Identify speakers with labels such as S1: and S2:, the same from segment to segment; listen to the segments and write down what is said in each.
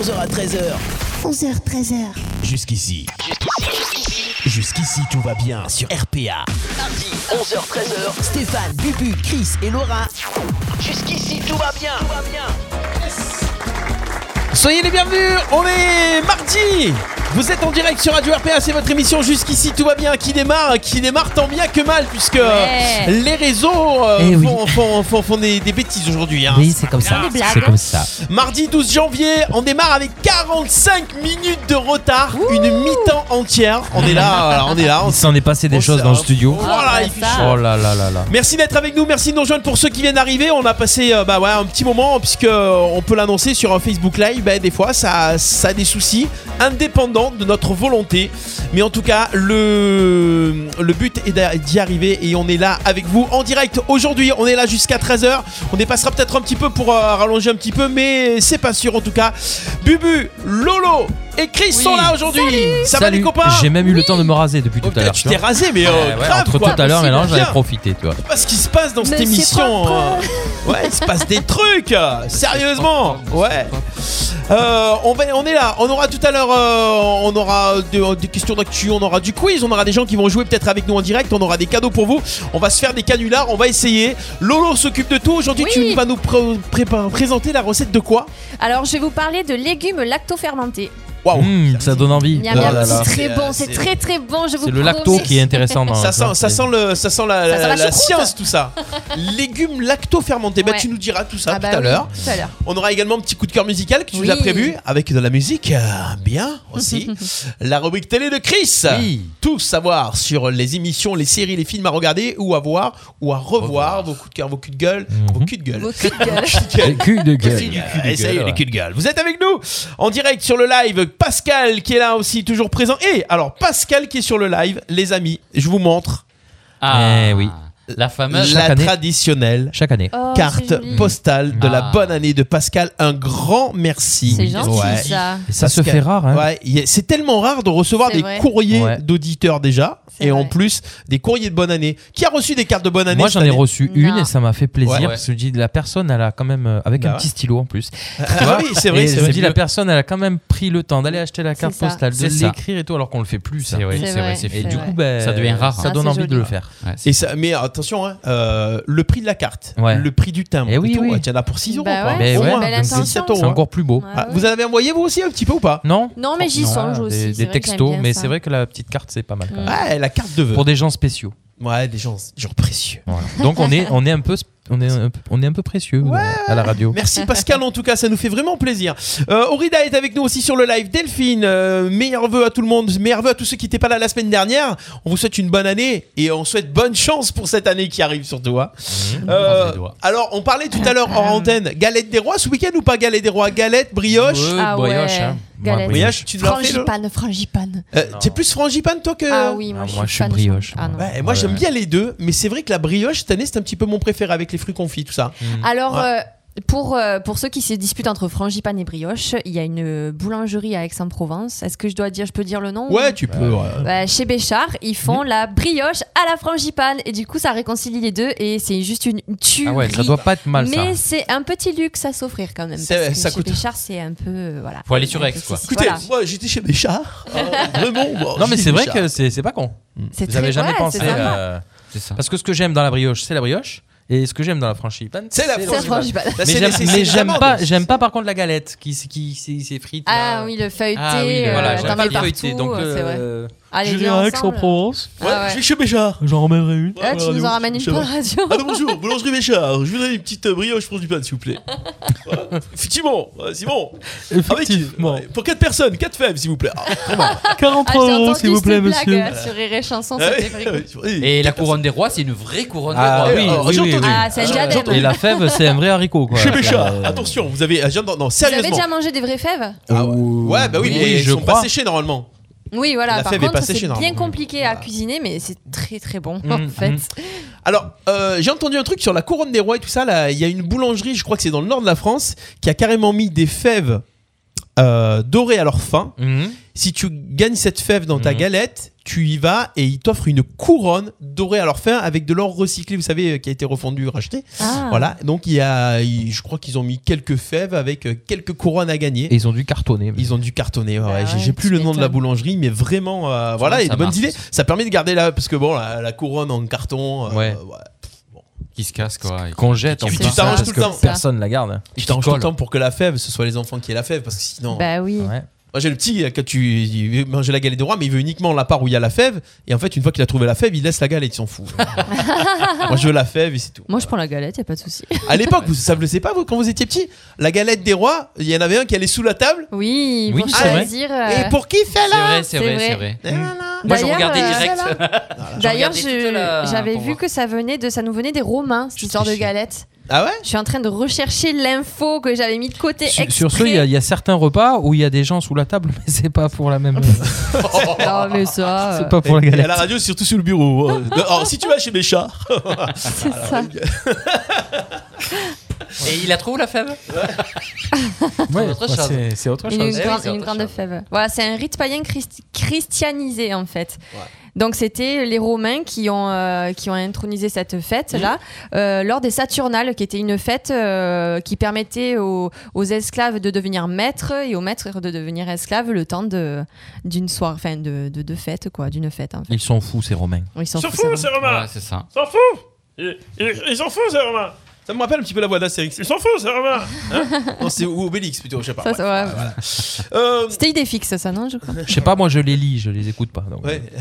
S1: 11h à 13h.
S2: 11h, 13h.
S1: Jusqu'ici. Jusqu'ici. Jusqu'ici, tout va bien sur RPA. Mardi, 11h, 13h. Stéphane, Bubu, Chris et Laura. Jusqu'ici, tout va bien. Tout va bien.
S3: Soyez les bienvenus, on est mardi Vous êtes en direct sur Radio RPA, c'est votre émission jusqu'ici, tout va bien, qui démarre, qui démarre tant bien que mal, puisque euh, les réseaux euh,
S4: Eh oui.
S3: font, font- font- font des, des bêtises aujourd'hui. hein.
S4: Oui, c'est comme ça.
S3: Des
S5: blagues.
S4: C'est comme ça.
S3: Mardi 12 janvier, on démarre avec 45 minutes de retard, une mi-temps entière. On est là, voilà, on est là. on
S4: Il
S3: s-
S4: s'en est passé des
S3: on
S4: choses
S3: s-
S4: dans le studio.
S3: Voilà,
S5: Ah,
S3: il
S5: ça.
S3: fait chaud.
S4: Oh là là là là.
S3: Merci d'être avec nous, merci de nous rejoindre pour ceux qui viennent d'arriver. On a passé euh, bah, ouais, un petit moment, puisque euh, on peut l'annoncer sur un Facebook Live, bah, des fois ça, ça a des soucis indépendants de notre volonté. Mais en tout cas, le, le but est d'a- d'y arriver et on est là avec vous en direct aujourd'hui. On est là jusqu'à 13h. On dépassera peut-être un petit peu pour euh, rallonger un petit peu, mais c'est pas sûr en tout cas. Bubu, Lolo et Chris sont là aujourd'hui. Ça va
S4: Salut.
S3: les copains
S4: J'ai même eu le temps de me raser depuis
S3: Oh,
S4: tout à l'heure.
S3: tu
S4: tu
S3: t'es
S4: vois. Eh
S3: rasé, mais euh,
S4: Ouais, ouais,
S3: grave,
S4: entre
S3: quoi.
S4: tout à l'heure, mais là
S3: Bien.
S4: j'avais profité, tu vois.
S3: pas ce qui se passe dans cette
S5: Monsieur
S3: émission.
S5: propre.
S3: hein. Ouais, il se passe des trucs. euh, Sérieusement. Ouais. Euh, on, va, on est là. On aura tout à l'heure, euh, on aura de- des questions d'actu, on aura du quiz, on aura des gens qui vont jouer peut-être avec nous en direct, on aura des cadeaux pour vous. On va se faire des canulars, on va essayer. Lolo s'occupe de tout. Aujourd'hui, tu vas nous pr- prépa- présenter la recette de quoi
S5: Alors, je vais vous parler de légumes lactofermentés.
S3: Waouh.
S4: Mmh, ça donne envie.
S5: Miam, miam,
S4: Oh là là.
S5: c'est très
S3: C'est, euh,
S5: bon, c'est
S3: c'est-
S5: très très bon, je vous
S4: C'est le
S5: promets.
S4: lacto qui est intéressant dans
S3: Ça sent,
S4: dans-
S3: ça sent le, ça sent la,
S5: Ça sent la
S3: la
S5: choucroute.
S3: science tout ça. Légumes lacto-fermentés. Bah,
S5: Ouais.
S3: tu nous diras tout ça
S5: Ah bah
S3: tout à
S5: oui,
S3: l'heure.
S5: Tout à l'heure.
S3: On aura également un petit coup de cœur musical que tu
S5: Oui.
S3: nous as prévu avec de la musique euh, bien aussi. la rubrique télé de Chris.
S4: Oui.
S3: Tout savoir sur les émissions, les séries, les films à regarder ou à voir ou à revoir. Vos coups de cœur, vos culs de gueule,
S4: Mhm.
S3: vos culs de gueule.
S5: Vos Oh, culs de gueule.
S3: Culs de gueule.
S4: Les culs Eh, de gueule.
S3: Euh, essayez les culs de gueule. Vous êtes avec nous en direct sur le live. Pascal qui est là aussi, toujours présent. Et alors, Pascal qui est sur le live, les amis, je vous montre
S6: Ah
S4: Eh oui.
S6: La fameuse.
S3: la
S4: chaque année.
S3: traditionnelle
S4: Chaque année.
S5: Oh,
S3: carte
S5: c'est joli.
S3: postale de la
S6: Ah.
S3: bonne année de Pascal. Un grand merci.
S5: C'est gentil
S3: Ouais.
S5: ça.
S4: Et ça
S3: Parce
S4: se
S3: que-
S4: fait rare, hein.
S3: Ouais, y a- c'est tellement rare de recevoir
S5: C'est
S3: des
S5: vrai.
S3: courriers
S4: Ouais.
S3: d'auditeurs déjà,
S5: C'est
S3: et en
S5: vrai.
S3: plus des courriers de bonne année. Qui a reçu des cartes de bonne année
S4: Moi j'en
S3: cette
S4: ai
S3: année
S4: reçu une
S5: Non.
S4: et ça m'a fait plaisir
S3: Ouais.
S4: parce que je me dis la personne elle a quand même euh, avec
S3: Bah
S4: un
S3: ouais.
S4: petit stylo en plus. tu
S3: Ah
S4: vois.
S3: oui, c'est vrai,
S4: Et
S3: c'est
S4: je me
S3: vrai.
S4: dis la personne elle a quand même pris le temps d'aller acheter la carte
S5: C'est ça.
S4: postale, de
S6: C'est ça.
S4: l'écrire et tout alors qu'on le fait plus. ça.
S6: C'est vrai,
S5: C'est
S6: c'est
S5: vrai.
S6: vrai, c'est
S4: Et
S5: C'est
S6: fini.
S4: du coup ben,
S6: Ça devient rare.
S4: Ça
S5: Ah,
S4: donne
S5: c'est
S4: envie de
S5: joli.
S4: le faire.
S6: Ouais, c'est-
S3: Et ça, mais attention, hein, euh, le prix de la carte,
S4: Ouais.
S3: le prix du timbre,
S4: Eh oui,
S3: et tout,
S4: oui.
S3: ouais, tiens, là pour 6 euros.
S5: Bah
S3: quoi.
S5: ouais,
S4: Mais
S3: Au
S4: ouais,
S3: moins.
S4: belle
S3: donc c'est
S5: intention.
S3: 7
S4: C'est
S3: euros, hein.
S4: encore plus beau.
S5: Ouais,
S3: Ah,
S5: ouais.
S3: Vous en avez envoyé vous aussi un petit peu ou pas
S4: Non
S5: Non, mais j'y
S4: Non,
S5: songe
S4: des-
S5: aussi. c'est
S4: Des,
S5: vrai que j'aime
S4: textos,
S5: bien
S4: mais
S5: ça.
S4: c'est vrai que la petite carte, c'est pas mal. quand même.
S3: Ouais, la carte de vœux.
S4: Mm. Pour des gens spéciaux.
S3: Ouais, des gens, des gens précieux.
S4: Voilà. Donc on est, on est un peu, sp- on est, un peu- on est un peu précieux
S3: Ouais.
S4: euh, à la radio.
S3: Merci Pascal en tout cas, ça nous fait vraiment plaisir. Euh, Aurida est avec nous aussi sur le live. Delphine, euh, meilleurs vœux à tout le monde, meilleurs vœux à tous ceux qui n'étaient pas là la semaine dernière. On vous souhaite une bonne année et on souhaite bonne chance pour cette année qui arrive surtout. hein.
S4: Mmh.
S3: Euh,
S6: croise les doigts.
S3: alors on parlait tout à l'heure en antenne, galette des rois ce week-end ou pas galette des rois Galette, brioche
S4: Ouais,
S5: Ah ouais,
S4: brioche, hein. Moi,
S5: galette.
S3: Brioche, tu te l'as fait le-
S5: Frangipane, frangipane.
S3: Euh, T'es plus frangipane toi que...
S5: Ah oui,
S4: Ah,
S5: moi,
S4: moi, je suis
S5: fan de
S4: brioche,
S5: frangipane. Ah, non.
S4: moi.
S3: Ouais, et moi
S4: Ouais.
S3: j'aime bien les deux, mais c'est vrai que la brioche cette année c'est un petit peu mon préféré avec les fruits confits tout ça.
S5: Alors,
S3: Ouais.
S5: euh, pour, euh, pour ceux qui se disputent entre frangipane et brioche, il y a une euh, boulangerie à Aix-en-Provence. Est-ce que je dois dire, je peux dire le nom ou-
S3: Ouais, tu peux. ouais.
S5: Bah, chez Béchard, ils font la brioche à la frangipane et du coup ça réconcilie les deux et c'est juste une tuerie.
S4: Ah ouais, ça doit pas être mal ça.
S5: mais c'est un petit luxe à s'offrir quand même.
S3: C'est-
S5: parce que
S3: ça
S5: chez
S3: coûte.
S5: Béchard, c'est un peu euh, voilà.
S6: Faut aller sur
S5: Un
S6: Aix,
S5: peu
S6: quoi.
S5: ceci,
S3: Écoutez,
S5: voilà.
S3: moi j'étais chez Béchard, euh, vraiment. moi,
S4: Non mais
S3: chez
S4: c'est vrai
S3: Béchard.
S4: que c'est c'est pas con.
S5: C'est
S4: Vous avez
S5: très-
S4: jamais
S5: ouais,
S4: pensé.
S5: c'est sympa.
S4: euh,
S6: C'est ça.
S4: Parce que ce que j'aime dans la brioche, c'est la brioche, et ce que j'aime dans la frangipane,
S3: C'est la
S4: le-
S5: C'est la
S3: frangipane.
S5: frangipane.
S3: Bah,
S4: Mais
S3: c'est-
S4: j'aime-
S3: c'est- c'est
S4: mais
S3: des
S4: j'aime
S3: amandes.
S4: pas, j'aime pas par contre la galette qui s- qui s- s'effrite.
S5: Ah
S4: là.
S5: oui, le feuilleté,
S4: Ah oui,
S5: euh,
S4: voilà, j'aime
S5: t'en
S4: pas
S5: mets
S4: le
S5: partout,
S4: feuilleté, donc
S5: euh, c'est vrai.
S4: euh,
S5: Allez,
S4: je vais
S5: viens
S4: à
S5: ensemble.
S4: Aix-en-Provence.
S3: Ouais,
S5: Ah ouais.
S3: je vais chez Béchard.
S4: J'en remènerai une.
S5: Ah, tu nous en ramènes une pour la radio.
S3: Allô, bonjour, boulangerie Béchard. Je voudrais une petite euh, brioche pour du pain, s'il vous plaît. Ouais. Effectivement, ouais, c'est bon. Avec,
S4: Effectivement.
S3: ouais, pour 4 personnes, 4 femmes, s'il vous plaît. Ah, vraiment.
S5: Ah,
S4: 43
S5: j'ai
S4: euros,
S5: entendu
S4: s'il vous
S5: cette
S4: plaît,
S5: blague,
S4: monsieur.
S5: euh, Sur Rire et Chanson,
S3: Ah
S5: c'était
S3: oui,
S5: vrai.
S3: oui, oui.
S6: Et la couronne des rois, c'est une vraie couronne des
S4: Ah
S6: rois. Oh.
S4: oui,
S3: alors,
S4: oui,
S3: j'ai
S4: oui,
S3: entendu.
S4: oui.
S5: Ah, c'est un
S3: J'ai
S5: diadème.
S3: entendu.
S4: Et la fève, c'est un vrai haricot. Quoi.
S3: Chez Béchard,
S4: Euh,
S3: attention, vous avez. ah, j'ai- Non, non,
S5: Vous avez
S3: sérieusement.
S5: déjà mangé des vraies fèves
S3: Ah ouais. Ouais, bah oui,
S4: Oui,
S3: mais ils
S4: je
S3: sont pas
S4: crois.
S3: séchés normalement.
S5: Oui, voilà.
S3: La
S5: Par
S3: fève est
S5: contre,
S3: passée chez
S5: c'est bien
S3: Normand.
S5: compliqué à cuisiner, mais c'est très très bon en
S4: Mm,
S5: fait.
S4: mm.
S3: Alors, euh, j'ai entendu un truc sur la couronne des rois et tout ça. là. Il y a une boulangerie, je crois que c'est dans le nord de la France, qui a carrément mis des fèves euh, dorés à leur faim.
S4: Mhm.
S3: Si tu gagnes cette fève dans ta galette, tu y vas et ils t'offrent une couronne dorée à leur faim avec de l'or recyclé, vous savez, euh, qui a été refondu, racheté.
S2: Ah.
S3: Voilà. Donc il y a, il- je crois qu'ils ont mis quelques fèves avec euh, quelques couronnes à gagner.
S4: Et ils ont dû cartonner.
S3: Ils ont dû cartonner. ouais,
S4: ouais,
S3: J'ai j'ai plus le nom de la boulangerie, mais vraiment, euh, voilà,
S4: vois,
S3: et
S4: ça
S3: de bonnes
S4: marche,
S3: idées. Ça permet de garder là, parce que bon, la, la couronne en carton. euh,
S4: Ouais.
S6: Qui se casse quoi. et
S4: Qu'on
S6: qui-
S4: jette
S6: qui-
S4: en
S3: tu
S4: plus,
S3: t'arranges
S4: parce
S3: tout le
S4: que
S3: temps.
S4: Personne la garde.
S3: Tu t'arranges tout le temps pour que la fève, ce soit les enfants qui aient la fève, parce que sinon.
S5: Bah oui.
S3: Moi j'ai le petit, euh, quand tu il veut manger la galette de roi, mais il veut uniquement la part où il y a la fève. Et en fait, une fois qu'il a trouvé la fève, il laisse la galette, il s'en fout. Moi je veux la fève et c'est tout.
S5: Moi, je prends la galette, y a pas de souci.
S3: À l'époque, vous ne le savez pas, vous, quand vous étiez petit, la galette des rois, il y en avait un qui allait sous la table.
S5: Oui,
S3: Oui,
S5: pour
S3: c'est vrai.
S5: choisir. euh,
S3: Et pour qui
S6: C'est
S3: celle-là
S6: vrai, c'est vrai, c'est vrai. Moi, je
S5: D'ailleurs,
S6: regardais
S5: euh,
S6: direct.
S5: D'ailleurs,
S6: Je
S5: je-
S6: regardais toute la-
S5: j'avais
S6: pour
S5: vu
S6: voir.
S5: que ça venait de, ça nous venait des Romains, cette histoire de galette.
S3: Ah ouais
S5: Je suis en train de rechercher l'info que j'avais mis de côté.
S4: Sur,
S5: exprès.
S4: sur ce, il y, a- il y a certains repas où il y a des gens sous la table, mais c'est pas pour la même.
S5: Ah, mais ça. euh,
S4: c'est pas pour la
S3: Et
S4: galette.
S3: à la radio, surtout sur le bureau. Euh, Alors, si tu vas chez mes chats.
S5: C'est ça.
S6: Et il la trouve la fève
S4: Ouais,
S6: autre
S4: bah,
S6: chose.
S4: c'est- c'est autre
S5: Une,
S4: chose.
S6: Eh oui,
S5: grande-
S6: c'est
S5: une
S6: autre
S5: grande
S6: chose.
S5: fève. Voilà, c'est hein, un rite païen christi- christianisé en fait. Donc c'était les Romains qui ont euh, qui ont intronisé cette fête là lors des Saturnales, qui était une fête euh, qui permettait aux, aux esclaves de devenir maîtres et aux maîtres de devenir esclaves le temps de d'une soirée, enfin de, de, de fête quoi, d'une fête en fait.
S4: Ils sont fous, ces Romains.
S5: Ils hein. s'en
S7: S'en
S5: foutent,
S7: fout,
S5: ça
S7: ces
S5: va.
S7: Romains
S6: Ouais, c'est ça.
S7: S'en fout Ils ils- ils s'en foutent, ces Romains
S3: Ça me rappelle un petit peu la voix d'Astérix.
S7: Ils s'en foutent, ces Romains
S3: Non, c'est ou Obélix plutôt, je sais pas.
S5: Ça,
S3: Ouais.
S5: ça, ouais.
S3: Euh,
S5: C'était idée fixe ça non je crois.
S4: Je sais pas, moi je les lis, je les écoute pas. donc,
S3: ouais,
S4: euh,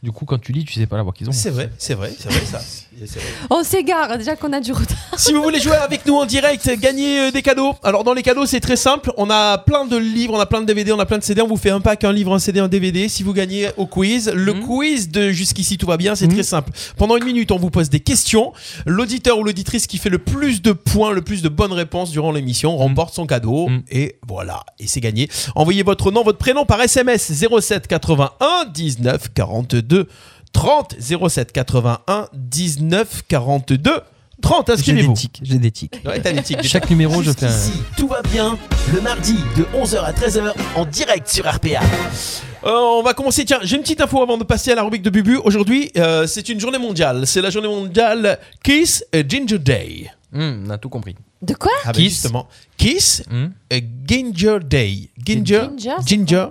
S4: Du coup, quand tu lis, tu sais pas la voix qu'ils ont.
S3: c'est vrai, c'est vrai, c'est vrai ça. C'est vrai.
S5: On s'égare déjà qu'on a du retard.
S3: Si vous voulez jouer avec nous en direct, gagner euh, des cadeaux. Alors dans les cadeaux, c'est très simple. On a plein de livres, on a plein de DVD, on a plein de CD. On vous fait un pack, un livre, un CD, un DVD. Si vous gagnez au quiz, le quiz de jusqu'ici tout va bien, c'est très simple. Pendant une minute, on vous pose des questions. L'auditeur ou l'auditrice qui fait le plus de points, le plus de bonnes réponses durant l'émission remporte son cadeau. Et voilà, et c'est gagné. Envoyez votre nom, votre prénom par SMS 07 81 19 42 30 07 81 19 42 30.
S4: J'ai des
S3: Inscrivez-vous.
S4: tics, j'ai des tics.
S3: Ouais, t'as des tics, déjà.
S4: Chaque numéro, Oh, je fais un.
S1: Jusqu'ici, tout va bien. Le mardi de 11h à 13h en direct sur RPA.
S3: Euh, on va commencer. Tiens, j'ai une petite info avant de passer à la rubrique de Bubu. Aujourd'hui, euh, c'est une journée mondiale. C'est la journée mondiale Kiss et Ginger Day.
S4: Hum, on a tout compris.
S5: De quoi
S3: Ah ben,
S4: Kiss.
S3: justement. Kiss
S4: Hum.
S3: et Ginger Day. Ginger.
S5: Ginger, c'est
S3: Ginger.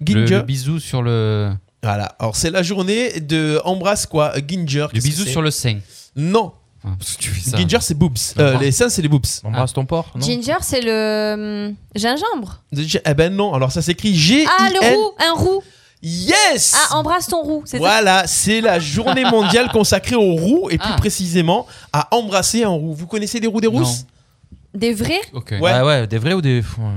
S6: Le,
S3: Ginger.
S6: le bisou sur le.
S3: Voilà. Alors, c'est la journée de embrasse quoi Ginger.
S6: Le bisou sur le sein.
S3: Non.
S6: Ah, Parce que tu fais ça.
S3: Ginger, c'est boobs. Euh, les seins, c'est les boobs.
S4: Embrasse
S5: Ah.
S4: ton porc, non
S5: Ginger c'est le hum, gingembre.
S3: Eh ben non. Alors, ça s'écrit G.
S5: Ah le roux, un roux.
S3: Yes
S5: Ah embrasse ton roux, c'est ça
S3: Voilà, c'est la journée mondiale consacrée aux roues et plus
S6: Ah.
S3: précisément à embrasser en roue. Vous connaissez des roues des
S6: Non.
S3: rousses
S5: Des vrais
S6: Ok.
S3: Ouais.
S4: Ouais. ouais, des vrais ou des. hein.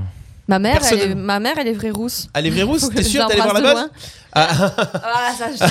S5: Ma mère, elle est,
S3: Personnellement.
S5: ma mère, elle est vraie rousse.
S3: Ah, les vraies rousses, t'es
S5: Je
S3: sûr d'aller voir la
S5: l'embrasse
S3: meuf
S5: de loin.
S3: Ah,
S5: Ah, ça, je-
S3: Ça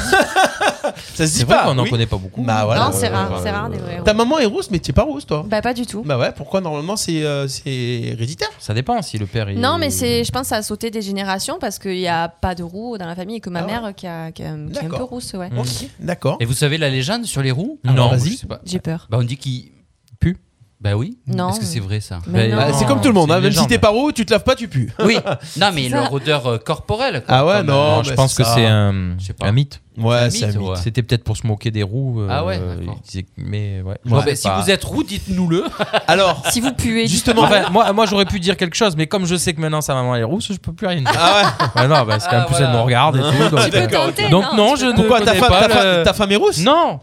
S3: se dit
S4: C'est vrai
S3: pas.
S4: qu'on en
S3: oui.
S4: connaît pas beaucoup.
S3: Bah voilà.
S5: non, c'est
S3: Euh,
S5: rare, c'est rare des vraies rousses.
S3: Ta maman est rousse, mais t'es pas rousse, toi.
S5: Bah pas du tout.
S3: Bah ouais, pourquoi normalement c'est euh, c'est héréditaire
S4: Ça dépend si le père. il-
S5: Non, mais c'est, je pense, que ça a sauté des générations parce qu'il n'y a pas de roux dans la famille et que ma
S3: Ah ouais.
S5: mère euh, qui, a- qui a- qui est un
S3: D'accord.
S5: peu rousse, ouais.
S4: Hmm.
S3: Ok, D'accord.
S6: Et vous savez la légende sur les roues
S4: Non,
S6: Alors,
S3: vas-y.
S6: je sais pas.
S5: J'ai peur.
S6: Bah, on dit qu'il pue. Bah oui.
S5: Non.
S6: Est-ce que c'est vrai ça
S5: Mais
S4: Bah,
S3: Ah,
S5: non.
S3: c'est comme tout le monde,
S4: c'est
S3: hein,
S4: une
S3: même si
S4: légende.
S3: t'es pas roux, tu te laves pas, tu pues.
S6: Oui. Non, mais
S5: C'est
S6: leur
S5: ça.
S6: odeur euh, corporelle. quoi,
S3: Ah ouais,
S6: comme,
S3: non.
S6: euh,
S4: Non,
S3: bah,
S4: je pense
S3: c'est
S4: que
S3: ça.
S4: c'est un,
S6: Je sais pas.
S4: un mythe.
S3: Ouais,
S6: C'est
S3: c'est
S6: un
S3: un
S6: mythe,
S3: mythe.
S6: Ouais.
S4: C'était peut-être pour se moquer des roues. euh,
S6: Ah ouais,
S4: euh,
S6: d'accord.
S4: il disait- mais ouais.
S6: Bon,
S4: Ouais,
S6: bah, si
S4: pas-
S6: vous êtes roux, dites-nous-le.
S3: Alors,
S5: Si vous puez.
S3: justement.
S4: Enfin, moi, moi j'aurais pu dire quelque chose, mais comme je sais que maintenant sa maman elle est rousse, je peux plus rien dire.
S3: Ah ouais.
S4: Ah non, parce qu'en
S6: Ah,
S4: plus
S6: voilà.
S4: elle me regarde et tout. Donc,
S5: Tu peux tenter.
S4: donc non,
S5: tu
S4: je
S5: peux
S4: ne
S5: pas.
S3: Pourquoi ta
S4: connais
S3: femme,
S4: pas
S3: ta, femme,
S4: le-
S3: ta femme est rousse
S4: Non,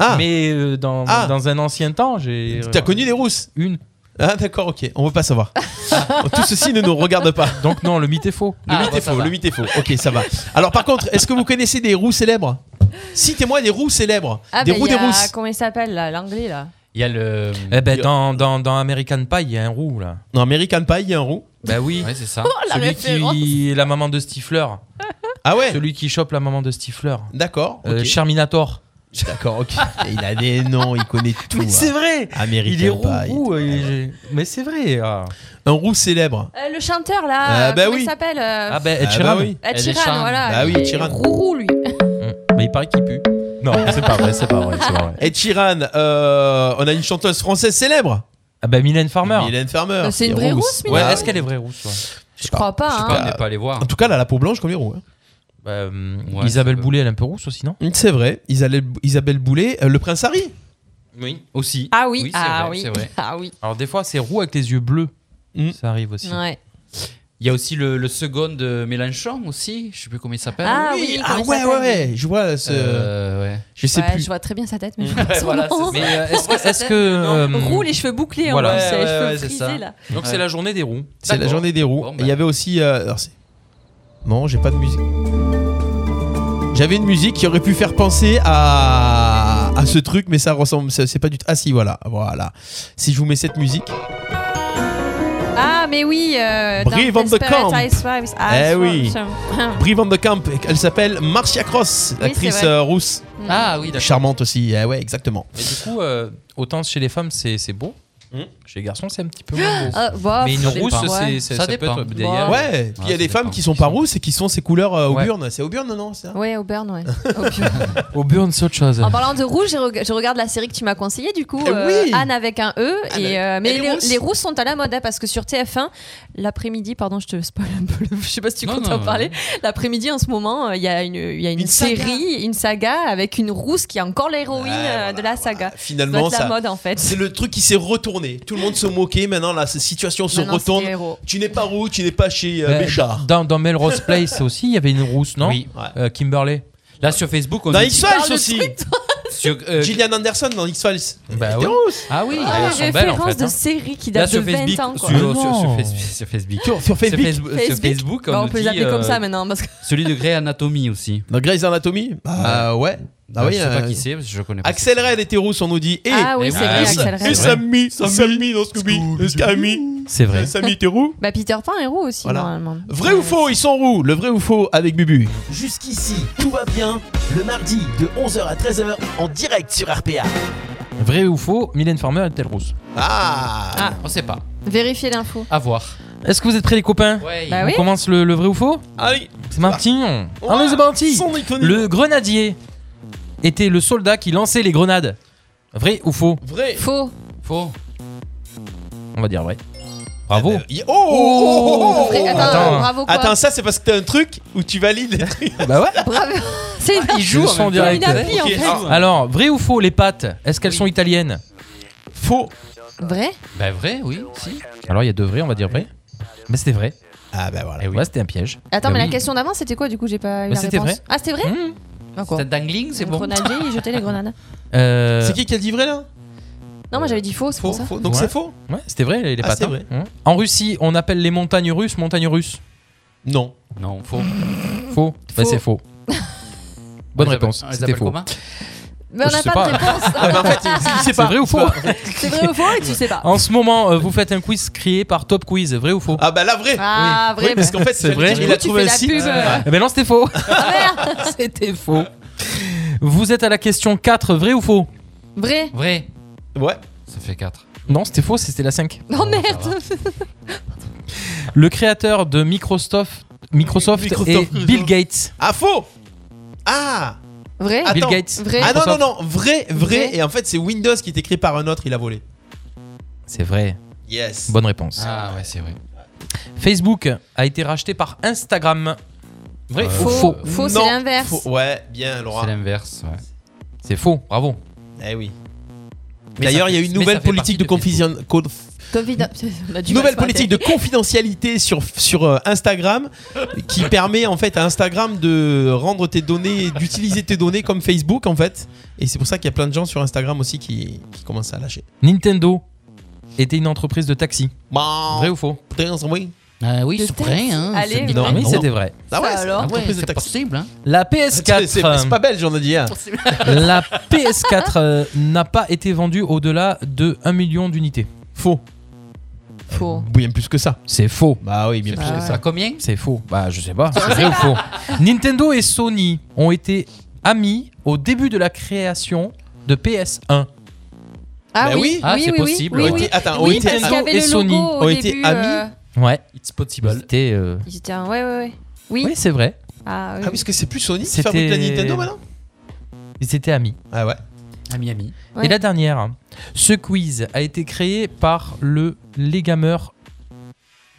S3: Ah,
S4: mais euh, dans,
S3: Ah.
S4: dans un ancien temps, j'ai.
S3: t'as connu des rousses
S4: Une.
S3: Ah, d'accord, ok. On veut pas savoir. tout ceci ne nous regarde pas.
S4: Donc non, le mythe est faux.
S3: Le
S6: Ah,
S3: mythe
S6: bon,
S3: est
S6: ça
S3: faux,
S6: va.
S3: le mythe est faux. Ok, ça va. Alors par contre, est-ce que vous connaissez des roux célèbres Citez-moi des roux célèbres.
S5: Ah,
S3: des
S5: bah,
S3: roux
S5: il y
S3: des
S5: a-
S3: rousses.
S5: Comment il s'appelle, là, l'anglais, là
S6: Il y a le.
S4: Eh ben, dans, dans, dans American Pie, il y a un roux là.
S3: Dans American Pie, il y a un roux.
S4: Bah oui.
S6: Ouais, c'est ça.
S5: la
S4: Celui
S5: référence.
S4: qui la maman de Stifler,
S3: Ah ouais
S4: celui qui chope la maman de Stifler,
S3: D'accord. ok.
S4: Euh, Charminator.
S3: D'accord, ok. Il a des noms, il connaît tout. hein.
S4: vrai.
S3: American
S4: Il est roux,
S3: Pie.
S4: roux, et j'ai- mais c'est vrai. Ah,
S3: Un roux célèbre.
S5: Euh, Le chanteur, là.
S3: Ah, bah
S5: comment
S3: oui.
S5: il s'appelle euh,
S4: Ah ben, Ed
S3: Ah
S4: Sheeran.
S3: bah oui.
S5: Ed
S6: Ed
S5: Sheeran,
S6: Sheeran.
S5: voilà.
S3: Bah oui,
S5: il est
S3: Sheeran.
S5: Roux, lui.
S4: Mm. Mais il paraît qu'il pue. Non, c'est pas vrai, c'est pas vrai, c'est pas vrai.
S3: Ed Sheeran, euh, on a une chanteuse française célèbre.
S4: Ah bah Mylène Ah. Farmer.
S3: Mylène Farmer.
S5: Euh, c'est une
S3: qui est
S5: vraie rousse,
S4: Ouais,
S5: Mylène.
S4: est-ce qu'elle est vraie rousse ouais
S5: Je crois pas.
S6: Je sais
S5: hein.
S3: Bah,
S6: pas, on n'est pas allé voir.
S3: En tout cas, elle a la peau blanche comme les roues. hein.
S4: Bah, euh,
S6: Ouais,
S4: Isabelle
S6: ça peut.
S4: Boulay, elle est un peu rousse aussi, non
S3: C'est vrai, Isabelle, Isabelle Boulet, euh, le prince Harry.
S6: Oui. Aussi.
S5: Ah oui,
S6: c'est
S5: ah
S6: vrai,
S5: oui,
S6: c'est vrai.
S5: ah oui.
S4: Alors des fois, c'est roux avec les yeux bleus.
S3: Mm.
S4: Ça arrive aussi.
S5: Ouais.
S6: Il y a aussi le, le second de Mélenchon aussi. Je sais plus comment il s'appelle.
S5: Ah oui,
S3: ah
S5: comment il
S3: ouais, ouais,
S5: s'appelle
S3: ouais, je vois ce.
S6: Euh, ouais.
S3: je sais
S5: Ouais,
S3: plus.
S5: je vois très bien sa tête, mais je
S6: Ouais,
S5: vois pas son
S6: voilà,
S5: nom.
S6: c'est ça.
S4: Mais euh, est-ce que. Est-ce que euh,
S5: Roux, les cheveux bouclés,
S4: Voilà.
S5: en plus,
S6: Ouais,
S5: les
S6: ouais,
S5: cheveux
S6: ouais, c'est
S5: frisés,
S6: ça.
S5: là.
S4: Donc
S6: Ouais.
S4: c'est la journée des roues.
S3: C'est la
S6: D'accord.
S3: journée des roues.
S6: Bon,
S3: Et Il y
S6: bah.
S3: avait aussi. euh, alors c'est- non, j'ai pas de musique. J'avais une musique qui aurait pu faire penser à, à ce truc, mais ça ressemble. C'est c'est pas du tout. Ah si, voilà, voilà. Si je vous mets cette musique.
S5: Ah, mais oui, euh, dans
S3: Brave on the
S5: Desperate
S3: Camp.
S5: Housewives. Ah,
S3: Eh
S5: je vois,
S3: oui.
S5: je-
S3: Brie Van de Camp, elle s'appelle Marcia Cross,
S5: Ah. Oui,
S3: l'actrice
S5: c'est vrai.
S3: euh, rousse,
S6: Ah oui, d'accord.
S3: charmante aussi. Eh ouais, exactement.
S4: Mais du coup, euh, autant chez les femmes, c'est c'est beau.
S3: Mm.
S4: Chez les garçons, c'est un petit peu moins beau.
S5: Ah, bah,
S4: Mais une
S5: je sais
S4: rousse,
S5: pas.
S4: c'est-
S5: Ouais.
S4: c'est-
S6: Ça
S4: ça, peut
S6: dépend.
S4: être d'ailleurs.
S3: Ouais, puis il y a
S6: ça
S3: des femmes
S6: dépend.
S3: qui sont pas rousses et qui sont ces couleurs euh,
S4: Ouais.
S3: auburnes. C'est auburne, non c'est ça
S5: Ouais, Auburn, ouais. Auburn.
S4: Au burn, c'est autre chose.
S5: En parlant de rouge, je, reg- je regarde la série que tu m'as conseillée du coup,
S3: Eh
S5: euh,
S3: oui.
S5: Anne avec un E.
S3: Anne avec-
S5: et, euh, mais
S3: Elle est
S5: les,
S3: rousse.
S5: les rousses sont à la mode hein, parce que sur TF1, l'après-midi, pardon, je te spoil un peu, le- je sais pas si tu
S6: Non,
S5: comptes
S6: non,
S5: en
S6: non.
S5: parler. L'après-midi en ce moment, euh, il y a une, il y a une,
S3: Une saga.
S5: série, une saga avec une rousse qui est encore l'héroïne
S3: Ouais,
S5: euh,
S3: voilà,
S5: de la saga. Ça doit
S3: Finalement,
S5: être la
S3: ça.
S5: mode en fait.
S3: C'est le truc qui s'est retourné. Tout le monde se moquait. Maintenant, la situation se
S5: Maintenant, c'est
S3: retourne.
S5: les héros.
S3: Tu n'es pas roux, tu n'es pas chez euh, Béchard.
S4: dans, dans Melrose Place aussi, il y avait une rousse, Ben, non
S6: Oui.
S3: Ouais.
S4: Euh, Kimberley.
S6: Là sur Facebook, on
S3: Dans
S6: nous dit-
S3: X-Files aussi
S6: sur, euh,
S3: Gillian Anderson dans X-Files.
S4: Bah
S3: Elle était
S4: ouais.
S3: rousse.
S6: Ah oui,
S5: Ah,
S6: elles
S5: les
S6: sont belles en
S5: références
S6: fait.
S5: de
S6: hein.
S5: séries qui
S6: Là
S5: datent de
S6: sur
S5: 20
S6: Facebook,
S5: ans.
S6: sur,
S5: Quoi.
S4: Ah
S6: sur- sur
S4: non.
S6: Facebook, sur Facebook,
S3: Sur, sur
S6: Sur
S3: Facebook.
S6: Facebook, sur Facebook,
S5: Bah, on, peut
S6: nous
S5: les
S6: dit,
S5: appeler comme
S6: euh,
S5: ça maintenant parce que
S6: Celui de Grey Anatomy aussi.
S3: Dans Grey's Anatomy Bah ouais. Ah
S6: Euh,
S3: oui,
S6: je sais pas
S3: euh,
S6: qui c'est, parce que je connais pas.
S3: Axel Red était rousse, on nous dit. Et
S5: ah oui
S6: eh
S5: c'est
S6: oui,
S5: vrai
S6: ah,
S5: Axel
S6: ça-
S5: Red.
S6: c'est vrai.
S3: Sammy, Sammy dans Scooby. Sammy.
S4: C'est vrai.
S3: Sammy était roux.
S5: Bah Peter Pan est roux aussi
S3: Voilà.
S5: normalement.
S3: Vrai ou
S5: Ouais.
S3: faux, ils sont roux. Le vrai ou faux avec Bubu.
S1: Jusqu'ici, tout va bien. Le mardi de 11h à 13h en direct sur RPA.
S4: Vrai ou faux, Mylène Farmer est-elle rousse
S3: Ah.
S6: Ah, on sait pas.
S5: Vérifiez l'info.
S6: À voir.
S4: Est-ce que vous êtes prêts, les copains
S6: Ouais.
S5: Bah
S4: On
S5: oui.
S4: commence le, le vrai ou faux
S3: Allez.
S4: C'est parti on- Allez, Ah, c'est parti
S3: Son iconique.
S4: Le grenadier était le soldat qui lançait les grenades. Vrai ou faux
S3: vrai.
S5: Faux.
S6: Faux.
S4: On va dire vrai. Bravo.
S3: Euh, y- Oh, oh, oh, oh, oh,
S5: Vrai-
S3: oh.
S5: Attends,
S4: Attends.
S5: bravo quoi.
S3: Attends, ça c'est parce que t'as un truc où tu valides les trucs.
S4: Bah ouais.
S5: Bravo. C'est une,
S6: Il joue
S4: Ils
S6: en
S4: sont
S6: même
S5: c'est
S4: direct.
S5: une appli en
S3: Ok,
S5: fait.
S3: ah.
S4: Alors, vrai ou faux, les pâtes, est-ce qu'elles sont italiennes
S3: Faux.
S5: Vrai
S6: temps. Bah vrai, oui, si.
S4: Alors, il y a deux vrais, on va dire vrai. Mais c'était vrai.
S3: Ah bah
S6: Eh
S3: voilà.
S4: Et ouais, c'était un piège.
S5: Attends,
S4: Bah
S5: mais
S4: oui.
S5: la question d'avant c'était quoi du coup J'ai pas eu
S4: Bah,
S5: la
S4: c'était
S5: réponse.
S4: vrai.
S5: Ah, c'était vrai
S4: Mmh.
S5: D'accord.
S6: C'est dangling, c'est
S5: Le
S6: bon.
S5: grenadier, il jetait les grenades.
S4: Euh,
S3: C'est qui qui a dit vrai là
S5: Non, moi j'avais dit faux, c'est
S3: Faux,
S5: pour ça.
S3: faux. Donc
S4: Ouais.
S3: c'est faux
S4: Ouais, c'était vrai, les les
S3: Ah,
S4: pâtes.
S3: c'est
S4: hein.
S3: vrai.
S4: Mmh. En Russie, on appelle les montagnes russes montagnes russes.
S3: Non.
S6: Non, faux.
S4: Faux. Bah,
S5: Faux.
S4: c'est faux. Bonne
S6: On les
S4: réponse.
S6: appelle-
S3: bah,
S6: on les
S4: C'était
S6: appelle
S4: faux.
S6: comment
S5: Mais on
S4: Je
S5: n'a
S4: sais
S5: pas, de réponse.
S3: en fait, c'est
S4: C'est vrai ou faux
S5: c'est vrai ou faux et tu sais pas.
S4: En ce moment, euh, vous faites un quiz créé par Top Quiz, vrai ou faux
S3: Ah bah là vrai.
S5: Ah,
S3: Oui,
S5: vrai.
S3: parce qu'en fait,
S4: C'est
S3: j'allais
S4: vrai.
S3: dire,
S4: Du
S3: Il
S4: coup,
S3: a
S5: tu
S3: trouvé
S5: fais
S3: un
S5: la
S3: site.
S5: pub, euh.
S4: Eh ben non, c'était faux.
S5: Ah, merde.
S4: c'était faux. Vous êtes à la question 4, vrai ou faux
S5: Vrai.
S6: Vrai.
S3: Ouais.
S6: Ça fait 4.
S4: Non, c'était faux, c'était la 5.
S5: Non, merde.
S4: Le créateur de Microsoft, Microsoft,
S3: Microsoft.
S4: est Bill Gates.
S3: Ah faux. Ah.
S5: Vrai.
S3: Attends.
S4: Bill Gates.
S5: Vrai.
S3: Ah non non
S4: Microsoft.
S3: non vrai vrai
S5: Vrai.
S3: et en fait c'est Windows qui est écrit par un autre il a volé.
S4: C'est vrai.
S3: Yes.
S4: Bonne réponse.
S6: Ah ouais, c'est vrai.
S4: Facebook a été racheté par Instagram. Vrai
S6: Euh,
S4: ou
S5: Faux.
S4: faux
S5: Faux, c'est
S3: Non,
S5: l'inverse.
S3: faux. Ouais bien
S6: C'est
S3: Laura.
S6: l'inverse, ouais.
S4: C'est faux, bravo.
S3: Eh oui.
S6: Mais
S3: D'ailleurs
S6: ça
S3: il y a
S6: fait-
S3: une
S6: mais
S3: nouvelle
S6: ça fait
S3: politique de,
S6: partie de
S3: confiden- conf-
S5: Covid- on a du mal
S3: nouvelle
S5: sur la
S3: politique
S5: tête.
S3: de confidentialité sur sur euh, Instagram qui permet en fait à Instagram de rendre tes données d'utiliser tes données comme Facebook en fait et c'est pour ça qu'il y a plein de gens sur Instagram aussi qui, qui commencent à lâcher.
S4: Nintendo était une entreprise de taxi.
S3: Bon.
S4: Vrai ou faux Eh
S3: oui.
S6: Ah oui,
S5: De
S6: c'est
S5: tête.
S6: vrai, hein.
S5: Allez,
S6: c'est
S5: oui.
S6: bizarre.
S3: Non,
S4: Oui,
S3: non.
S4: c'était vrai.
S3: Ah ouais,
S5: Ça
S3: c'est
S5: alors
S3: une
S6: Ah ouais,
S3: entreprise de
S6: c'est
S3: taxi.
S6: possible, hein.
S4: La
S3: C'est c'est- c'est
S4: PS4,
S3: pas belge on a dit hein.
S4: euh, la PS4 euh, n'a pas été vendue au-delà de 1 million d'unités.
S3: Faux.
S5: Faux.
S3: Bien plus que ça.
S4: C'est faux.
S3: Bah oui, bien plus que
S5: Ah.
S3: ça.
S6: Ça combien
S4: C'est faux. Bah, je sais pas. C'est vrai ou faux Nintendo et Sony ont été amis au début de la création de PS1.
S5: Ah
S3: Bah
S5: oui,
S3: oui. hein.
S6: Ah,
S5: oui,
S6: c'est
S5: oui, oui.
S6: possible.
S5: Oui,
S6: Ont
S5: oui.
S3: été- attends, ah ont
S5: oui,
S3: été
S5: parce qu'il y avait
S4: et
S5: le
S4: Sony
S5: logo au
S3: ont été
S5: début,
S3: amis.
S5: euh,
S4: Ouais.
S6: It's
S4: Ils
S6: possible.
S4: étaient, euh,
S5: ils étaient un- Ouais, ouais, ouais. Oui.
S4: Oui, c'est vrai.
S5: Ah, oui.
S3: Ah oui, parce que c'est plus Sony qui
S4: C'était-
S3: fabrique la Nintendo maintenant
S4: Ils étaient amis.
S3: Ah ouais.
S6: À Miami.
S5: Ouais.
S4: Et la dernière, ce quiz a été créé par le Legamer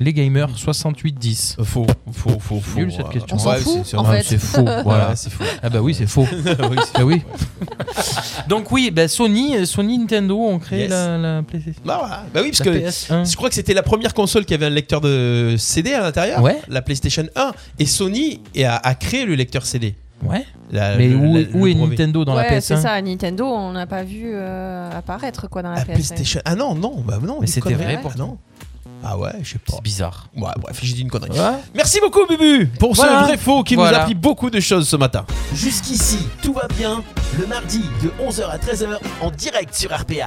S4: les gamers 68-10.
S3: Faux, faux, faux, faux.
S4: Nul, cette
S3: Ouais.
S4: question. Ah,
S5: On s'en
S3: euh, Ouais,
S5: fout,
S3: c'est- c'est-
S5: en
S3: ouais,
S5: fait.
S3: c'est faux. Voilà,
S4: Voilà.
S3: c'est faux.
S4: Ah bah oui, c'est faux.
S3: Oui, c'est-
S4: Bah oui. Donc oui, bah Sony, euh, Sony, Nintendo ont créé
S3: Yes.
S4: la, la PlayStation.
S3: Bah, voilà. Bah oui, parce
S4: la
S3: que
S4: PS1.
S3: je crois que c'était la première console qui avait un lecteur de CD à l'intérieur.
S4: Ouais.
S3: La PlayStation 1. Et Sony a, a créé le lecteur CD.
S4: Ouais.
S3: La-
S4: Mais
S3: Euh, le-
S4: où,
S3: la-
S4: où
S3: le
S4: est
S3: brevet.
S4: Nintendo dans la
S5: ouais, c'est
S4: PS1
S5: ça, Nintendo, on n'a pas vu euh, apparaître quoi dans la
S3: La
S5: PS1.
S3: PlayStation. Ah non, non, bah non.
S4: Mais
S3: une
S4: c'était
S3: connerie.
S5: vrai,
S3: Ah
S5: pourtant.
S3: non. Ah ouais, je sais
S4: Oh,
S3: pas.
S6: C'est bizarre.
S3: Ouais, bref, j'ai dit une connerie.
S4: Ouais.
S3: Merci beaucoup, Bubu, pour
S4: Voilà.
S3: ce vrai faux qui nous a
S4: Voilà.
S3: appris beaucoup de choses ce matin.
S1: Jusqu'ici, tout va bien. Le mardi de 11h à 13h en direct sur RPA.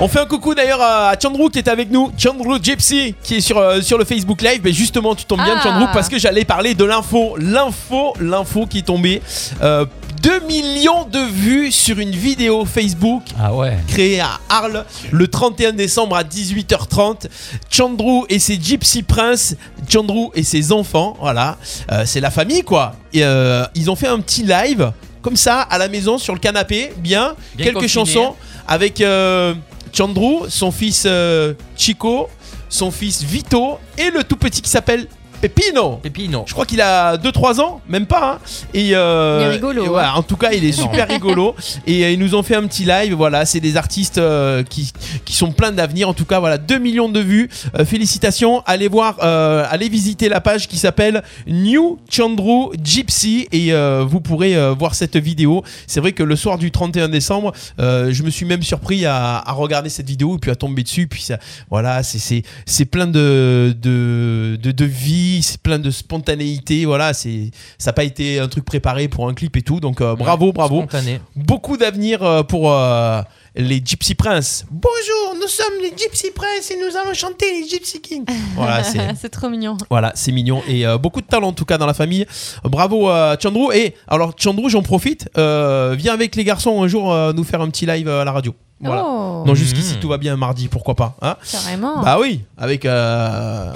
S3: On fait un coucou d'ailleurs à Chandru qui est avec nous, Chandru Gypsy qui est sur, euh, sur le Facebook Live. Mais justement, tu tombes bien
S5: Ah.
S3: Chandru parce que j'allais parler de l'info, l'info, l'info qui est tombée. Euh, 2 millions de vues sur une vidéo Facebook
S4: Ah ouais.
S3: créée à Arles le 31 décembre à 18h30. Chandru et ses Gypsy Prince, Chandru et ses enfants, voilà, Euh, c'est la famille quoi. Et, euh, ils ont fait un petit live comme ça à la maison sur le canapé, bien,
S6: Bien
S3: quelques
S6: confiné.
S3: chansons avec euh, Chandru, son fils euh, Chico, son fils Vito et le tout petit qui s'appelle Pepino.
S4: Et puis non.
S3: Je crois qu'il a 2-3 ans, même pas. hein. Et euh,
S5: Il est rigolo, hein.
S3: et voilà, en tout cas, il est
S4: Énorme.
S3: super rigolo. Et euh, ils nous ont fait un petit live. Voilà, c'est des artistes euh, qui, qui sont pleins d'avenir. En tout cas, voilà, 2 millions de vues. Euh, félicitations. Allez voir, euh, allez visiter la page qui s'appelle New Chandru Gypsy. Et euh, vous pourrez euh, voir cette vidéo. C'est vrai que le soir du 31 décembre, euh, je me suis même surpris à, à regarder cette vidéo et puis à tomber dessus. Puis ça, voilà, c'est- c'est c'est plein de, de, de, de vie, c'est plein de spontanéité. Voilà, c'est ça n'a pas été un truc préparé pour un clip et tout. Donc euh, bravo, bravo.
S4: Spontané.
S3: Beaucoup d'avenir euh, pour euh, les Gypsy Prince. Bonjour, nous sommes les Gypsy Prince et nous allons chanter les Gypsy Kings. Voilà, c'est
S5: Ah, c'est trop mignon.
S3: voilà, c'est mignon et euh, beaucoup de talent en tout cas dans la famille. Bravo euh, Chandru. Et alors Chandru, j'en profite, euh, viens avec les garçons un jour euh, nous faire un petit live euh, à la radio. Voilà.
S5: Oh, Ah.
S3: Non, jusqu'ici
S6: Mmh.
S4: Mhm.
S3: tout va bien mardi, pourquoi pas. hein
S5: carrément.
S3: bah oui, avec euh,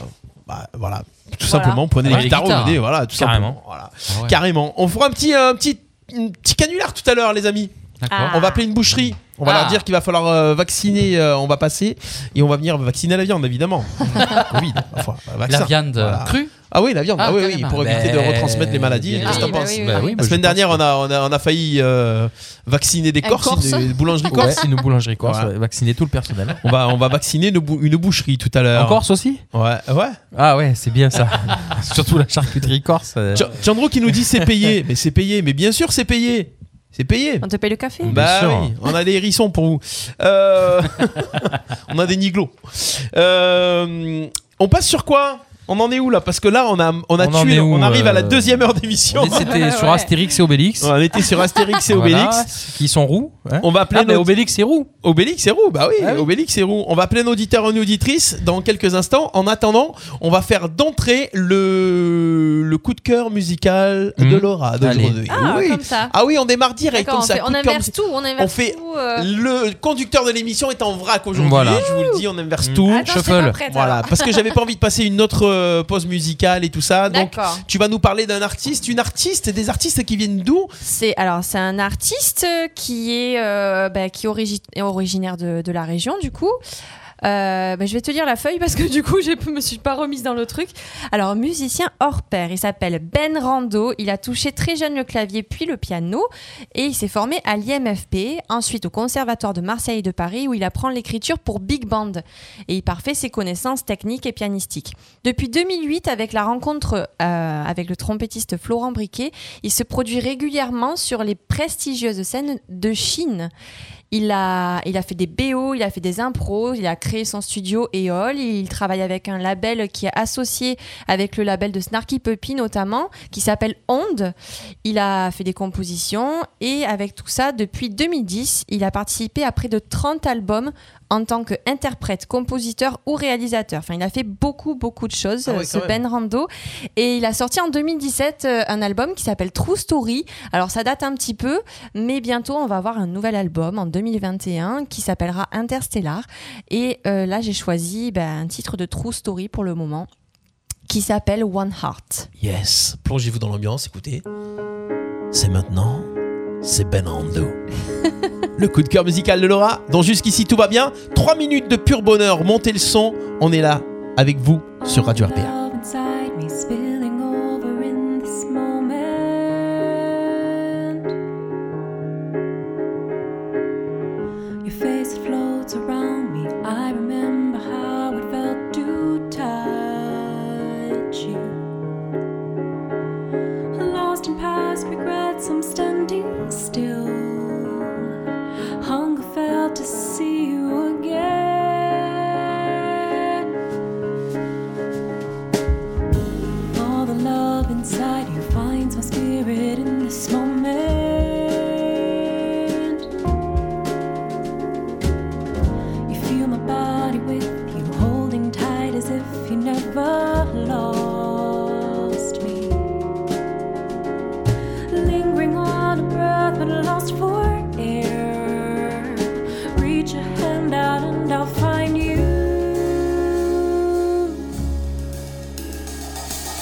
S3: bah, voilà, tout
S5: Voilà.
S3: simplement prenez
S6: Ouais,
S3: les
S6: les
S3: guitares,
S6: guitares.
S3: venez, voilà, tout
S4: Carrément.
S3: simplement. Voilà.
S6: Ah ouais.
S3: Carrément. On fera un petit euh, un petit un petit canular tout à l'heure les amis.
S6: D'accord.
S5: Ah.
S3: On va appeler une boucherie. On va
S6: Ah.
S3: leur dire qu'il va falloir euh, vacciner, euh, on va passer et on va venir vacciner la viande évidemment. Covid, enfin, vaccin.
S6: La viande euh,
S3: Voilà.
S6: crue
S3: Ah oui, la viande.
S6: Ah,
S3: Ah oui, oui,
S6: carrément.
S3: pour éviter de
S4: Ben,
S3: retransmettre les maladies.
S6: bien
S3: Qu'est-ce que
S5: sûr.
S3: t'en
S5: Ah,
S3: penses
S5: oui,
S4: Bah
S5: oui.
S4: oui,
S3: La
S4: bah, je
S3: semaine
S4: pense-
S3: dernière, on a, on, a, on a failli euh, vacciner des
S5: Un
S3: Corses,
S5: Corse
S3: une, une boulangerie
S4: Ouais,
S3: corse.
S4: c'est une boulangerie corse.
S3: Voilà.
S4: ouais, Vacciner tout le personnel.
S3: On va, on va vacciner une, bou- une boucherie tout à l'heure.
S4: En Corse aussi
S3: Ouais, ouais.
S4: Ah ouais, c'est bien ça. Surtout la charcuterie corse. euh.
S3: Ch- Chandro qui nous dit c'est payé, mais c'est payé, mais bien sûr c'est payé, c'est payé.
S5: On te paye le café
S3: Bah
S4: sûr.
S3: oui, on a des hérissons pour vous. Euh, on a des niglos. Euh, on passe sur quoi On en est où là Parce que là on a on a
S4: On en
S3: tué,
S4: est
S3: on
S4: où,
S3: arrive à la
S4: euh,
S3: deuxième heure
S4: On
S3: d'émission.
S4: est- C'était sur
S5: Ouais.
S4: Astérix et Obélix.
S3: On était sur Astérix et Obélix.
S4: Voilà, qui sont roux. hein.
S3: On va appeler
S4: Ah, mais
S3: notre-
S4: Obélix et roux.
S3: Obélix et roux, bah oui,
S4: Ah oui.
S3: Obélix et roux. On va appeler un auditeur et une auditrice dans quelques instants. En attendant, on va faire d'entrée le, le coup de cœur musical de
S4: Mhm.
S3: Laura. de
S4: Allez.
S3: aujourd'hui.
S5: Ah,
S3: oui.
S5: comme ça.
S3: Ah oui, on démarre direct
S5: D'accord,
S3: comme
S5: on,
S3: ça.
S5: fait-
S3: coup
S5: on
S3: de cœur
S5: inverse
S3: musical.
S5: tout, on inverse
S3: fait
S5: tout. euh.
S3: Le conducteur de l'émission est en vrac aujourd'hui.
S4: Voilà. Hmm.
S3: Je vous le dis, on inverse tout.
S5: Attends, je suis
S4: shuffle.
S5: pas prête,
S3: Voilà,
S5: alors.
S3: parce que j'avais pas envie de passer une autre euh, pause musicale et tout ça. Donc,
S5: D'accord.
S3: tu vas nous parler d'un artiste, une artiste, des artistes qui viennent d'où
S5: C'est alors c'est un artiste qui est euh, bah, qui est origi- est originaire de, de la région du coup. Euh, bah, je vais te lire la feuille parce que du coup je me suis pas remise dans le truc. Alors musicien hors pair, il s'appelle Ben Rando. Il a touché très jeune le clavier puis le piano et il s'est formé à l'IMFP, ensuite au Conservatoire de Marseille et de Paris où il apprend l'écriture pour big band et il parfait ses connaissances techniques et pianistiques. Depuis 2008, avec la rencontre euh, avec le trompettiste Florent Briquet, il se produit régulièrement sur les prestigieuses scènes de Chine. Il a, il a fait des BO, il a fait des impros, il a créé son studio EOL, il travaille avec un label qui est associé avec le label de Snarky Puppy notamment, qui s'appelle Onde. Il a fait des compositions et avec tout ça, depuis 2010, il a participé à près de 30 albums en tant qu'interprète, compositeur ou réalisateur. Enfin, il a fait beaucoup, beaucoup de choses,
S3: Ah ouais,
S5: ce
S3: quand même.
S5: Ben Rando. Et il a sorti en 2017 euh, un album qui s'appelle True Story. Alors ça date un petit peu, mais bientôt on va avoir un nouvel album en 2021 qui s'appellera Interstellar. Et euh, là j'ai choisi ben, un titre de True Story pour le moment qui s'appelle One Heart.
S1: Yes, plongez-vous dans l'ambiance, écoutez. C'est maintenant, c'est Ben Rando.
S3: Le coup de cœur musical de Laura, dont jusqu'ici tout va bien. 3 minutes de pur bonheur, montez le son, on est là avec vous sur Radio RPA.
S2: Love inside me spilling over in this moment. Your face floats around me. I remember how it felt to touch you. Lost in past regrets, I'm standing still. Hunger felt to see you again. All the love inside you finds my spirit in this moment. You feel my body with you, holding tight as if you never lost me. Lingering on a breath, but lost for air. Reach a hand out and I'll find you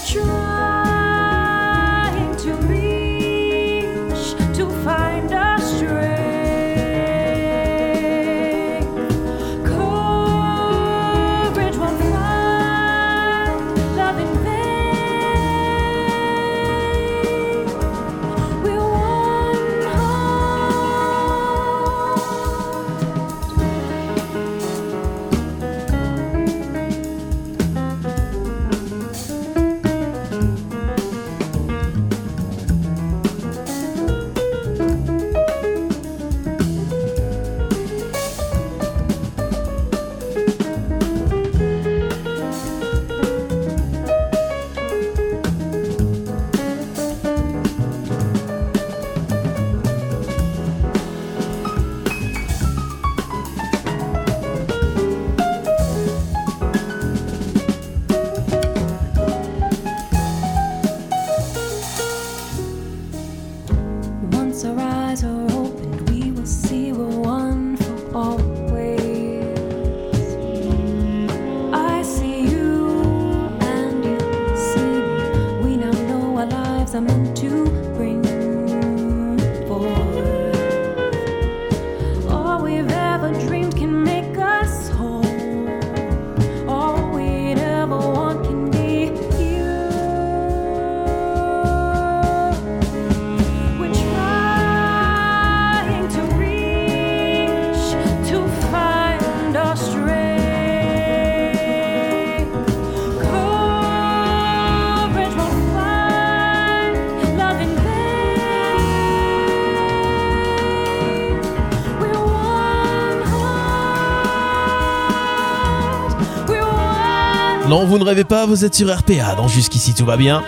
S2: trying to reach to find a strength. Courage won't find love in vain. We're one heart. Once our eyes are opened, we will see we're one for always. I see you and you see me. We now know our lives are meant to bring forth. All we've ever dreamed can make us whole. All we'd ever want can be you. We're trying to reach to find our strength. Courage won't find love in vain. We're one heart. We're one.
S3: Non, vous ne rêvez pas, vous êtes sur RPA. Dans Jusqu'ici, tout va bien.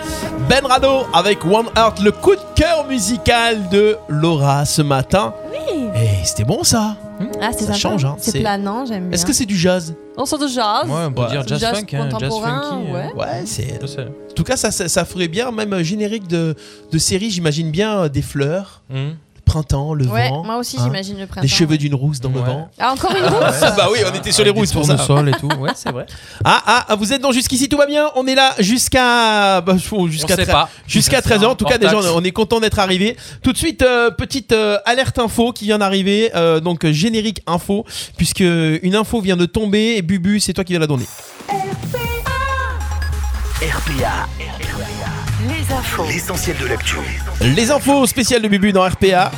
S3: Ben Rado avec One Heart, le coup de cœur musical de Laura ce matin. Oui. Et c'était bon ça.
S5: Ah, c'est
S3: Ça
S5: sympa.
S3: change, hein, c'est-
S5: C'est planant, j'aime bien.
S3: Est-ce que c'est du jazz
S5: On sort de jazz.
S4: Ouais, on peut
S3: Ouais.
S4: dire jazz,
S5: Jazz
S4: funk, hein, jazz
S5: contemporain,
S4: funky. euh,
S5: ouais.
S3: Ouais, c'est.
S4: tout ça.
S3: En tout cas, ça, ça, ça ferait bien, même euh, générique de, de série, j'imagine bien euh, des fleurs,
S4: Mhm.
S3: le printemps, le
S5: Ouais,
S3: vent.
S5: moi aussi,
S3: hein,
S5: j'imagine le printemps.
S3: Des cheveux d'une rousse dans le
S4: Ouais.
S3: vent.
S5: Ah, encore une rousse
S3: Ah bah oui, on était sur les
S4: Avec
S3: rousses
S4: des
S3: pour ça.
S4: tournesols et tout. Ouais, c'est vrai.
S3: Ah, ah, ah, vous êtes dans Jusqu'ici, tout va bien On est là jusqu'à. bah, faut- jusqu'à
S6: on sait
S3: tre-
S6: pas.
S3: Jusqu'à 13h, en tout cas, déjà,
S6: Hors-taxe.
S3: on est content d'être arrivé. Tout de suite, euh, petite euh, alerte info qui vient d'arriver, euh, donc euh, générique info, puisque euh, une info vient de tomber et Bubu, c'est toi qui vas la donner.
S1: RPA. Les infos. L'essentiel de l'actu.
S3: Les infos spéciales de Bubu dans RPA.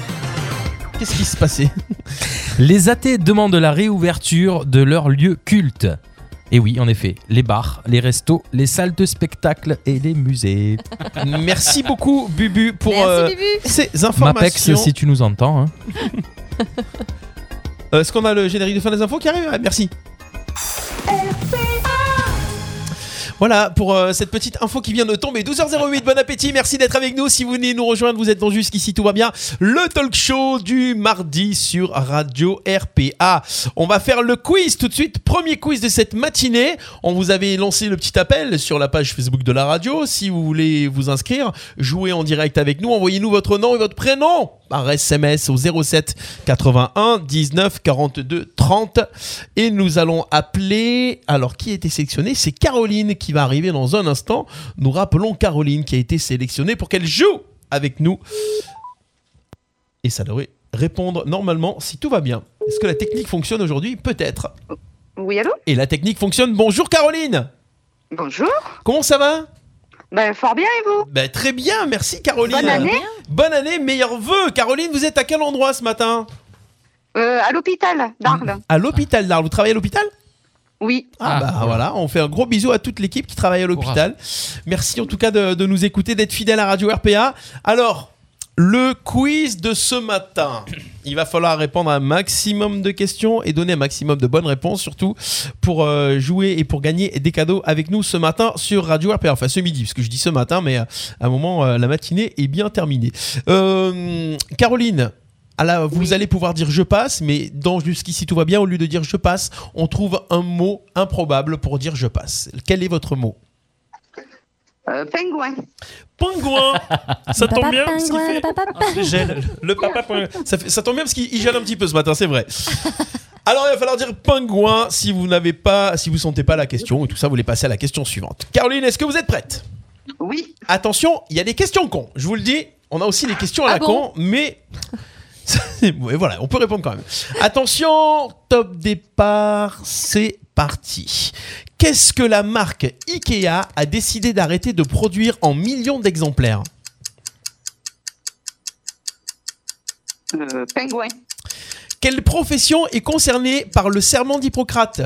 S3: Qu'est-ce qui se passait
S4: Les athées demandent la réouverture de leurs lieux cultes. Et oui, en effet, les bars, les restos, les salles de spectacle et les musées.
S3: Merci beaucoup, Bubu, pour
S5: Merci,
S3: euh,
S5: Bibu.
S3: ces informations.
S4: Mapex, si tu nous entends. hein.
S3: Euh, Est-ce qu'on a le générique de fin des infos qui arrive Ah, Merci. Voilà pour euh, cette petite info qui vient de tomber. 12h08, bon appétit, merci d'être avec nous. Si vous venez nous rejoindre, vous êtes dans Jusqu'ici, tout va bien. Le talk show du mardi sur Radio RPA. On va faire le quiz tout de suite. Premier quiz de cette matinée. On vous avait lancé le petit appel sur la page Facebook de la radio. Si vous voulez vous inscrire, jouez en direct avec nous. Envoyez-nous votre nom et votre prénom par SMS au 07 81 19 42 30. Et nous allons appeler. Alors, qui a été sélectionné C'est Caroline qui va arriver dans un instant. Nous rappelons Caroline qui a été sélectionnée pour qu'elle joue avec nous. Et ça devrait répondre normalement si tout va bien. Est-ce que la technique fonctionne aujourd'hui Peut-être.
S8: Oui, allô
S3: Et la technique fonctionne. Bonjour Caroline
S8: Bonjour.
S3: Comment ça va
S8: Ben, fort bien, et vous
S3: Ben, très bien, merci Caroline.
S8: Bonne année.
S3: Bonne année, meilleurs vœux. Caroline, vous êtes à quel endroit ce matin
S8: Euh, À l'hôpital d'Arles.
S3: À l'hôpital d'Arles. Vous travaillez à l'hôpital
S8: Oui.
S3: Ah, bah voilà, on fait un gros bisou à toute l'équipe qui travaille à l'hôpital. Merci en tout cas de, de nous écouter, d'être fidèle à Radio RPA. Alors, le quiz de ce matin. Il va falloir répondre à un maximum de questions et donner un maximum de bonnes réponses, surtout pour euh, jouer et pour gagner des cadeaux avec nous ce matin sur Radio RPA. Enfin, ce midi, parce que je dis ce matin, mais euh, à un moment, euh, la matinée est bien terminée. Euh, Caroline. à la- vous allez pouvoir dire je passe, mais dans jusqu'ici tout va bien, au lieu de dire je passe, on trouve un mot improbable pour dire je passe. Quel est votre mot
S8: Euh, pingouin.
S3: Pingouin Ça
S7: tombe bien, parce qu'il fait-
S3: Il gèle. Le papa. pingouin. Ça, fait- ça tombe bien parce qu'il il gèle un petit peu ce matin, c'est vrai. Alors il va falloir dire pingouin si vous n'avez pas, si vous sentez pas la question et tout ça, vous voulez passer à la question suivante. Caroline, est-ce que vous êtes prête
S8: Oui.
S3: Attention, il y a des questions cons. Je vous le dis, on a aussi des questions à
S9: Ah
S3: la
S9: bon
S3: con, mais Ouais, voilà, on peut répondre quand même. Attention, top départ, c'est parti. Qu'est-ce que la marque Ikea a décidé d'arrêter de produire en millions d'exemplaires
S8: Euh, pingouin.
S3: Quelle profession est concernée par le serment d'Hippocrate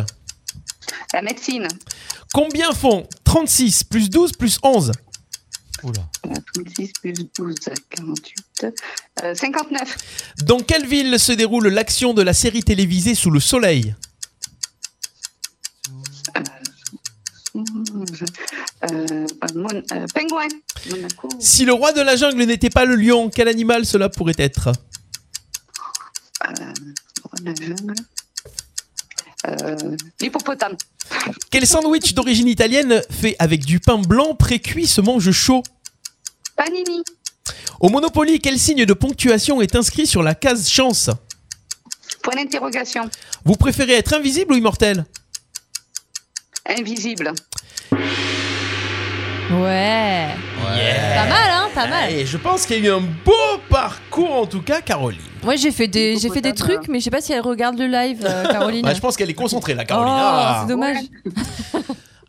S8: La médecine.
S3: Combien font 36 plus 12 plus 11
S8: 36 Euh, plus 12, 48. euh, 59.
S3: Dans quelle ville se déroule l'action de la série télévisée Sous le soleil
S8: Euh, mon- euh, pingouin. Monaco.
S3: Si le roi de la jungle n'était pas le lion, quel animal cela pourrait être
S8: euh, La jungle. Euh, L'hippopotame.
S3: Quel sandwich d'origine italienne fait avec du pain blanc précuit se mange chaud
S8: Panini.
S3: Au Monopoly, quel signe de ponctuation est inscrit sur la case chance
S8: Point d'interrogation.
S3: Vous préférez être invisible ou immortel
S8: Invisible.
S5: Ouais. Pas mal, hein, pas mal.
S3: Et Eh, je pense qu'il y a eu un beau parcours en tout cas, Caroline.
S5: Moi j'ai fait des j'ai fait des trucs mais je sais pas si elle regarde le live euh, Caroline.
S3: Ouais, je pense qu'elle est concentrée là,
S5: Oh,
S3: Caroline. Ah.
S5: c'est dommage.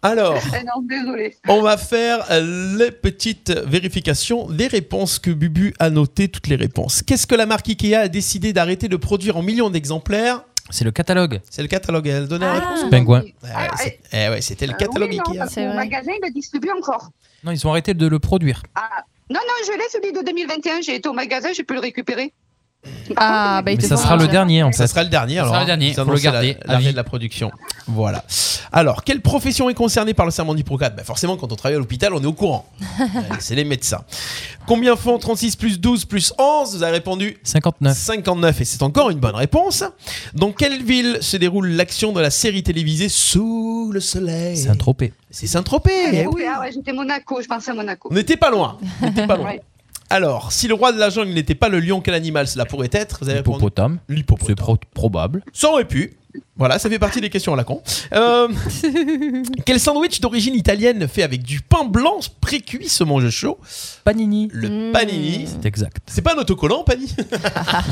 S3: Alors,
S8: Euh, non, désolé.
S3: on va faire les petites vérifications des réponses que Bubu a notées, toutes les réponses. Qu'est-ce que la marque Ikea a décidé d'arrêter de produire en millions d'exemplaires
S4: C'est le catalogue.
S3: C'est le catalogue, elle donnait la réponse.
S4: Pingouin.
S3: Eh ouais, c'est- eh ouais, c'était le catalogue
S8: Ah. Euh, oui, non,
S3: Ikea.
S8: parce que Mon magasin, il le distribue encore.
S4: Non, ils ont arrêté de le produire.
S8: Ah. Non, non, je l'ai celui de 2021. J'ai été au magasin, j'ai pu le récupérer.
S5: Ah bah il
S4: Mais
S5: te
S4: ça
S5: faut
S4: sera
S5: un
S4: le
S5: jeu.
S4: dernier en fait.
S3: Ça sera le dernier.
S6: Ça
S3: alors,
S6: sera le
S3: hein.
S6: dernier,
S3: Ils
S6: faut le
S3: annoncent la-
S6: garder, à
S3: L'arrêt
S6: vie.
S3: de la production. Voilà. Alors, quelle profession est concernée par le serment d'Hippocrate ben Forcément, quand on travaille à l'hôpital, on est au courant. Euh, C'est les médecins. Combien font 36 plus 12 plus 11 Vous avez répondu
S4: 59.
S3: 59. Et c'est encore une bonne réponse. Dans quelle ville se déroule l'action de la série télévisée Sous le soleil
S4: C'est un tropé.
S3: C'est Saint-Tropez. eh oui.
S8: oui. Ah, ouais, J'étais Monaco, je pensais à Monaco.
S3: On n'était pas loin. On n'était pas loin.
S8: Ouais.
S3: Alors, si le roi de la jungle n'était pas le lion, quel animal cela pourrait être Vous avez répondu
S4: Hippopotame.
S3: l'hippopotame.
S4: C'est pro- probable.
S3: Ça aurait pu. Voilà, ça fait partie des questions à la con. Euh, quel sandwich d'origine italienne fait avec du pain blanc précuit se mange chaud
S4: Panini.
S8: Mmh.
S3: Le panini.
S4: C'est exact.
S3: C'est pas un autocollant, panini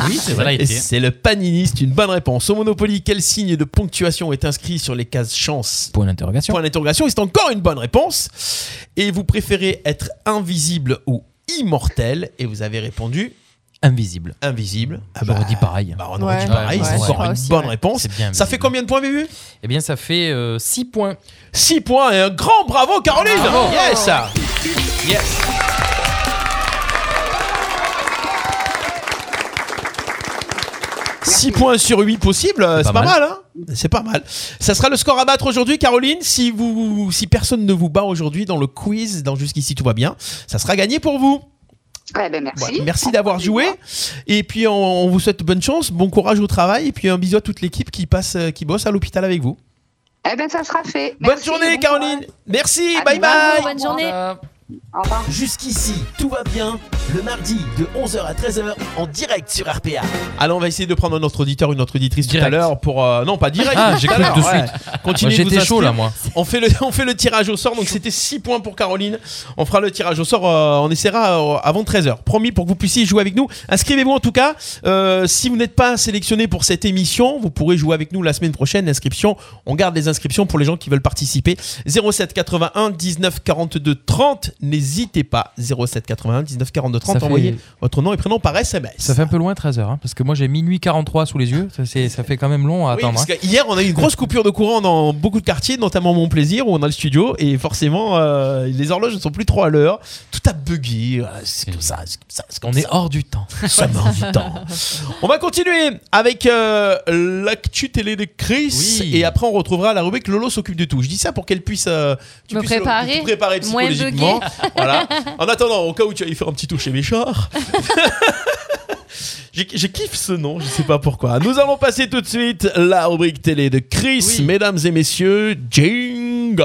S6: Oui, c'est vrai.
S3: Et C'est le panini, c'est une bonne réponse. Au Monopoly, quel signe de ponctuation est inscrit sur les cases chance
S4: Point d'interrogation.
S3: Point d'interrogation, et c'est encore une bonne réponse. Et vous préférez être invisible ou immortel Et vous avez répondu
S4: Invisible.
S3: invisible. Ah
S4: J'aurais dit pareil.
S3: bah, on aurait
S5: Ouais,
S3: dit pareil,
S4: ouais,
S3: c'est
S4: ouais,
S3: encore
S4: ouais,
S3: une
S5: aussi,
S3: bonne
S5: ouais.
S3: réponse.
S4: C'est bien
S3: Ça fait
S4: invisible.
S3: combien de points, BU
S4: Eh bien, ça fait
S6: euh,
S4: 6 points.
S3: 6 points et un grand bravo Caroline
S4: Bravo.
S3: Yes Yes Six points sur 8 possibles, c'est pas,
S4: pas
S3: mal, hein C'est pas mal. Ça sera le score à battre aujourd'hui, Caroline. Si vous, si personne ne vous bat aujourd'hui dans le quiz, dans jusqu'ici tout va bien, ça sera gagné pour vous.
S8: Ouais, ben, merci.
S3: Voilà, merci d'avoir joué. Et puis on, on vous souhaite bonne chance, bon courage au travail, et puis un bisou à toute l'équipe qui passe, euh, qui bosse à l'hôpital avec vous.
S8: Eh bien, ça sera fait.
S3: Bonne
S8: Merci,
S3: journée,
S8: bon
S3: Caroline. Merci.
S8: À
S3: Bye
S8: demain.
S3: bye.
S5: Bonne journée.
S8: Au revoir.
S1: Jusqu'ici, tout va bien. Le mardi de 11h à 13h en direct sur RPA.
S3: Allez, on va essayer de prendre un autre auditeur, une autre auditrice
S4: Direct.
S3: tout à l'heure pour. euh, non, pas direct.
S4: Ah,
S3: tout
S4: j'ai
S3: à
S4: cru
S3: l'heure,
S4: de suite.
S3: ouais.
S4: Moi,
S3: Continuez de vous
S4: J'étais chaud
S3: inscrire.
S4: là, moi.
S3: On fait, le, on fait le tirage au sort, donc c'était 6 points pour Caroline. On fera le tirage au sort, euh, on essaiera euh, avant 13h. Promis pour que vous puissiez jouer avec nous. Inscrivez-vous en tout cas. Euh, si vous n'êtes pas sélectionné pour cette émission, vous pourrez jouer avec nous la semaine prochaine. L'inscription, on garde les inscriptions pour les gens qui veulent participer. 07 81 19 42 30. N'hésitez pas. 07 81 19 42
S4: Ça
S3: 30.
S4: fait-
S3: Envoyez votre nom et prénom par SMS.
S4: Ça fait un peu loin 13h, parce que moi j'ai minuit 43 sous les yeux. Ça, c'est- ça fait quand même long à
S3: Oui,
S4: attendre. hein.
S3: parce que hier, on a eu une grosse coupure de courant dans beaucoup de quartiers, notamment Mon Plaisir, où on a le studio, et forcément, euh, les horloges ne sont plus trop à l'heure. Tout a bugué. euh, C'est comme ça, c'est comme ça, c'est
S4: hein.
S3: comme
S4: On
S3: ça.
S4: est hors du temps.
S1: Nous sommes hors du temps.
S3: On va continuer avec euh, l'actu télé de Chris,
S6: Oui.
S3: et après, on retrouvera la rubrique Lolo s'occupe de tout. Je dis ça pour qu'elle puisse euh, tu
S5: Me
S3: puisses, euh,
S5: préparer,
S3: te préparer
S5: moins
S3: psychologiquement. voilà. En attendant, au cas où tu ailles faire un petit tour chez Méchard. J'ai j'ai kiffé ce nom, je sais pas pourquoi. Nous allons passer tout de suite la rubrique télé de Chris,
S6: Oui.
S3: mesdames et messieurs, jingle.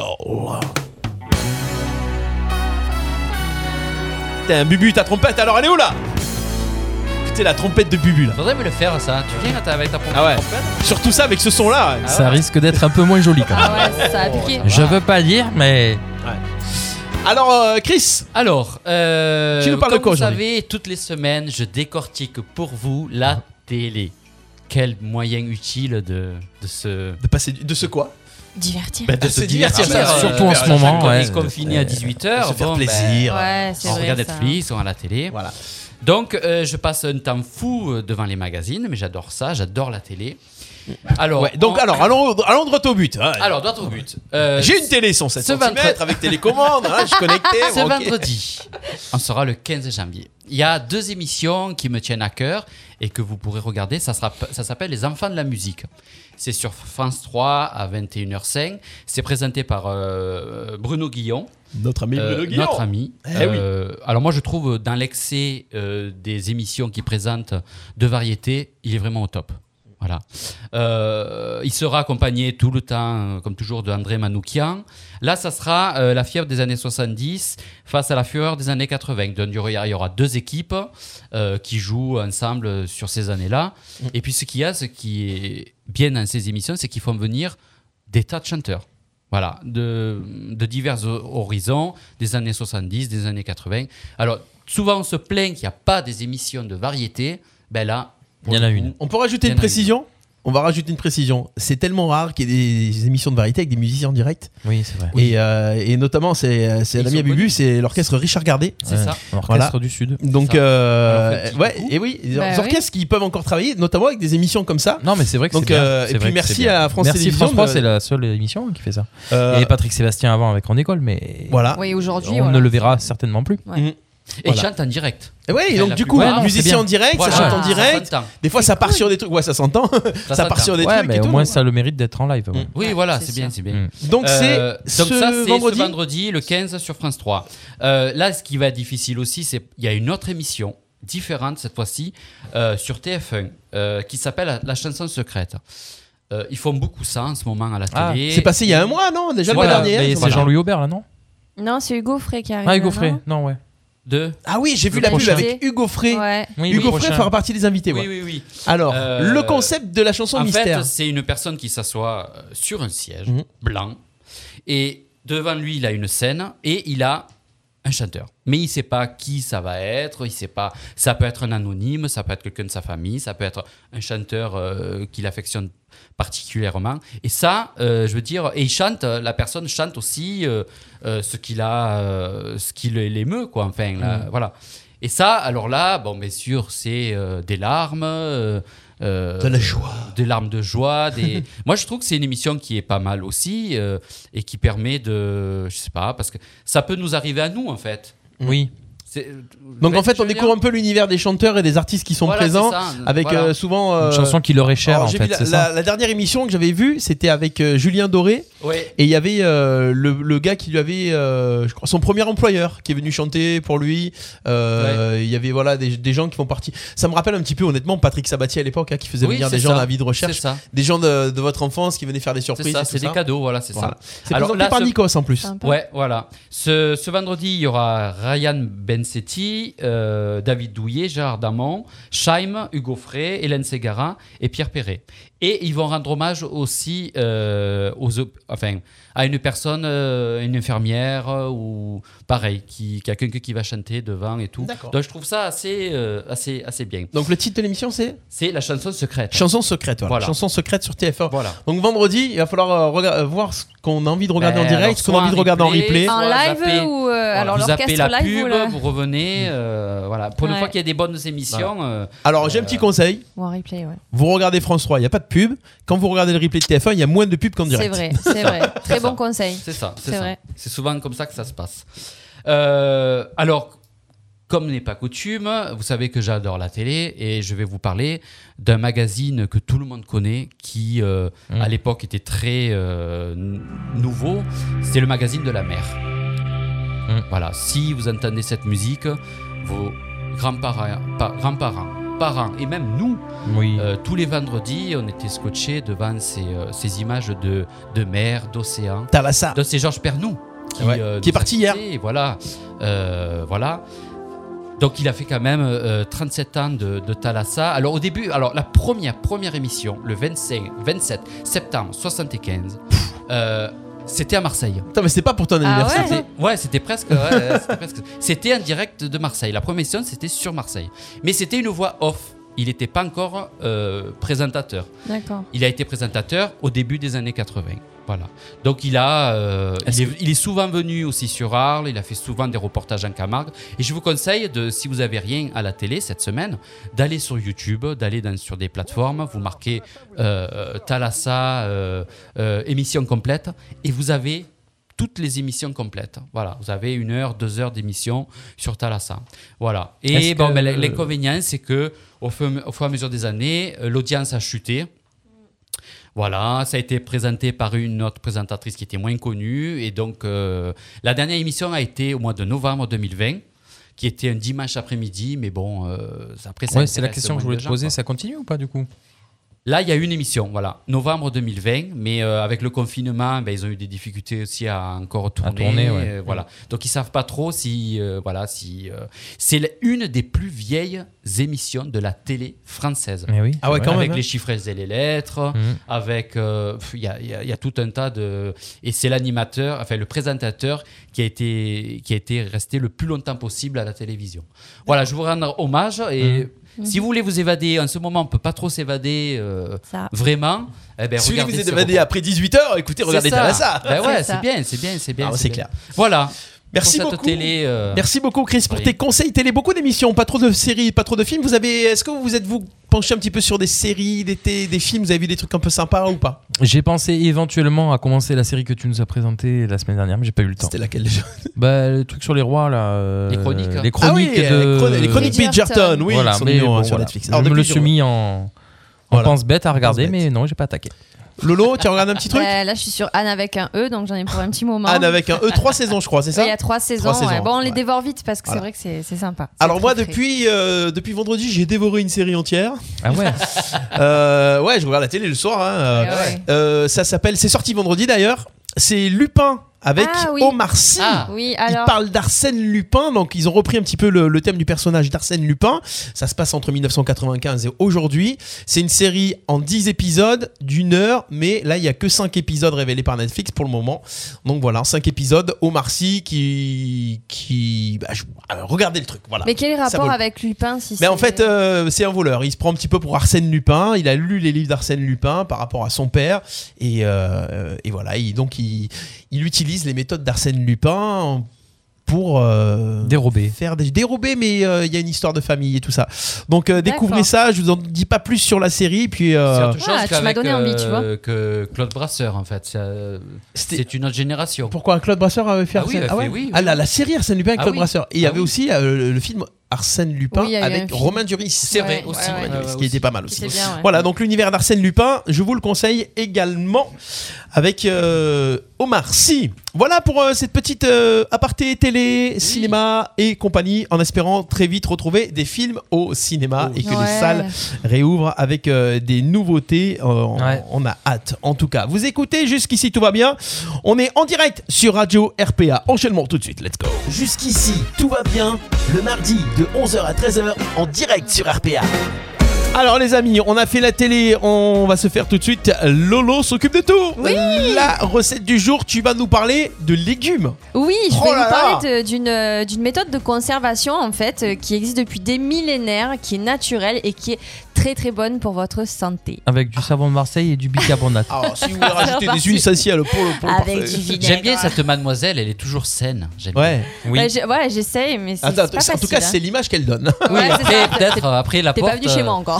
S3: T'as un bubu, ta trompette, alors elle est où là Putain, la trompette de bubu là.
S6: Faudrait me le faire ça. Tu viens avec ta pompe
S3: Ah ouais.
S6: en fait
S3: Surtout ça avec ce son là.
S6: Ah
S4: Ça
S6: ouais.
S4: risque d'être un peu moins joli quand même.
S5: Ah ouais, ça a piqué.
S4: Je veux pas dire, mais
S3: Alors euh, Chris,
S6: Alors, euh,
S3: Tu nous parles
S6: comme
S3: de quoi
S6: vous
S3: aujourd'hui Ah.
S6: savez, toutes les semaines, je décortique pour vous la télé. Quel moyen utile de, de Ah, se...
S3: de passer du- de ce quoi
S5: Divertir.
S3: Bah, De se divertir.
S4: divertir,
S3: ça,
S4: surtout
S3: euh,
S4: en ce moment, ben,
S6: Quand
S4: ouais.
S6: ils sont confinés à 18h,
S3: se faire plaisir.
S5: Ouais, c'est
S6: ben, on
S5: vrai.
S6: regarde
S5: ça.
S6: Netflix, on a la télé.
S3: Voilà.
S6: Donc, euh, je passe un temps fou euh, devant les magazines, mais j'adore ça, j'adore la télé. Alors,
S3: Ouais, donc
S6: on-
S3: alors allons allons droit au but. hein.
S6: alors droit au but. Euh,
S3: J'ai une télé 107
S6: ce
S3: cm
S6: ventre-
S3: avec télécommande, hein, je suis connecté.
S6: Ce
S3: bon, ok.
S6: vendredi, on sera le 15 janvier. Il y a deux émissions qui me tiennent à cœur et que vous pourrez regarder. Ça, sera- ça s'appelle Les Enfants de la musique. C'est sur France 3 à 21h05. C'est présenté par euh, Bruno Guillon.
S3: Notre ami
S6: Euh,
S3: Bruno Guillon.
S6: Notre ami.
S3: Eh oui.
S6: Euh, alors moi, je trouve dans l'excès euh, des émissions qui présentent de variété, il est vraiment au top. Voilà. Euh, il sera accompagné tout le temps, euh, comme toujours, de André Manoukian. Là, ça sera euh, la fièvre des années 70 face à la fureur des années 80. Donc, il y aura- il y aura deux équipes euh, qui jouent ensemble sur ces années-là. Et puis, ce qu'il y a, ce qui est bien dans ces émissions, c'est qu'ils font venir des tas de chanteurs. Voilà, de, de divers ho- horizons, des années 70, des années 80. Alors, souvent, on se plaint qu'il n'y a pas des émissions de variété. Ben là, pour
S4: Il y en
S6: le
S4: a
S6: coup,
S4: une.
S3: On peut rajouter
S6: Il y
S3: une
S6: en a eu.
S3: précision On va rajouter une précision. C'est tellement rare qu'il y ait des émissions de variété avec des musiciens en direct.
S4: oui, c'est vrai.
S3: Et, euh, et notamment, c'est euh, c'est
S6: Ils
S3: un ami
S6: sont
S3: à Bubu,
S6: connus.
S3: c'est l'orchestre Richard Gardet.
S6: C'est
S4: Ouais.
S6: ça.
S4: euh, Orchestre
S3: Voilà.
S4: du Sud.
S3: Donc,
S6: ça.
S3: euh,
S6: Alors, en fait,
S3: ouais,
S6: du coup-
S3: et oui, les
S5: Bah oui.
S3: orchestres qui peuvent encore travailler, notamment avec des émissions comme ça.
S4: Non, mais c'est vrai que
S3: Donc,
S4: c'est bien,
S3: euh,
S4: c'est
S3: et
S4: vrai
S3: puis
S4: que
S3: merci
S4: c'est bien.
S3: à France
S4: Merci
S3: Télévisions
S4: France 3,
S3: de-
S4: c'est la seule émission qui fait ça.
S3: Euh,
S4: Et Patrick Sébastien avant avec En École, mais
S3: Voilà.
S5: Oui, aujourd'hui.
S4: on
S5: voilà.
S4: ne le verra certainement plus.
S6: Et ils
S3: Voilà.
S6: chantent en direct.
S3: Et ouais,
S6: Elle
S3: donc
S6: l'a
S3: du
S6: plus-
S3: coup,
S6: Ouais, non, c'est
S3: musiciens
S4: bien.
S3: en direct,
S6: Voilà.
S3: ça chante en
S5: Ah.
S3: direct.
S6: Ça s'entend.
S3: Des fois, ça part sur des trucs. Ouais, ça s'entend. Ça, part
S6: s'entend.
S3: sur des
S4: ouais,
S3: trucs. et
S4: mais
S3: tout,
S4: au moins
S3: donc.
S4: ça le mérite d'être en live. au moins.
S6: Oui,
S5: Ouais,
S6: voilà,
S5: c'est
S6: c'est bien,
S5: sûr.
S6: c'est bien.
S4: Mm.
S3: Donc c'est
S6: Euh, donc
S3: ce
S6: ça, c'est
S3: vendredi.
S6: ce vendredi, le 15 sur France 3. Euh, là, ce qui va être difficile aussi, c'est il y a une autre émission différente cette fois-ci euh, sur TF1 euh, qui s'appelle La- La chanson secrète. Euh, ils font beaucoup ça en ce moment à la
S4: Ah,
S6: télé.
S3: C'est passé il y a un mois, non Déjà le
S6: Voilà,
S3: mois
S4: mais
S3: dernier.
S4: c'est
S3: voilà.
S4: Jean-Louis Aubert là, non
S5: Non, c'est Hugo Frey qui arrive.
S4: Ah, Hugo
S5: non
S4: Frey. Non, ouais.
S6: De...
S3: Ah oui, j'ai vu
S5: Le
S3: la pub
S5: prochain.
S3: avec Hugo Frey.
S5: Ouais.
S4: Oui,
S3: Hugo
S4: oui,
S3: Frey
S4: prochain.
S3: fera partie des invités.
S6: Oui,
S3: ouais.
S6: oui, oui.
S3: Alors,
S6: Euh,
S3: le concept de la chanson
S6: en
S3: mystère.
S6: fait, c'est une personne qui s'assoit euh, sur un siège
S3: Mhm.
S6: blanc et devant lui, il a une scène et il a un chanteur. Mais il sait pas qui ça va être, il sait pas. Ça peut être un anonyme, ça peut être quelqu'un de sa famille, ça peut être un chanteur euh, qu'il affectionne particulièrement. Et ça, euh, je veux dire, et il chante, euh, la personne chante aussi euh, euh, ce qu'il a, euh, ce qui l'é- l'émeut, quoi. Enfin, là,
S3: Mhm.
S6: voilà. Et ça, alors là, bon, bien sûr, c'est euh, des larmes. euh, euh,
S3: De la joie.
S6: Des larmes de joie. Des... Moi, je trouve que c'est une émission qui est pas mal aussi euh, et qui permet de. Je sais pas, parce que ça peut nous arriver à nous, en fait. euh,
S4: Oui.
S3: Donc en fait, on découvre un peu l'univers des chanteurs et des artistes qui sont
S6: Voilà,
S3: présents,
S6: c'est ça,
S3: avec
S6: voilà.
S3: euh, souvent
S4: Une chanson qui leur est chère,
S3: Alors,
S4: en
S3: j'ai
S4: fait,
S3: vu la,
S4: c'est ça
S3: la- la dernière émission que j'avais vue, c'était avec euh, Julien Doré,
S6: Ouais.
S3: et il y avait euh, le, le gars qui lui avait, euh, je crois, son premier employeur qui est venu chanter pour lui. Euh, Il y avait voilà des, des gens qui font partie. Ça me rappelle un petit peu, honnêtement, Patrick Sabatier à l'époque, hein, qui faisait
S6: Oui,
S3: venir
S6: c'est
S3: des gens
S6: ça.
S3: d'un vie de recherche,
S6: C'est ça.
S3: des gens de, de votre enfance qui venaient faire des surprises.
S6: C'est ça,
S3: et tout
S6: c'est des cadeaux, voilà, c'est
S3: Voilà.
S6: ça.
S3: C'est présenté par
S6: ce-
S3: Nikos en plus.
S5: Sympa.
S6: Ouais, voilà. Ce, ce vendredi, il y aura Ryan Bensetti, euh, David Douillet, Gérard Damon, Chaim, Hugo Frey, Hélène Ségara et Pierre Perret. Et ils vont rendre hommage aussi euh, aux, op- enfin, à une personne, euh, une infirmière euh, ou pareil, qui, qui a quelqu'un qui va chanter devant et tout.
S3: D'accord.
S6: Donc je trouve ça assez, euh, assez, assez bien.
S3: Donc le titre de l'émission c'est
S6: C'est la chanson secrète.
S3: Chanson secrète. Voilà.
S6: Voilà.
S3: Chanson secrète sur TF1.
S6: voilà.
S3: Donc vendredi, il va falloir euh, rega- euh, voir ce qu'on a envie de regarder
S6: Ben,
S3: en direct,
S6: alors,
S3: ce qu'on a envie de
S6: soit
S3: regarder en replay.
S6: replay,
S5: En
S6: Voilà,
S5: live
S6: zappez.
S5: ou euh,
S6: Voilà,
S5: alors
S6: vous zappez
S5: l'orchestre
S6: la
S5: live
S6: pub,
S5: ou la-
S6: vous revenez. euh, voilà. Pour une
S5: Ouais.
S6: fois qu'il y a des bonnes émissions. euh,
S3: Alors j'ai un petit conseil.
S5: ou en replay, ouais.
S3: Vous regardez France 3, il n'y a pas de pub. Quand vous regardez le replay de TF1, il y a moins de pubs qu'en
S5: C'est
S3: direct.
S5: vrai, c'est vrai. Très bon conseil.
S6: C'est ça,
S5: C'est
S6: c'est ça.
S5: vrai.
S6: C'est souvent comme ça que ça se passe. Euh, alors, comme n'est pas coutume, vous savez que j'adore la télé et je vais vous parler d'un magazine que tout le monde connaît, qui euh,
S4: Mm.
S6: à l'époque était très euh, n- nouveau. C'est le magazine de la mer.
S4: Mm.
S6: Voilà, si vous entendez cette musique, vos grands-parents, pa- grands-parents, parents et même nous,
S4: Oui.
S6: euh, tous les vendredis, on était scotchés devant ces, euh, ces images de, de mer, d'océan.
S3: Talassa.
S6: Donc c'est Georges Pernou qui,
S3: Ah.
S6: euh,
S3: Ouais, qui est
S6: nous a
S3: parti hier.
S6: quittés, Voilà, Euh, voilà. Donc il a fait quand même euh, 37 ans de, de Thalassa. Alors au début, alors la première première émission, le 25, 27 septembre 75, euh, c'était à Marseille.
S3: Putain, mais c'est pas pour ton
S5: Ah
S3: anniversaire.
S5: ouais
S6: C'était- Ouais, c'était presque. ouais, ouais, c'était presque. C'était en direct de Marseille. La première émission, c'était sur Marseille, mais c'était une voix off. Il n'était pas encore euh, présentateur.
S5: D'accord.
S6: Il a été présentateur au début des années 80. Voilà. Donc il a, euh, il, est, il est souvent venu aussi sur Arles. Il a fait souvent des reportages en Camargue. Et je vous conseille de, si vous avez rien à la télé cette semaine, d'aller sur YouTube, d'aller dans- sur des plateformes. Vous marquez euh, Thalassa euh, euh, émission complète et vous avez toutes les émissions complètes. Voilà, vous avez une heure, deux heures d'émission sur Thalassa. Voilà.
S4: Est-ce
S6: Et bon,
S4: que- euh,
S6: ben, l- l'inconvénient, c'est que au fur, au fur et à mesure des années, euh, l'audience a chuté. Voilà, ça a été présenté par une autre présentatrice qui était moins connue. Et donc, euh, la dernière émission a été au mois de novembre 2020, qui était un dimanche après-midi. Mais bon, euh, après, ça
S4: Ouais, c'est la
S6: intéresse
S4: question que je
S6: moins
S4: voulais
S6: de
S4: te
S6: gens,
S4: poser.
S6: quoi.
S4: Ça continue ou pas du coup
S6: Là, il y a une émission, voilà, novembre 2020, mais euh, avec le confinement, ben, ils ont eu des difficultés aussi à encore tourner.
S4: tourner, ouais.
S6: euh, voilà. Donc, ils savent pas trop si. euh, voilà, si. euh, c'est la- une des plus vieilles émissions de la télé française.
S4: Mais oui.
S3: Ah bah. ouais,
S4: c'est
S3: quand
S4: vrai.
S6: avec
S3: même, hein.
S6: les chiffres et les lettres,
S4: Mhm.
S6: avec. euh, pff, Il y, a, il y a- il y a tout un tas de. Et c'est l'animateur, enfin, le présentateur qui a, été, qui a été resté le plus longtemps possible à la télévision. Voilà, je vous rends hommage et.
S5: Mmh.
S6: Si vous voulez vous évader, en ce moment, on peut pas trop s'évader euh,
S5: Ça.
S6: vraiment. Eh ben,
S3: Si vous
S6: regardez
S3: vous êtes
S6: ce
S3: évadé
S6: repas.
S3: après 18h, écoutez,
S6: C'est
S3: regardez
S6: ça.
S3: Talassa.
S6: Ben ouais,
S5: C'est
S6: c'est
S5: ça.
S6: bien, c'est bien, c'est bien.
S3: Ah, c'est clair.
S6: Voilà.
S3: Merci
S6: Pour cette
S3: beaucoup.
S6: télé, euh,
S3: Merci beaucoup Chris pour
S6: Oui.
S3: tes conseils télé, beaucoup d'émissions, pas trop de séries, pas trop de films. Vous avez, est-ce que vous êtes vous penché un petit peu sur des séries, des, thé- des films Vous avez vu des trucs un peu sympas ou pas
S4: J'ai pensé éventuellement à commencer la série que tu nous as présentée la semaine dernière, mais j'ai pas eu le temps.
S3: C'était laquelle déjà
S4: Bah, le truc sur les rois là. euh,
S6: Les chroniques.
S4: Les
S3: Ah oui,
S4: chroniques
S3: euh,
S4: de.
S3: les chroniques- les chroniques
S5: Bridgerton.
S3: Bridgerton, oui,
S4: voilà,
S3: ils sont
S4: mais
S3: mignons,
S4: bon,
S3: hein, sur
S4: voilà.
S3: Netflix.
S4: Je
S3: Alors,
S4: me
S3: depuis,
S4: le
S3: je
S4: suis mis en. en
S3: Voilà.
S4: pense bête à regarder,
S3: bête.
S4: mais non, j'ai pas attaqué.
S3: Lolo, tu regardes un petit truc
S5: Bah, là, je suis sur Anne avec un E, donc j'en ai pour un petit moment.
S3: Anne avec un E, trois saisons, je crois, c'est ça
S5: Il y a trois saisons.
S3: Trois
S5: ouais.
S3: saisons,
S5: Bon, on
S3: ouais.
S5: les dévore vite parce que c'est
S3: Voilà.
S5: vrai que c'est c'est sympa. C'est
S3: Alors
S5: très
S3: moi
S5: frais.
S3: depuis euh, depuis vendredi j'ai dévoré une série entière.
S4: Ah ouais
S3: Euh, ouais je regarde la télé le soir. hein, euh,
S5: Ouais, ouais.
S3: euh, ça s'appelle c'est sorti vendredi d'ailleurs. C'est Lupin avec
S5: Ah oui.
S3: Omar Sy.
S6: Ah.
S5: Oui,
S3: Ils
S5: alors.
S3: parlent d'Arsène Lupin, donc ils ont repris un petit peu le, le thème du personnage d'Arsène Lupin. Ça se passe entre 1995 et aujourd'hui. C'est une série en 10 épisodes d'une heure, mais là il y a que 5 épisodes révélés par Netflix pour le moment. Donc voilà, 5 épisodes. Omar Sy qui. qui bah, je- alors, regardez le truc, voilà.
S5: Mais quel est le
S3: Ça
S5: rapport
S3: vaut-
S5: avec Lupin si
S3: Mais en
S5: c'est-
S3: fait, euh, c'est un voleur. Il se prend un petit peu pour Arsène Lupin. Il a lu les livres d'Arsène Lupin par rapport à son père. Et, euh, et voilà. Il- donc, il, il utilise les méthodes d'Arsène Lupin pour euh,
S4: Dérobé.
S3: faire des dérobés, mais euh, il y a une histoire de famille et tout ça. Donc euh, découvrez
S5: D'accord.
S3: ça. Je vous en dis pas plus sur la série. Puis euh,
S6: C'est autre chose
S5: Ah, tu m'as
S6: qu'avec,
S5: donné envie, tu
S6: euh, que Claude Brasseur, en fait. C'est, euh,
S3: C'était-
S6: C'est une autre génération.
S3: pourquoi Claude Brasseur avait fait
S6: Ah oui,
S3: Arsène
S6: il a fait,
S3: ouais
S6: oui, oui.
S3: Ah, la, la série Arsène Lupin avec
S6: Ah
S3: Claude
S6: oui.
S3: Brasseur. Et il y
S6: Ah
S3: avait
S6: oui.
S3: aussi euh, le film Arsène Lupin
S5: Oui, il y a eu un
S3: avec
S5: film.
S3: Romain Duris.
S6: C'est
S5: Ouais,
S6: vrai aussi.
S5: ouais, ouais.
S6: Ouais, ouais,
S3: ce qui
S6: aussi.
S3: était pas mal aussi.
S5: C'était bien, ouais.
S3: Voilà, donc l'univers d'Arsène Lupin, je vous le conseille également avec euh, Omar Sy. Voilà pour euh, cette petite euh, aparté télé, cinéma et compagnie, en espérant très vite retrouver des films au cinéma et que les
S5: Oh. Ouais.
S3: salles réouvrent avec euh, des nouveautés. Euh, on-
S4: Ouais.
S3: On a hâte, en tout cas. Vous écoutez, jusqu'ici tout va bien. On est en direct sur Radio RPA. Enchaînement tout de suite, let's go.
S1: Jusqu'ici, tout va bien. Le mardi de 11h à 13h en direct sur RPA.
S3: Alors les amis, on a fait la télé, on va se faire tout de suite. Lolo s'occupe de tout.
S5: Oui.
S3: La recette du jour, tu vas nous parler de légumes.
S5: Oui, je
S3: Oh
S5: vais
S3: là
S5: vous parler de- d'une euh, d'une méthode de conservation en fait euh, qui existe depuis des millénaires, qui est naturelle et qui est très très bonne pour votre santé.
S4: Avec du savon de Marseille et du bicarbonate.
S3: Alors Ah, si vous voulez rajouter des huiles essentielles pour le, pour le parfait.
S6: J'aime bien cette mademoiselle, elle est toujours saine. J'aime bien.
S3: Ouais.
S4: Oui.
S5: Ouais, Bah, j'ai- ouais, Euh, j'essaye, mais c'est
S3: Attends,
S5: c'est pas
S3: en
S5: facile.
S3: tout cas,
S5: hein.
S3: c'est l'image qu'elle donne.
S6: Oui,
S5: Ouais, c'est
S6: après,
S5: ça.
S6: peut-être, après la
S5: T'es
S6: porte.
S5: pas venu chez moi
S6: euh,
S5: encore.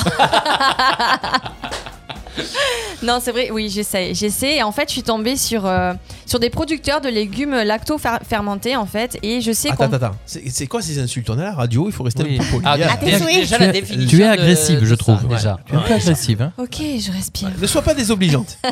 S5: non, c'est vrai, oui, j'essaie. J'essaie. Et en fait, je suis tombée sur, euh, sur des producteurs de légumes lacto-fermentés, en fait. Et je sais
S3: Attends,
S5: qu'on.
S3: attends, attends. C'est c'est quoi ces insultes On est à la radio, il faut rester
S4: Oui.
S3: un peu poli.
S6: Ah,
S3: Ah,
S6: dé- dé- déjà
S4: tu,
S6: la
S4: es,
S6: définition
S4: tu es
S6: de-
S4: agressive,
S6: de
S4: je
S6: ça,
S4: trouve.
S6: déjà.
S4: Tu es un peu agressive. hein.
S5: Ok, je respire.
S3: Ne sois pas désobligeante.
S6: euh,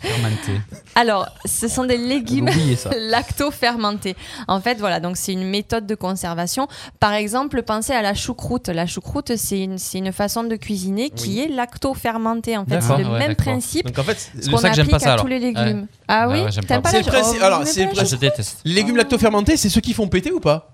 S6: Fermenté.
S5: Alors, ce sont des légumes
S4: Oubliez ça.
S5: lacto-fermentés. En fait, voilà, donc c'est une méthode de conservation. Par exemple, pensez à la choucroute. La choucroute, c'est une, c'est une façon de cuisiner qui est lacto-fermentée. En fait, c'est
S4: D'accord,
S5: le
S6: ouais,
S5: même
S6: d'accord.
S5: principe
S3: Donc en fait,
S5: Ce
S4: pour
S5: qu'on
S4: ça que j'aime
S5: applique
S4: pas ça,
S5: à
S4: alors.
S5: tous les légumes. Ah oui,
S6: Ouais, ouais, j'aime
S5: t'aimes
S6: pas.
S5: pas,
S3: C'est
S5: la
S3: le principe-
S5: oh,
S3: alors,
S5: vous
S3: c'est
S5: aimez
S3: le
S5: pas la
S6: Je déteste.
S3: les légumes lactofermentés, c'est ceux qui font péter ou pas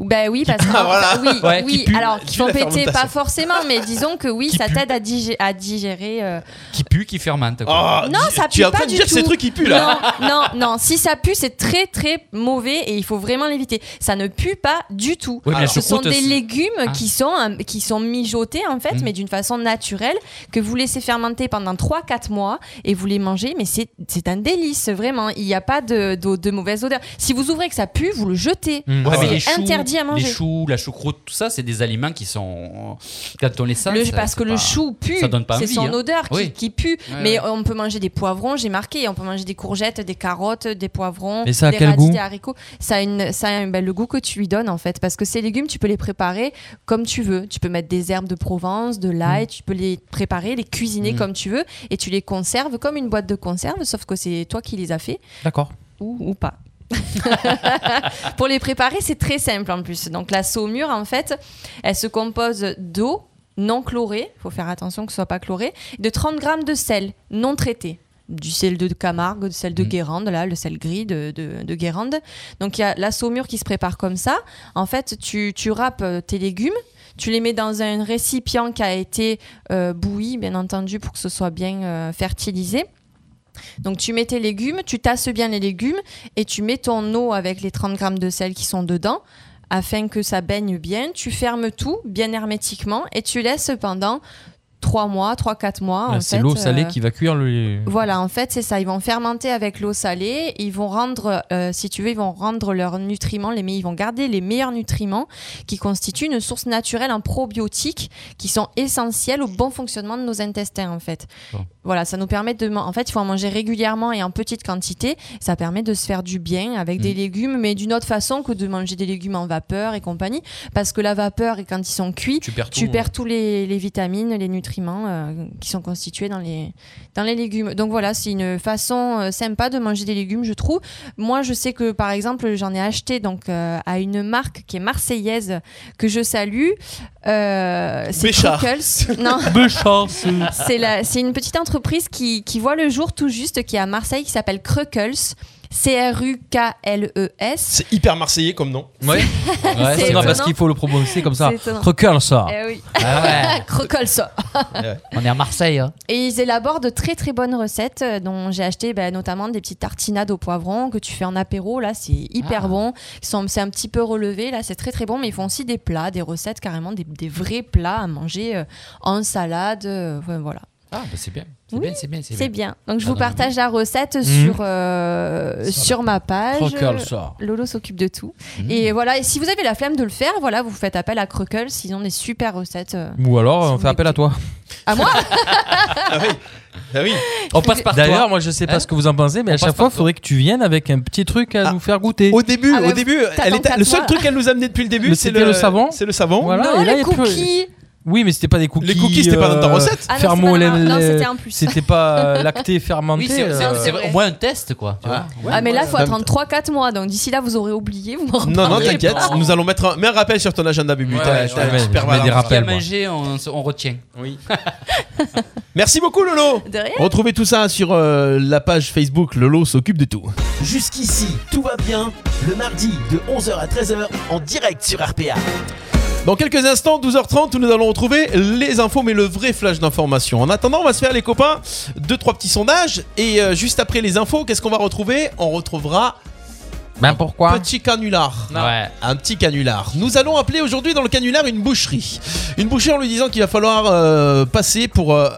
S5: Ben oui, parce que
S3: Ah, voilà.
S5: oui,
S6: Ouais,
S5: oui.
S3: qui pue,
S5: alors
S3: qui
S5: qui font
S3: pue la
S5: péter,
S3: fermentation.
S5: pas forcément, mais disons que oui,
S3: Qui
S5: ça
S3: pue.
S5: t'aide à digérer. À digérer euh.
S6: Qui pue, qui fermente. quoi.
S3: Ah,
S5: Non,
S3: tu-
S5: ça
S3: Tu es
S5: pue
S3: en train
S5: pas
S3: de
S5: du
S3: dire ces
S5: tout.
S3: trucs hein. qui puent là.
S5: Non, non, non. Si ça pue, c'est très très mauvais et il faut vraiment l'éviter. Ça ne pue pas du tout.
S6: Oui, mais
S5: Ah,
S6: la
S5: Ce sont
S6: choucroute,
S5: des
S6: c'est-
S5: légumes
S6: Ah.
S5: qui sont euh, qui sont mijotés en fait,
S6: Mm.
S5: mais d'une façon naturelle que vous laissez fermenter pendant 3-4 mois et vous les mangez. Mais c'est c'est un délice vraiment. Il n'y a pas de, de de mauvaise odeur. Si vous ouvrez que ça pue, vous le jetez.
S4: Mm.
S6: Ouais, mais
S5: C'est
S6: les choux,
S5: interdit à manger.
S6: Les choux, la choucroute, tout ça, c'est des aliments qui sont. Quand on les sent.
S5: Le-
S6: ça-
S5: parce
S6: c'est
S5: que le
S6: pas-
S5: chou pue,
S6: ça donne pas
S5: c'est
S6: envie,
S5: son
S6: hein.
S5: odeur qui,
S6: Oui.
S5: qui pue.
S6: Ouais,
S5: mais
S6: ouais.
S5: on peut manger des poivrons, j'ai marqué, on peut manger des courgettes, des carottes, des poivrons,
S4: Et ça a
S5: des
S4: quel
S5: radis,
S4: goût
S5: des haricots. Ça a, une, ça a un- ben, le goût que tu lui donnes en fait, parce que ces légumes, tu peux les préparer comme tu veux. Tu peux mettre des herbes de Provence, de l'ail, tu peux les préparer, les cuisiner
S6: Mm.
S5: comme tu veux, et tu les conserves comme une boîte de conserve, sauf que c'est toi qui les as fait
S4: D'accord.
S5: ou, ou pas. Pour les préparer, c'est très simple en plus. Donc la saumure, en fait, elle se compose d'eau non chlorée, il faut faire attention que ce soit pas chloré, de 30 grammes de sel non traité. Du sel de Camargue, du sel de
S6: Mm.
S5: Guérande, là, le sel gris de, de, de Guérande. Donc il y a la saumure qui se prépare comme ça. En fait, tu, tu râpes euh, tes légumes, tu les mets dans un récipient qui a été euh, bouilli, bien entendu, pour que ce soit bien euh, fertilisé. Donc tu mets tes légumes, tu tasses bien les légumes et tu mets ton eau avec les 30 grammes de sel qui sont dedans afin que ça baigne bien. Tu fermes tout bien hermétiquement et tu laisses pendant 3 mois, 3-4 mois. en
S4: C'est
S5: fait,
S4: l'eau salée
S5: euh,
S4: qui va cuire le.
S5: voilà, en fait, c'est ça. Ils vont fermenter avec l'eau salée. Ils vont rendre, euh, si tu veux, ils vont rendre leurs nutriments, les, me- ils vont garder les meilleurs nutriments qui constituent une source naturelle en probiotiques qui sont essentiels au bon fonctionnement de nos intestins, en fait.
S6: Bon.
S5: Voilà, ça nous permet de. man- En fait, il faut en manger régulièrement et en petite quantité. Ça permet de se faire du bien avec des
S6: Mm.
S5: légumes, mais d'une autre façon que de manger des légumes en vapeur et compagnie. Parce que la vapeur, et quand ils sont cuits,
S6: Tu perds tout.
S5: tu perds tous les, les vitamines, les nutriments euh, qui sont constitués dans les, dans les légumes. Donc voilà, c'est une façon euh, sympa de manger des légumes, je trouve. Moi, je sais que par exemple, j'en ai acheté donc euh, à une marque qui est marseillaise que je salue. Euh, c'est
S3: Béchard.
S5: Crookles. Non, c'est la- c'est une petite entreprise qui, qui voit le jour tout juste, qui est à Marseille, qui s'appelle Cruckles. E C-R-U-K-L-E-S.
S3: C'est hyper marseillais comme nom.
S4: Ouais. Ouais,
S5: C'est
S4: c'est vrai, parce
S5: étonnant.
S4: qu'il faut le prononcer comme ça.
S5: C'est étonnant.
S4: Recurl ça.
S5: Eh oui,
S6: Ah ouais.
S5: Cruckles.
S6: On est à Marseille. hein.
S5: Et ils élaborent de très très bonnes recettes euh, dont j'ai acheté bah, notamment des petites tartinades au poivron que tu fais en apéro. Là, c'est hyper
S6: Ah.
S5: bon. Ils sont- C'est un petit peu relevé. Là, c'est très très bon. Mais ils font aussi des plats, des recettes carrément, des, des vrais plats à manger euh, en salade. euh, ouais, voilà.
S6: Ah, bah, c'est bien. C'est
S5: Oui,
S6: bien, c'est bien. C'est
S5: C'est
S6: bien.
S5: bien. Donc je
S6: Ah,
S5: vous
S6: non, mais Mmh.
S5: partage la recette sur, euh,
S6: Sur la-
S5: sur ma page.
S6: Croqueul, Mmh. ça.
S5: Lolo s'occupe de tout. Et voilà, et si vous avez la flemme de le faire, voilà, vous faites appel à Croqueul, sinon des super recettes. euh,
S4: Ou
S5: Si
S4: alors, on
S5: vous
S4: fait appel à toi.
S5: À moi
S4: Bah
S3: Ah oui.
S6: On passe par
S4: D'ailleurs,
S6: toi.
S4: moi, je sais pas
S6: Hein
S4: ce que vous en pensez, mais à
S6: On passe
S4: chaque
S6: par
S4: fois, il
S6: toi.
S4: faudrait que tu viennes avec un petit truc à
S3: Ah.
S4: nous faire goûter.
S3: Au début,
S5: Ah bah,
S3: au début, elle
S5: t'attends
S3: était- le
S5: quatre
S3: seul
S5: mois.
S3: truc qu'elle nous a amené depuis le début,
S4: Mais
S3: c'est
S4: c'était le savon.
S3: C'est le savon.
S4: Voilà,
S5: Non,
S4: et là,
S5: les
S4: il peut-
S5: cookies
S4: Oui, mais c'était pas des cookies.
S3: Les cookies, c'était pas dans ta recette
S5: Ah non,
S4: fermo-
S5: c'est pas dans ma-
S4: les-
S5: non, c'était en plus.
S4: C'était pas euh, lacté, fermenté.
S6: Oui, c'est-
S4: euh,
S6: c'est c'est vrai, au moins un test, quoi. tu vois.
S5: Ah, mais là, il faut
S3: Ouais.
S5: attendre 3-4 mois, donc d'ici là, vous aurez oublié. Vous m'en
S3: Non, non,
S5: reparlerez
S3: t'inquiète.
S5: pas.
S3: Nous allons mettre un, mets un rappel sur ton agenda, Bubu.
S6: Ouais,
S3: T'as-
S6: ouais,
S3: t'as
S6: ouais,
S3: un
S4: je
S3: super
S4: mets des
S3: balance.
S4: rappels.
S6: Qu'à
S4: moi.
S6: manger, on, on retient.
S3: Merci beaucoup, Lolo.
S5: De rien.
S3: Retrouvez tout ça sur euh, la page Facebook. Lolo s'occupe de tout.
S1: Jusqu'ici, tout va bien. Le mardi de 11h à 13h en direct sur RPA.
S3: Dans quelques instants, 12h30, où nous allons retrouver les infos, mais le vrai flash d'information. En attendant, on va se faire, les copains, deux, trois petits sondages. Et euh, juste après les infos, qu'est-ce qu'on va retrouver On retrouvera
S4: Ben pourquoi
S3: Petit Canular.
S4: Ah,
S6: Ouais.
S3: Un petit canular. Nous allons appeler aujourd'hui dans le canular une boucherie. Une boucherie en lui disant qu'il va falloir euh, passer pour euh,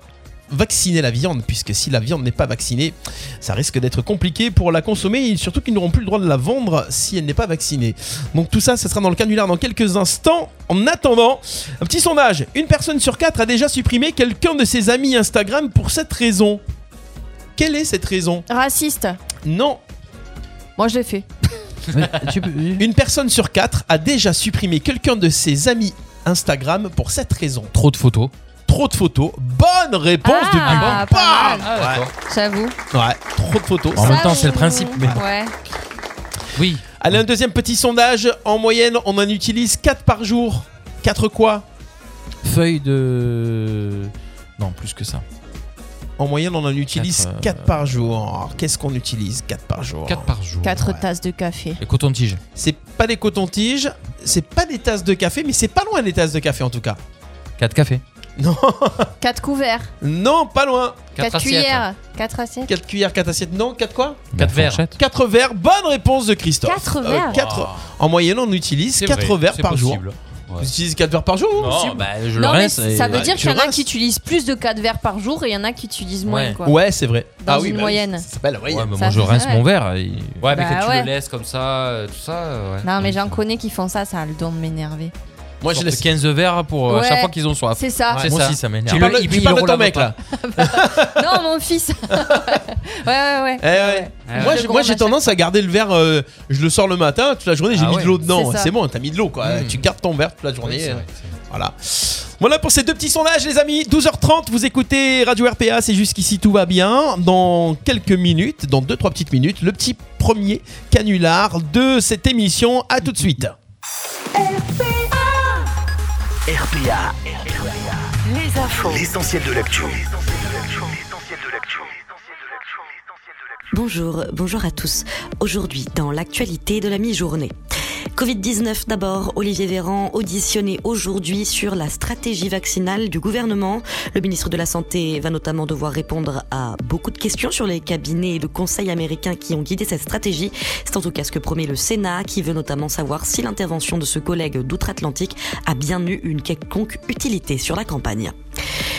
S3: vacciner la viande, puisque si la viande n'est pas vaccinée, ça risque d'être compliqué pour la consommer et surtout qu'ils n'auront plus le droit de la vendre si elle n'est pas vaccinée. Donc tout ça, ça sera dans le canular dans quelques instants. En attendant, un petit sondage. Une personne sur quatre a déjà supprimé quelqu'un de ses amis Instagram pour cette raison. Quelle est cette raison
S5: Raciste.
S3: Non,
S5: Moi, je l'ai fait.
S4: Tu peux-
S3: Une personne sur quatre a déjà supprimé quelqu'un de ses amis Instagram pour cette raison.
S4: Trop de photos.
S3: Trop de photos. Bonne réponse
S5: Ah,
S3: de Bubu.
S5: pas mal.
S6: Ah, d'accord.
S5: J'avoue.
S3: Ouais, trop de photos.
S4: Bah En
S5: Ça,
S4: même temps, c'est le
S5: vous-
S4: principe, mais-
S5: Ouais.
S6: Oui.
S3: Allez, un deuxième petit sondage. En moyenne, on en utilise 4 par jour. 4 quoi
S4: Feuilles de. Non, plus que ça.
S3: En moyenne, on en utilise
S4: Quatre,
S3: 4
S4: euh,
S3: par jour. Alors, Qu'est-ce qu'on utilise 4 par jour
S6: 4 par jour.
S5: 4 tasses de café.
S4: Les cotons-tiges.
S3: C'est pas des cotons-tiges, c'est pas des tasses de café, mais c'est pas loin des tasses de café en tout cas.
S4: 4 cafés.
S3: Non,
S5: 4 couverts.
S3: non, pas loin.
S6: 4
S5: 4 cuillères. 4 assiettes.
S3: 4 cuillères, 4 assiettes. Non, 4 quoi
S4: Ben,
S6: Quatre verres.
S3: 4 verres. Bonne réponse de Christophe. Euh,
S5: 4 verres.
S3: quatre- En moyenne, on utilise 4 verres par jour. Vous utilisez 4 verres par jour vous
S4: Non,
S3: Possible.
S4: bah, je le
S5: Non, mais
S4: reste. et-
S5: ça veut
S3: ouais,
S5: dire
S3: tu
S5: qu'il y en a
S3: restes.
S5: qui utilisent plus de 4 verres par jour et il y en a qui utilisent moins.
S4: Ouais.
S5: Quoi.
S3: Ouais, c'est vrai.
S5: Dans une
S3: bah
S5: moyenne.
S3: ça s'appelle la
S4: Ouais,
S3: moyenne.
S4: mais moi,
S5: Ça,
S4: je
S5: c'est
S4: rince
S5: vrai.
S4: mon verre. et-
S6: Ouais, mais
S5: Bah
S6: que tu
S5: ouais.
S6: le laisses comme ça, euh, tout ça. euh, ouais.
S5: Non, mais j'en connais qui font ça, ça a le don de m'énerver.
S3: Moi, je
S4: Sorte
S3: laisse.
S4: 15 verres pour
S5: Ouais.
S4: euh,
S5: Ah.
S4: chaque fois qu'ils ont soif.
S5: C'est ça.
S6: C'est
S4: Moi
S6: ça.
S4: aussi, ça m'énerve.
S3: Tu
S6: Il
S3: parles,
S6: le-
S3: tu
S6: il
S3: parles
S6: le
S3: de ton
S6: relave
S3: mec
S6: pas.
S3: là.
S5: Non, mon fils. ouais, ouais, ouais.
S3: Eh ouais.
S6: Ouais,
S3: Moi,
S5: Je
S3: j'ai-
S5: le
S3: moi, j'ai
S5: gourmand
S3: tendance à garder le verre. euh, je le sors le matin, toute la journée, j'ai
S6: Ah
S3: mis
S6: ouais.
S3: de l'eau dedans.
S5: C'est ça.
S3: C'est bon, t'as mis de l'eau quoi.
S6: Mm.
S3: Tu gardes ton verre toute la
S6: Oui,
S3: journée.
S6: c'est
S3: euh,
S6: vrai, c'est vrai.
S3: Voilà. Voilà pour ces deux petits sondages, les amis. 12h30, vous écoutez Radio RPA, c'est jusqu'ici tout va bien. Dans quelques minutes, dans 2-3 petites minutes, le petit premier canular de cette émission. À tout de suite.
S1: RPA,
S9: Les infos.
S1: l'essentiel de l'actu.
S9: Bonjour, bonjour à tous. Aujourd'hui, dans l'actualité de la mi-journée. Covid-19 d'abord, Olivier Véran auditionné aujourd'hui sur la stratégie vaccinale du gouvernement. Le ministre de la Santé va notamment devoir répondre à beaucoup de questions sur les cabinets et le conseil américain qui ont guidé cette stratégie. C'est en tout cas ce que promet le Sénat qui veut notamment savoir si l'intervention de ce collègue d'outre-Atlantique a bien eu une quelconque utilité sur la campagne.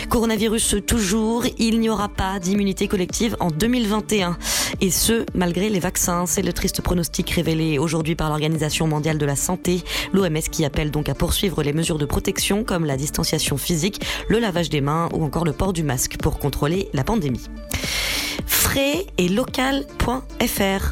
S9: Coronavirus toujours, il n'y aura pas d'immunité collective en 2021. Et ce, malgré les vaccins. C'est le triste pronostic révélé aujourd'hui par l'Organisation mondiale de la santé, l'OMS, qui appelle donc à poursuivre les mesures de protection comme la distanciation physique, le lavage des mains ou encore le port du masque pour contrôler la pandémie frais et local.fr.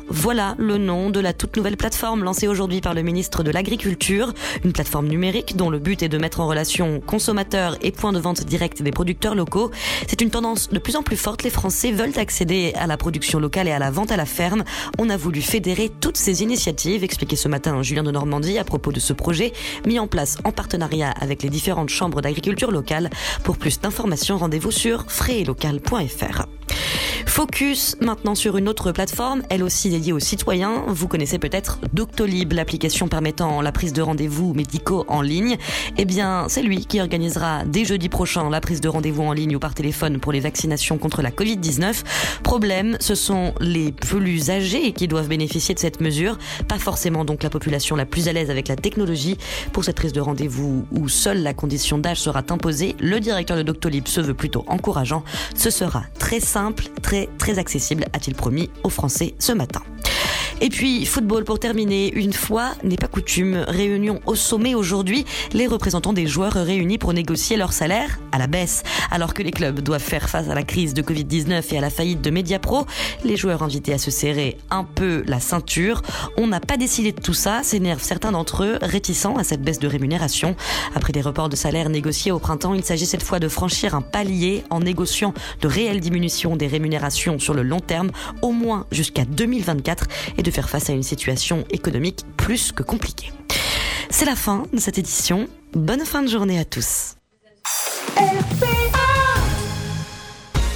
S9: Voilà le nom de la toute nouvelle plateforme lancée aujourd'hui par le ministre de l'Agriculture, une plateforme numérique dont le but est de mettre en relation consommateurs et points de vente directs des producteurs locaux. C'est une tendance de plus en plus forte, les Français veulent accéder à la production locale et à la vente à la ferme. On a voulu fédérer toutes ces initiatives, expliquait ce matin Julien de Normandie à propos de ce projet mis en place en partenariat avec les différentes chambres d'agriculture locale. Pour plus d'informations, rendez-vous sur fraisetlocal.fr. Focus maintenant sur une autre plateforme, elle aussi dédiée aux citoyens. Vous connaissez peut-être Doctolib, l'application permettant la prise de rendez-vous médicaux en ligne. Eh bien, c'est lui qui organisera dès jeudi prochain la prise de rendez-vous en ligne ou par téléphone pour les vaccinations contre la Covid-19. Problème, ce sont les plus âgés qui doivent bénéficier de cette mesure, pas forcément donc la population la plus à l'aise avec la technologie. Pour cette prise de rendez-vous où seule la condition d'âge sera imposée, le directeur de Doctolib se veut plutôt encourageant. Ce sera très simple, très très accessible, a-t-il promis aux Français ce matin. Et puis, football pour terminer, une fois n'est pas coutume, réunion au sommet aujourd'hui, les représentants des joueurs réunis pour négocier leur salaire à la baisse. Alors que les clubs doivent faire face à la crise de Covid-19 et à la faillite de Mediapro, les joueurs invités à se serrer un peu la ceinture. On n'a pas décidé de tout ça, s'énervent certains d'entre eux, réticents à cette baisse de rémunération. Après des reports de salaire négociés au printemps, il s'agit cette fois de franchir un palier en négociant de réelles diminutions des rémunérations sur le long terme, au moins jusqu'à 2024, et de faire face à une situation économique plus que compliquée. C'est la fin de cette édition. Bonne fin de journée à tous.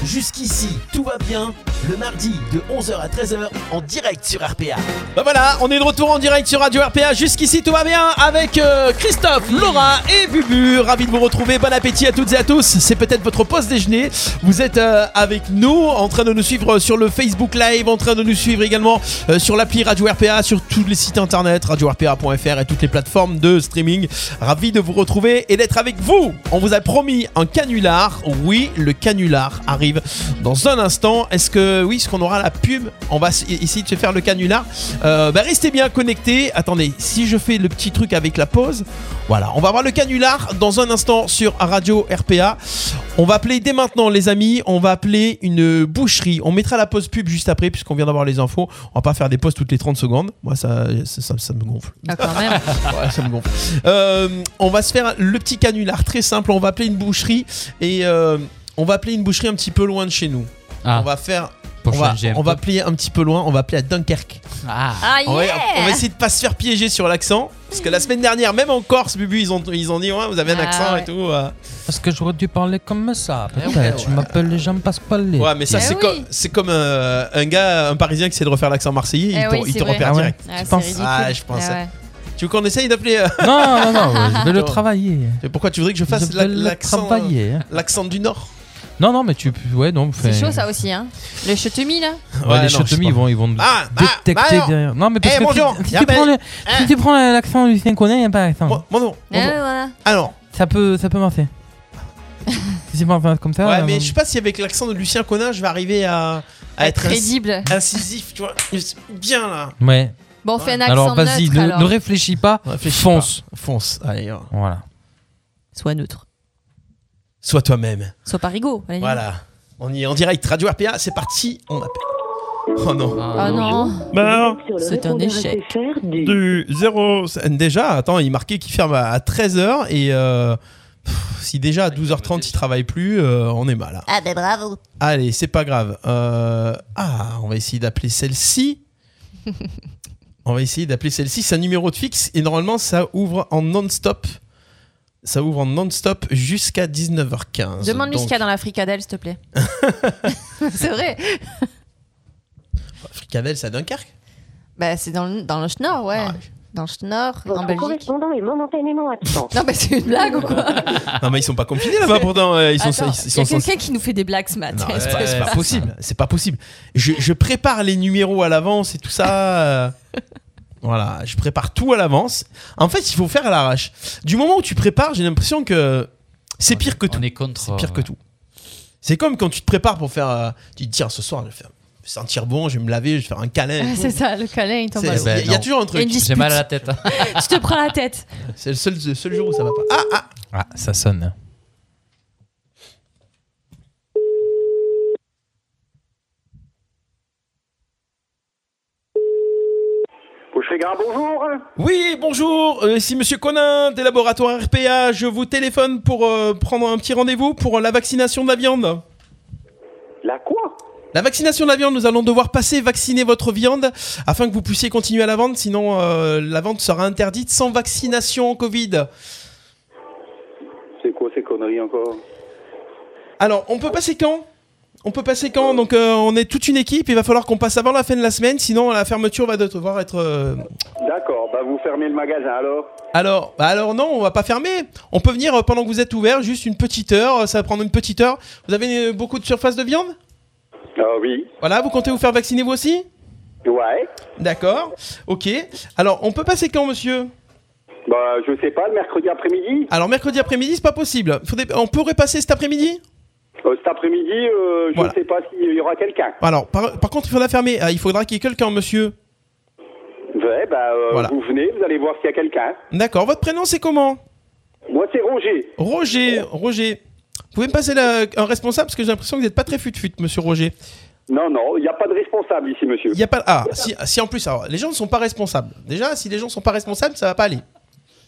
S1: Jusqu'ici, tout va bien. Le mardi de 11h à 13h en direct sur RPA.
S3: Bah voilà, on est de retour en direct sur Radio RPA. Jusqu'ici, tout va bien avec euh, Christophe, Laura et Bubu. Ravi de vous retrouver. Bon appétit à toutes et à tous. C'est peut-être votre pause déjeuner. Vous êtes euh, avec nous, en train de nous suivre sur le Facebook Live, en train de nous suivre également euh, sur l'appli Radio RPA, sur tous les sites internet, radio-rpa.fr et toutes les plateformes de streaming. Ravi de vous retrouver et d'être avec vous. On vous a promis un canular. Oui, le canular arrive dans un instant. Est-ce que, oui, est-ce qu'on aura la pub On va s- essayer de se faire le canular. Euh, bah, restez bien connectés. Attendez, si je fais le petit truc avec la pause, voilà, on va avoir le canular dans un instant sur Radio RPA. On va appeler dès maintenant, les amis, on va appeler une boucherie. On mettra la pause pub juste après, puisqu'on vient d'avoir les infos. On va pas faire des pauses toutes les 30 secondes. Moi, ça, ça, ça- ça me gonfle.
S5: Ah, quand même.
S3: Ouais, ça me gonfle. Euh, on va se faire le petit canular très simple. On va appeler une boucherie et euh, on va appeler une boucherie un petit peu loin de chez nous.
S4: Ah.
S3: On va faire.
S6: Pour
S3: on va,
S6: changer un
S3: on va
S6: peu.
S3: appeler un petit peu loin. On va appeler à Dunkerque.
S6: Ah.
S5: Ah,
S3: On va-
S5: yeah
S3: on va essayer de pas se faire piéger sur l'accent. Parce que la semaine dernière, même en Corse, Bubu, ils ont, ils ont dit ouais, vous avez un
S5: Ah,
S3: accent
S5: ouais.
S3: et tout. euh.
S4: Parce que j'aurais dû parler comme ça, peut-être. Tu m'appelles les gens passent pas les.
S3: Eh Ouais, mais ça,
S5: Eh
S3: c'est
S5: oui.
S3: comme, c'est comme euh, un gars, un parisien qui essaie de refaire l'accent marseillais.
S5: Eh
S3: il te,
S5: oui,
S3: il
S5: c'est
S3: te
S5: vrai.
S3: repère
S4: Ah ouais.
S3: direct.
S5: Ah,
S4: penses
S5: c'est ridicule.
S3: Ah, je pense.
S5: Ah ouais.
S3: Tu veux qu'on essaye d'appeler. euh,
S4: Non, non, non, je vais le
S3: Non.
S4: travailler.
S3: mais pourquoi tu voudrais que je fasse
S4: je
S3: la-
S4: vais le
S3: l'accent euh,
S4: travailler. hein.
S3: l'accent du Nord
S4: Non, non, mais tu. Ouais, non.
S5: C'est
S4: fais-
S5: chaud ça aussi, hein. Le chutumi là.
S4: Ouais,
S3: Ouais, non,
S4: les
S3: je sais
S4: chatomis,
S3: pas.
S4: hein, ils vont, ils vont
S3: Ah, ah,
S4: détecter
S3: bah non.
S4: derrière. Non, mais parce
S3: Eh,
S4: que
S3: bonjour,
S4: si, si tu
S3: j'appelle.
S4: prends le- si
S3: Eh.
S4: tu prends le- l'accent du Lucien Connet, il n'y a pas d'accent.
S3: Bon, bon, non, bon,
S5: Ah,
S3: non.
S5: voilà.
S3: Alors,
S4: Ça peut, ça peut marcher. si c'est pas enfin, comme ça.
S3: Ah, ouais,
S4: euh,
S3: mais je sais pas si avec l'accent de Lucien Conin, je vais arriver à, à être ins-
S5: crédible.
S3: incisif, tu vois. Bien là.
S4: ouais.
S5: Bon, on fait un accent
S4: Alors vas-y,
S5: neutre.
S4: ne,
S5: alors.
S4: ne réfléchis pas,
S3: Réfléchis
S4: fonce.
S3: Fonce, allez. hein.
S4: Voilà.
S5: Sois neutre.
S3: Sois toi-même.
S5: Sois pas rigot. à la limite.
S3: Voilà, on y est en direct, Radio RPA, c'est parti, on appelle. Oh non.
S6: Ah,
S5: Oh non.
S7: Ben alors,
S5: C'est un échec.
S7: du 0.
S3: Déjà, attends, il marquait qu'il ferme à 13h et euh, pff, si déjà à 12h30 Ah, il travaille plus, euh, on est mal. hein.
S9: Ah ben bravo
S3: Allez, c'est pas grave. Euh, ah, on va essayer d'appeler celle-ci. on va essayer d'appeler celle-ci. C'est un numéro de fixe et normalement ça ouvre en non-stop. Ça ouvre en non-stop jusqu'à
S5: Demande-lui
S3: 19h15.
S5: ce
S3: Donc,
S5: qu'il y a dans la fricadelle, s'il te plaît. c'est vrai.
S3: Fricadelle, c'est à Dunkerque
S5: Bah, c'est dans le, dans le Schnorr, ouais.
S3: Ah,
S5: Dans le Schnorr, en
S10: Votre
S5: Belgique.
S10: correspondant est momentanément absent.
S5: Non, mais c'est une blague ou quoi
S3: Non, mais ils sont pas confinés là-bas pourtant. euh, Ils sont,
S5: Attends,
S3: ils- ils
S5: y a
S3: sont
S5: quelqu'un qui nous fait des blagues ce matin.
S3: Non,
S5: Est-ce
S3: c'est
S5: que
S3: pas,
S5: je
S3: c'est pas
S5: passe
S3: possible. C'est pas possible. Je, je prépare les numéros à l'avance et tout ça. euh, voilà, je prépare tout à l'avance. En fait, il faut faire à l'arrache. Du moment où tu prépares, j'ai l'impression que c'est pire que tout.
S6: On est contre. euh,
S3: C'est pire que tout. C'est comme quand tu te prépares pour faire. euh, tu te dis tiens, ce soir, je vais, faire- je vais sentir bon, je vais me laver, je vais faire un câlin.
S5: Ah,
S3: et tout.
S5: C'est ça, le câlin, il
S3: C'est-
S5: t'emballe.
S3: Il y a- il y a
S6: bah non.
S3: toujours un
S5: Et une
S3: truc.
S5: dispute.
S6: J'ai mal à la tête. hein.
S5: Tu te prends la tête.
S3: C'est le seul, le seul jour où ça va pas. Ah, ah
S4: Ah, ça sonne.
S10: bonjour
S3: Oui, bonjour, euh, ici Monsieur Conin des laboratoires RPA. Je vous téléphone pour euh, prendre un petit rendez-vous pour la vaccination de la viande.
S10: La quoi
S3: La vaccination de la viande, nous allons devoir passer vacciner votre viande afin que vous puissiez continuer à la vendre, sinon euh, la vente sera interdite sans vaccination Covid.
S10: C'est quoi ces conneries encore
S3: Alors, on peut passer quand On peut passer quand Donc euh, on est toute une équipe, il va falloir qu'on passe avant la fin de la semaine, sinon la fermeture va devoir être... euh,
S11: D'accord, bah vous fermez le magasin alors
S3: Alors, bah alors non, on va pas fermer. On peut venir euh, pendant que vous êtes ouvert, juste une petite heure, euh, ça va prendre une petite heure. Vous avez euh, beaucoup de surface de viande
S11: Ah oui.
S3: Voilà, vous comptez vous faire vacciner vous aussi
S11: Ouais.
S3: D'accord, ok. Alors on peut passer quand monsieur
S11: Bah je sais pas, le mercredi après-midi
S3: Alors mercredi après-midi c'est pas possible. Faudrait- On pourrait passer cet après-midi
S11: Euh, Cet après-midi, euh, je
S3: Voilà.
S11: sais pas s'il y aura quelqu'un.
S3: Alors par, par contre il faudra fermer, Ah, il faudra qu'il y ait quelqu'un monsieur.
S11: Ouais, bah euh,
S3: Voilà.
S11: vous venez, vous allez voir s'il y a quelqu'un.
S3: D'accord, votre prénom c'est comment
S11: Moi c'est Roger.
S3: Roger, Roger. Vous pouvez me passer la- un responsable parce que j'ai l'impression que vous n'êtes pas très fut-fut, monsieur Roger.
S11: Non, non, il n'y a pas de responsable ici, monsieur.
S3: Il y a pas. Ah, si, si en plus, alors, les gens ne sont pas responsables. Déjà, si les gens ne sont pas responsables, ça va pas aller.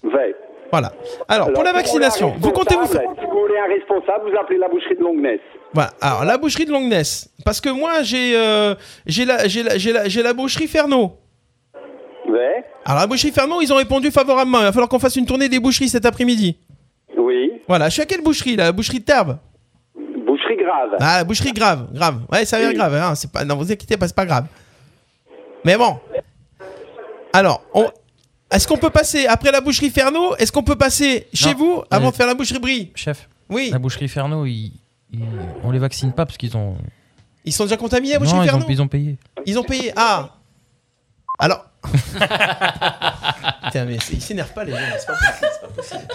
S11: Ouais.
S3: Voilà. Alors, pour la vaccination, vous comptez vous faire.
S11: Si vous voulez un responsable, vous appelez la boucherie de Longness.
S3: Voilà. Alors, la boucherie de Longness. Parce que moi, j'ai euh, j'ai la, j'ai la, j'ai la, j'ai la boucherie Ferno.
S11: Ouais.
S3: Alors, la boucherie Ferno, ils ont répondu favorablement. Il va falloir qu'on fasse une tournée des boucheries cet après-midi.
S11: Oui.
S3: Voilà. Je suis à quelle boucherie là La boucherie de Tarbes
S11: Boucherie grave.
S3: Ah, la boucherie grave, grave. Ouais, ça a l'air grave. hein, C'est pas, non, vous inquiétez pas, c'est pas grave. Mais bon. Alors, on- est-ce qu'on peut passer après la boucherie Ferno Est-ce qu'on peut passer chez vous avant
S4: Euh,
S3: de faire la boucherie Brie
S4: Chef.
S3: Oui.
S4: La boucherie Ferno, ils- ils- on les vaccine pas parce qu'ils ont.
S3: Ils sont déjà contaminés la boucherie
S4: non, ils
S3: Ferno
S4: ont, ils ont payé.
S3: Ils ont payé. Ah Alors. Putain, mais ils s'énervent pas les gens, c'est pas possible. C'est pas possible.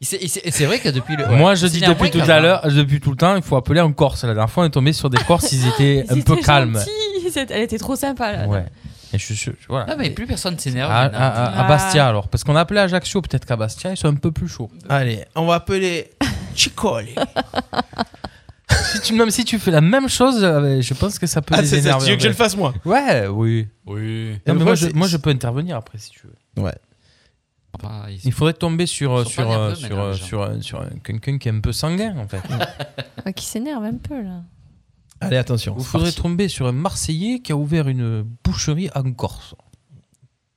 S6: Il s'est- il s'est- C'est vrai que depuis le.
S4: Moi,
S6: ouais.
S4: je
S6: C'est
S4: dis
S6: néanmoins
S4: depuis tout
S6: calme, hein.
S4: à l'heure, depuis tout le temps, il faut appeler un Corse. La dernière fois, on est tombé sur des Corses, ils étaient un peu
S5: C'était
S4: calmes.
S5: gentil, c'est- Elle était trop sympa là.
S4: Ouais. Et je suis sûr- voilà.
S6: Ah, bah, mais plus personne s'énerve.
S4: À,
S6: maintenant.
S4: à- à- à Bastia alors, parce qu'on a appelé à Ajaccio, peut-être qu'à Bastia ils sont un peu plus chauds.
S3: Allez, on va appeler Chicole.
S4: si tu, même si tu fais la même chose, euh, je pense que ça peut
S3: Ah,
S4: les
S3: c'est ça,
S4: énerver.
S3: tu veux
S4: en
S3: que je le
S4: fait.
S3: fasse moi
S4: Ouais, oui.
S6: ah. Oui.
S4: Non,
S3: Et
S4: mais
S3: le
S4: moi,
S3: problème,
S4: je,
S3: c'est-
S4: moi je peux intervenir après si tu veux.
S3: Ouais.
S6: Bah, ils-
S4: Il faudrait tomber sur, euh,
S6: Ils sont
S4: sur,
S6: pas
S4: euh,
S6: nerveux,
S4: sur,
S6: maintenant,
S4: euh,
S6: les gens.
S4: sur, euh, sur, euh, quelqu'un qui est un peu sanguin en fait.
S5: Ouais, Ah, qui s'énerve un peu là.
S3: Allez, attention.
S4: Vous
S3: c'est
S4: faudrait
S3: parti.
S4: tomber sur un Marseillais qui a ouvert une boucherie en Corse.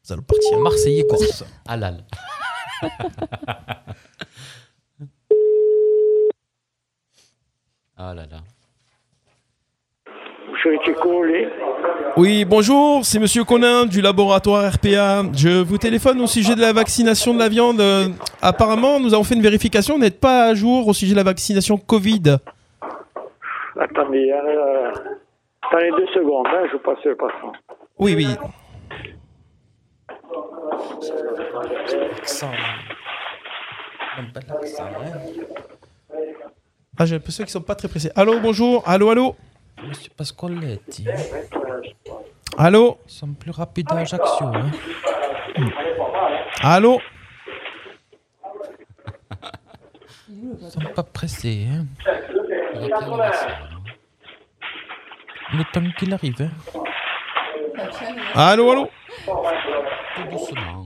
S3: Ça va partir.
S4: Un Marseillais Corse.
S6: Halal. Ah là là.
S10: Boucherie Chicolé.
S3: Oui, bonjour, c'est Monsieur Conin du laboratoire RPA. Je vous téléphone au sujet de la vaccination de la viande. Euh, Apparemment, nous avons fait une vérification, vous n'êtes pas à jour au sujet de la vaccination Covid.
S10: Attendez, euh, attendez deux secondes, hein, je passe le patron.
S3: Oui, oui. Ah, j'ai l'impression qu'ils sont pas très pressés. Allô, bonjour, allô, allô,
S4: Monsieur Pasqualetti,
S3: allô,
S4: ils sont plus rapides à Ajaccio. hein.
S3: allô.
S4: Ils sont pas pressés. hein.
S6: Il est calme, ça.
S4: Le temps qu'il arrive. hein.
S3: Allô, allô
S6: Tout doucement.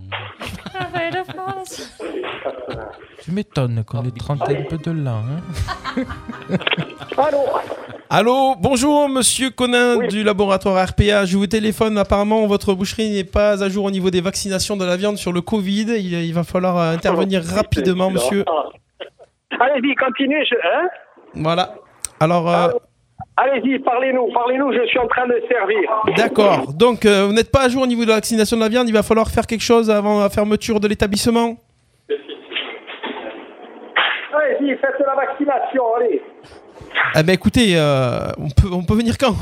S4: Tu m'étonnes qu'on est 30 un peu de là. hein.
S10: Allô
S3: Allô, bonjour monsieur Conin
S10: Oui.
S3: du laboratoire RPA, je vous téléphone, apparemment votre boucherie n'est pas à jour au niveau des vaccinations de la viande sur le Covid, il, il va falloir euh, intervenir rapidement monsieur.
S10: Ah. Allez-y, continuez, je- hein
S3: Voilà. Alors, euh,
S10: Allez-y, parlez-nous, parlez-nous, je suis en train de servir.
S3: d'accord, donc euh, vous n'êtes pas à jour au niveau de la vaccination de la viande, il va falloir faire quelque chose avant la fermeture de l'établissement
S10: Allez-y, faites la vaccination, allez.
S3: Eh ben écoutez, euh, on, peut, on peut venir quand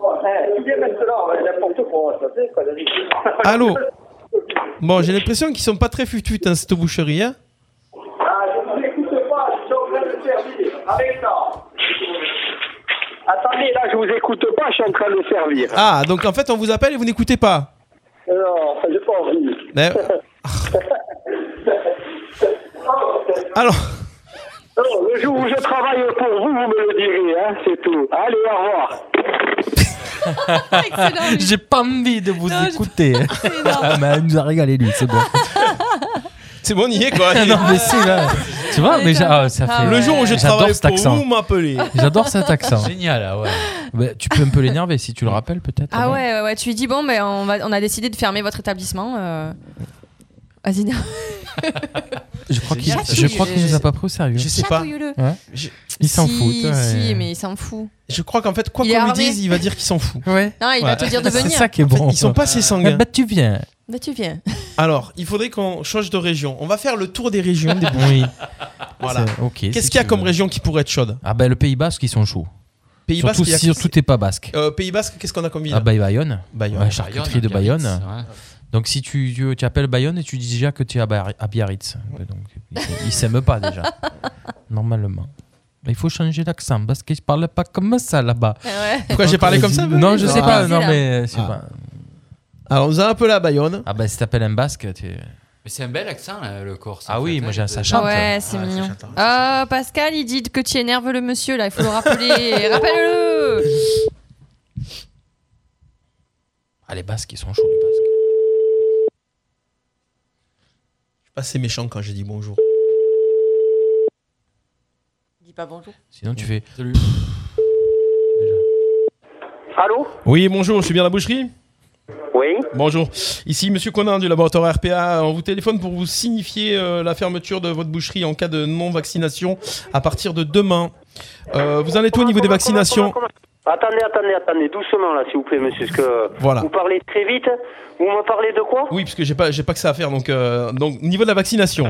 S10: Eh, bien maintenant, euh, n'importe quoi, ça c'est quoi d'habitude.
S3: Allô Bon, j'ai l'impression qu'ils sont pas très fut hein, cette boucherie, hein
S10: Ah, je ne vous écoute pas, je suis en train de servir. Avec ça. Attendez, là, je vous écoute pas, je suis en train de servir.
S3: Ah, donc en fait on vous appelle et vous n'écoutez pas
S10: Non, ça, j'ai pas envie.
S3: Mais- Alors...
S10: Non, le jour où je travaille pour vous, vous me le direz, hein, c'est tout. Allez, au revoir.
S3: Ah.
S5: Excellent, lui.
S4: J'ai pas envie de vous
S5: Non, je-
S4: écouter. Ah, mais il nous a régalé lui, c'est bon.
S3: C'est bon, on y est quoi.
S4: Ah non, mais c'est là. Tu vois, mais j'a- ah, ça
S5: Ah
S4: fait.
S5: ouais.
S3: Le jour où je
S4: J'adore
S3: travaille
S4: cet
S3: pour
S4: accent.
S3: vous, m'appelez.
S4: J'adore cet accent.
S6: Génial, ah ouais.
S4: Bah, tu peux un peu l'énerver si tu le rappelles peut-être.
S5: Ah
S4: non
S5: ouais, ben, ouais, ouais, tu lui dis bon, mais on, va, on a décidé de fermer votre établissement. euh. Vas-y, non.
S4: Je crois qu'il
S5: Génial, ça.
S4: je crois qu'il nous a pas pris au sérieux.
S3: Je sais pas.
S5: Chatouille-le.
S4: Ouais. Ils s'en
S5: Si,
S4: foutent. ouais.
S5: Si, mais il s'en fout.
S3: Je crois qu'en fait, quoi
S5: Il est
S3: qu'on lui
S5: armé.
S3: dise, il va dire qu'il s'en fout.
S4: Ouais.
S5: Non, il va te dire de
S4: C'est
S5: venir.
S4: ça qui est
S3: En fait,
S4: bon.
S3: ils sont pas hein. assez sanguins.
S4: Ah Bah tu viens.
S5: Bah, tu viens.
S3: Alors, il faudrait qu'on change de région. On va faire le tour des régions. Des Bouches.
S4: Oui.
S3: Voilà.
S4: C'est- euh, ok, si
S3: Qu'est-ce qu'il y a
S4: tu
S3: comme
S4: veux.
S3: région qui pourrait être chaude
S4: Ah bah le Pays Basque ils sont chauds.
S3: Pays
S4: surtout
S3: Basque, il y a-
S4: si tout n'est pas basque.
S3: Euh, Pays Basque, qu'est-ce qu'on a comme ville
S4: Ah bah Bayonne.
S3: Bayonne.
S4: Ouais, charcuterie de
S6: Bayonne,
S4: Bayonne.
S6: Biarritz, ouais.
S4: Donc si tu, tu, tu appelles Bayonne et tu dis déjà que tu es à, Bar- à Biarritz. Donc ils s'aiment- ils s'aiment pas déjà. Normalement. Mais il faut changer l'accent parce que je parle pas comme ça là-bas.
S5: Ah Ouais.
S3: Pourquoi j'ai parlé comme ça
S4: Non, je sais pas.
S5: Ah.
S4: Non mais je sais
S3: Ah.
S4: pas.
S3: Alors, on faisait un peu la Bayonne.
S4: Ah bah si t'appelles un basque, tu
S6: Mais c'est un bel accent, là, le corse.
S4: Ah
S6: en
S4: oui,
S6: fait,
S4: moi,
S6: hein,
S4: j'ai-
S6: de-
S4: ça chante.
S5: Ouais, c'est
S4: Ah,
S5: mignon.
S4: ça
S5: Ah, Pascal, il dit que tu énerves le monsieur là, il faut le rappeler. Rappelle-le.
S4: Ah les basques ils sont chauds les basques.
S3: Je suis pas assez Ah, méchant quand j'ai dit bonjour.
S12: Dis pas bonjour.
S4: Sinon tu fais.
S11: Allô
S3: Oui, bonjour, je suis bien à la boucherie
S11: Oui.
S3: Bonjour. Ici, monsieur Conin du laboratoire RPA. On vous téléphone pour vous signifier euh, la fermeture de votre boucherie en cas de non-vaccination à partir de demain. Euh, vous en êtes où au niveau des vaccinations
S11: Attendez, attendez, attendez, doucement là, s'il vous plaît, monsieur, parce que
S3: Voilà.
S11: vous parlez très vite. Vous me parlez de quoi
S3: Oui, parce que j'ai pas, j'ai pas que ça à faire. Donc, euh, donc niveau de la vaccination.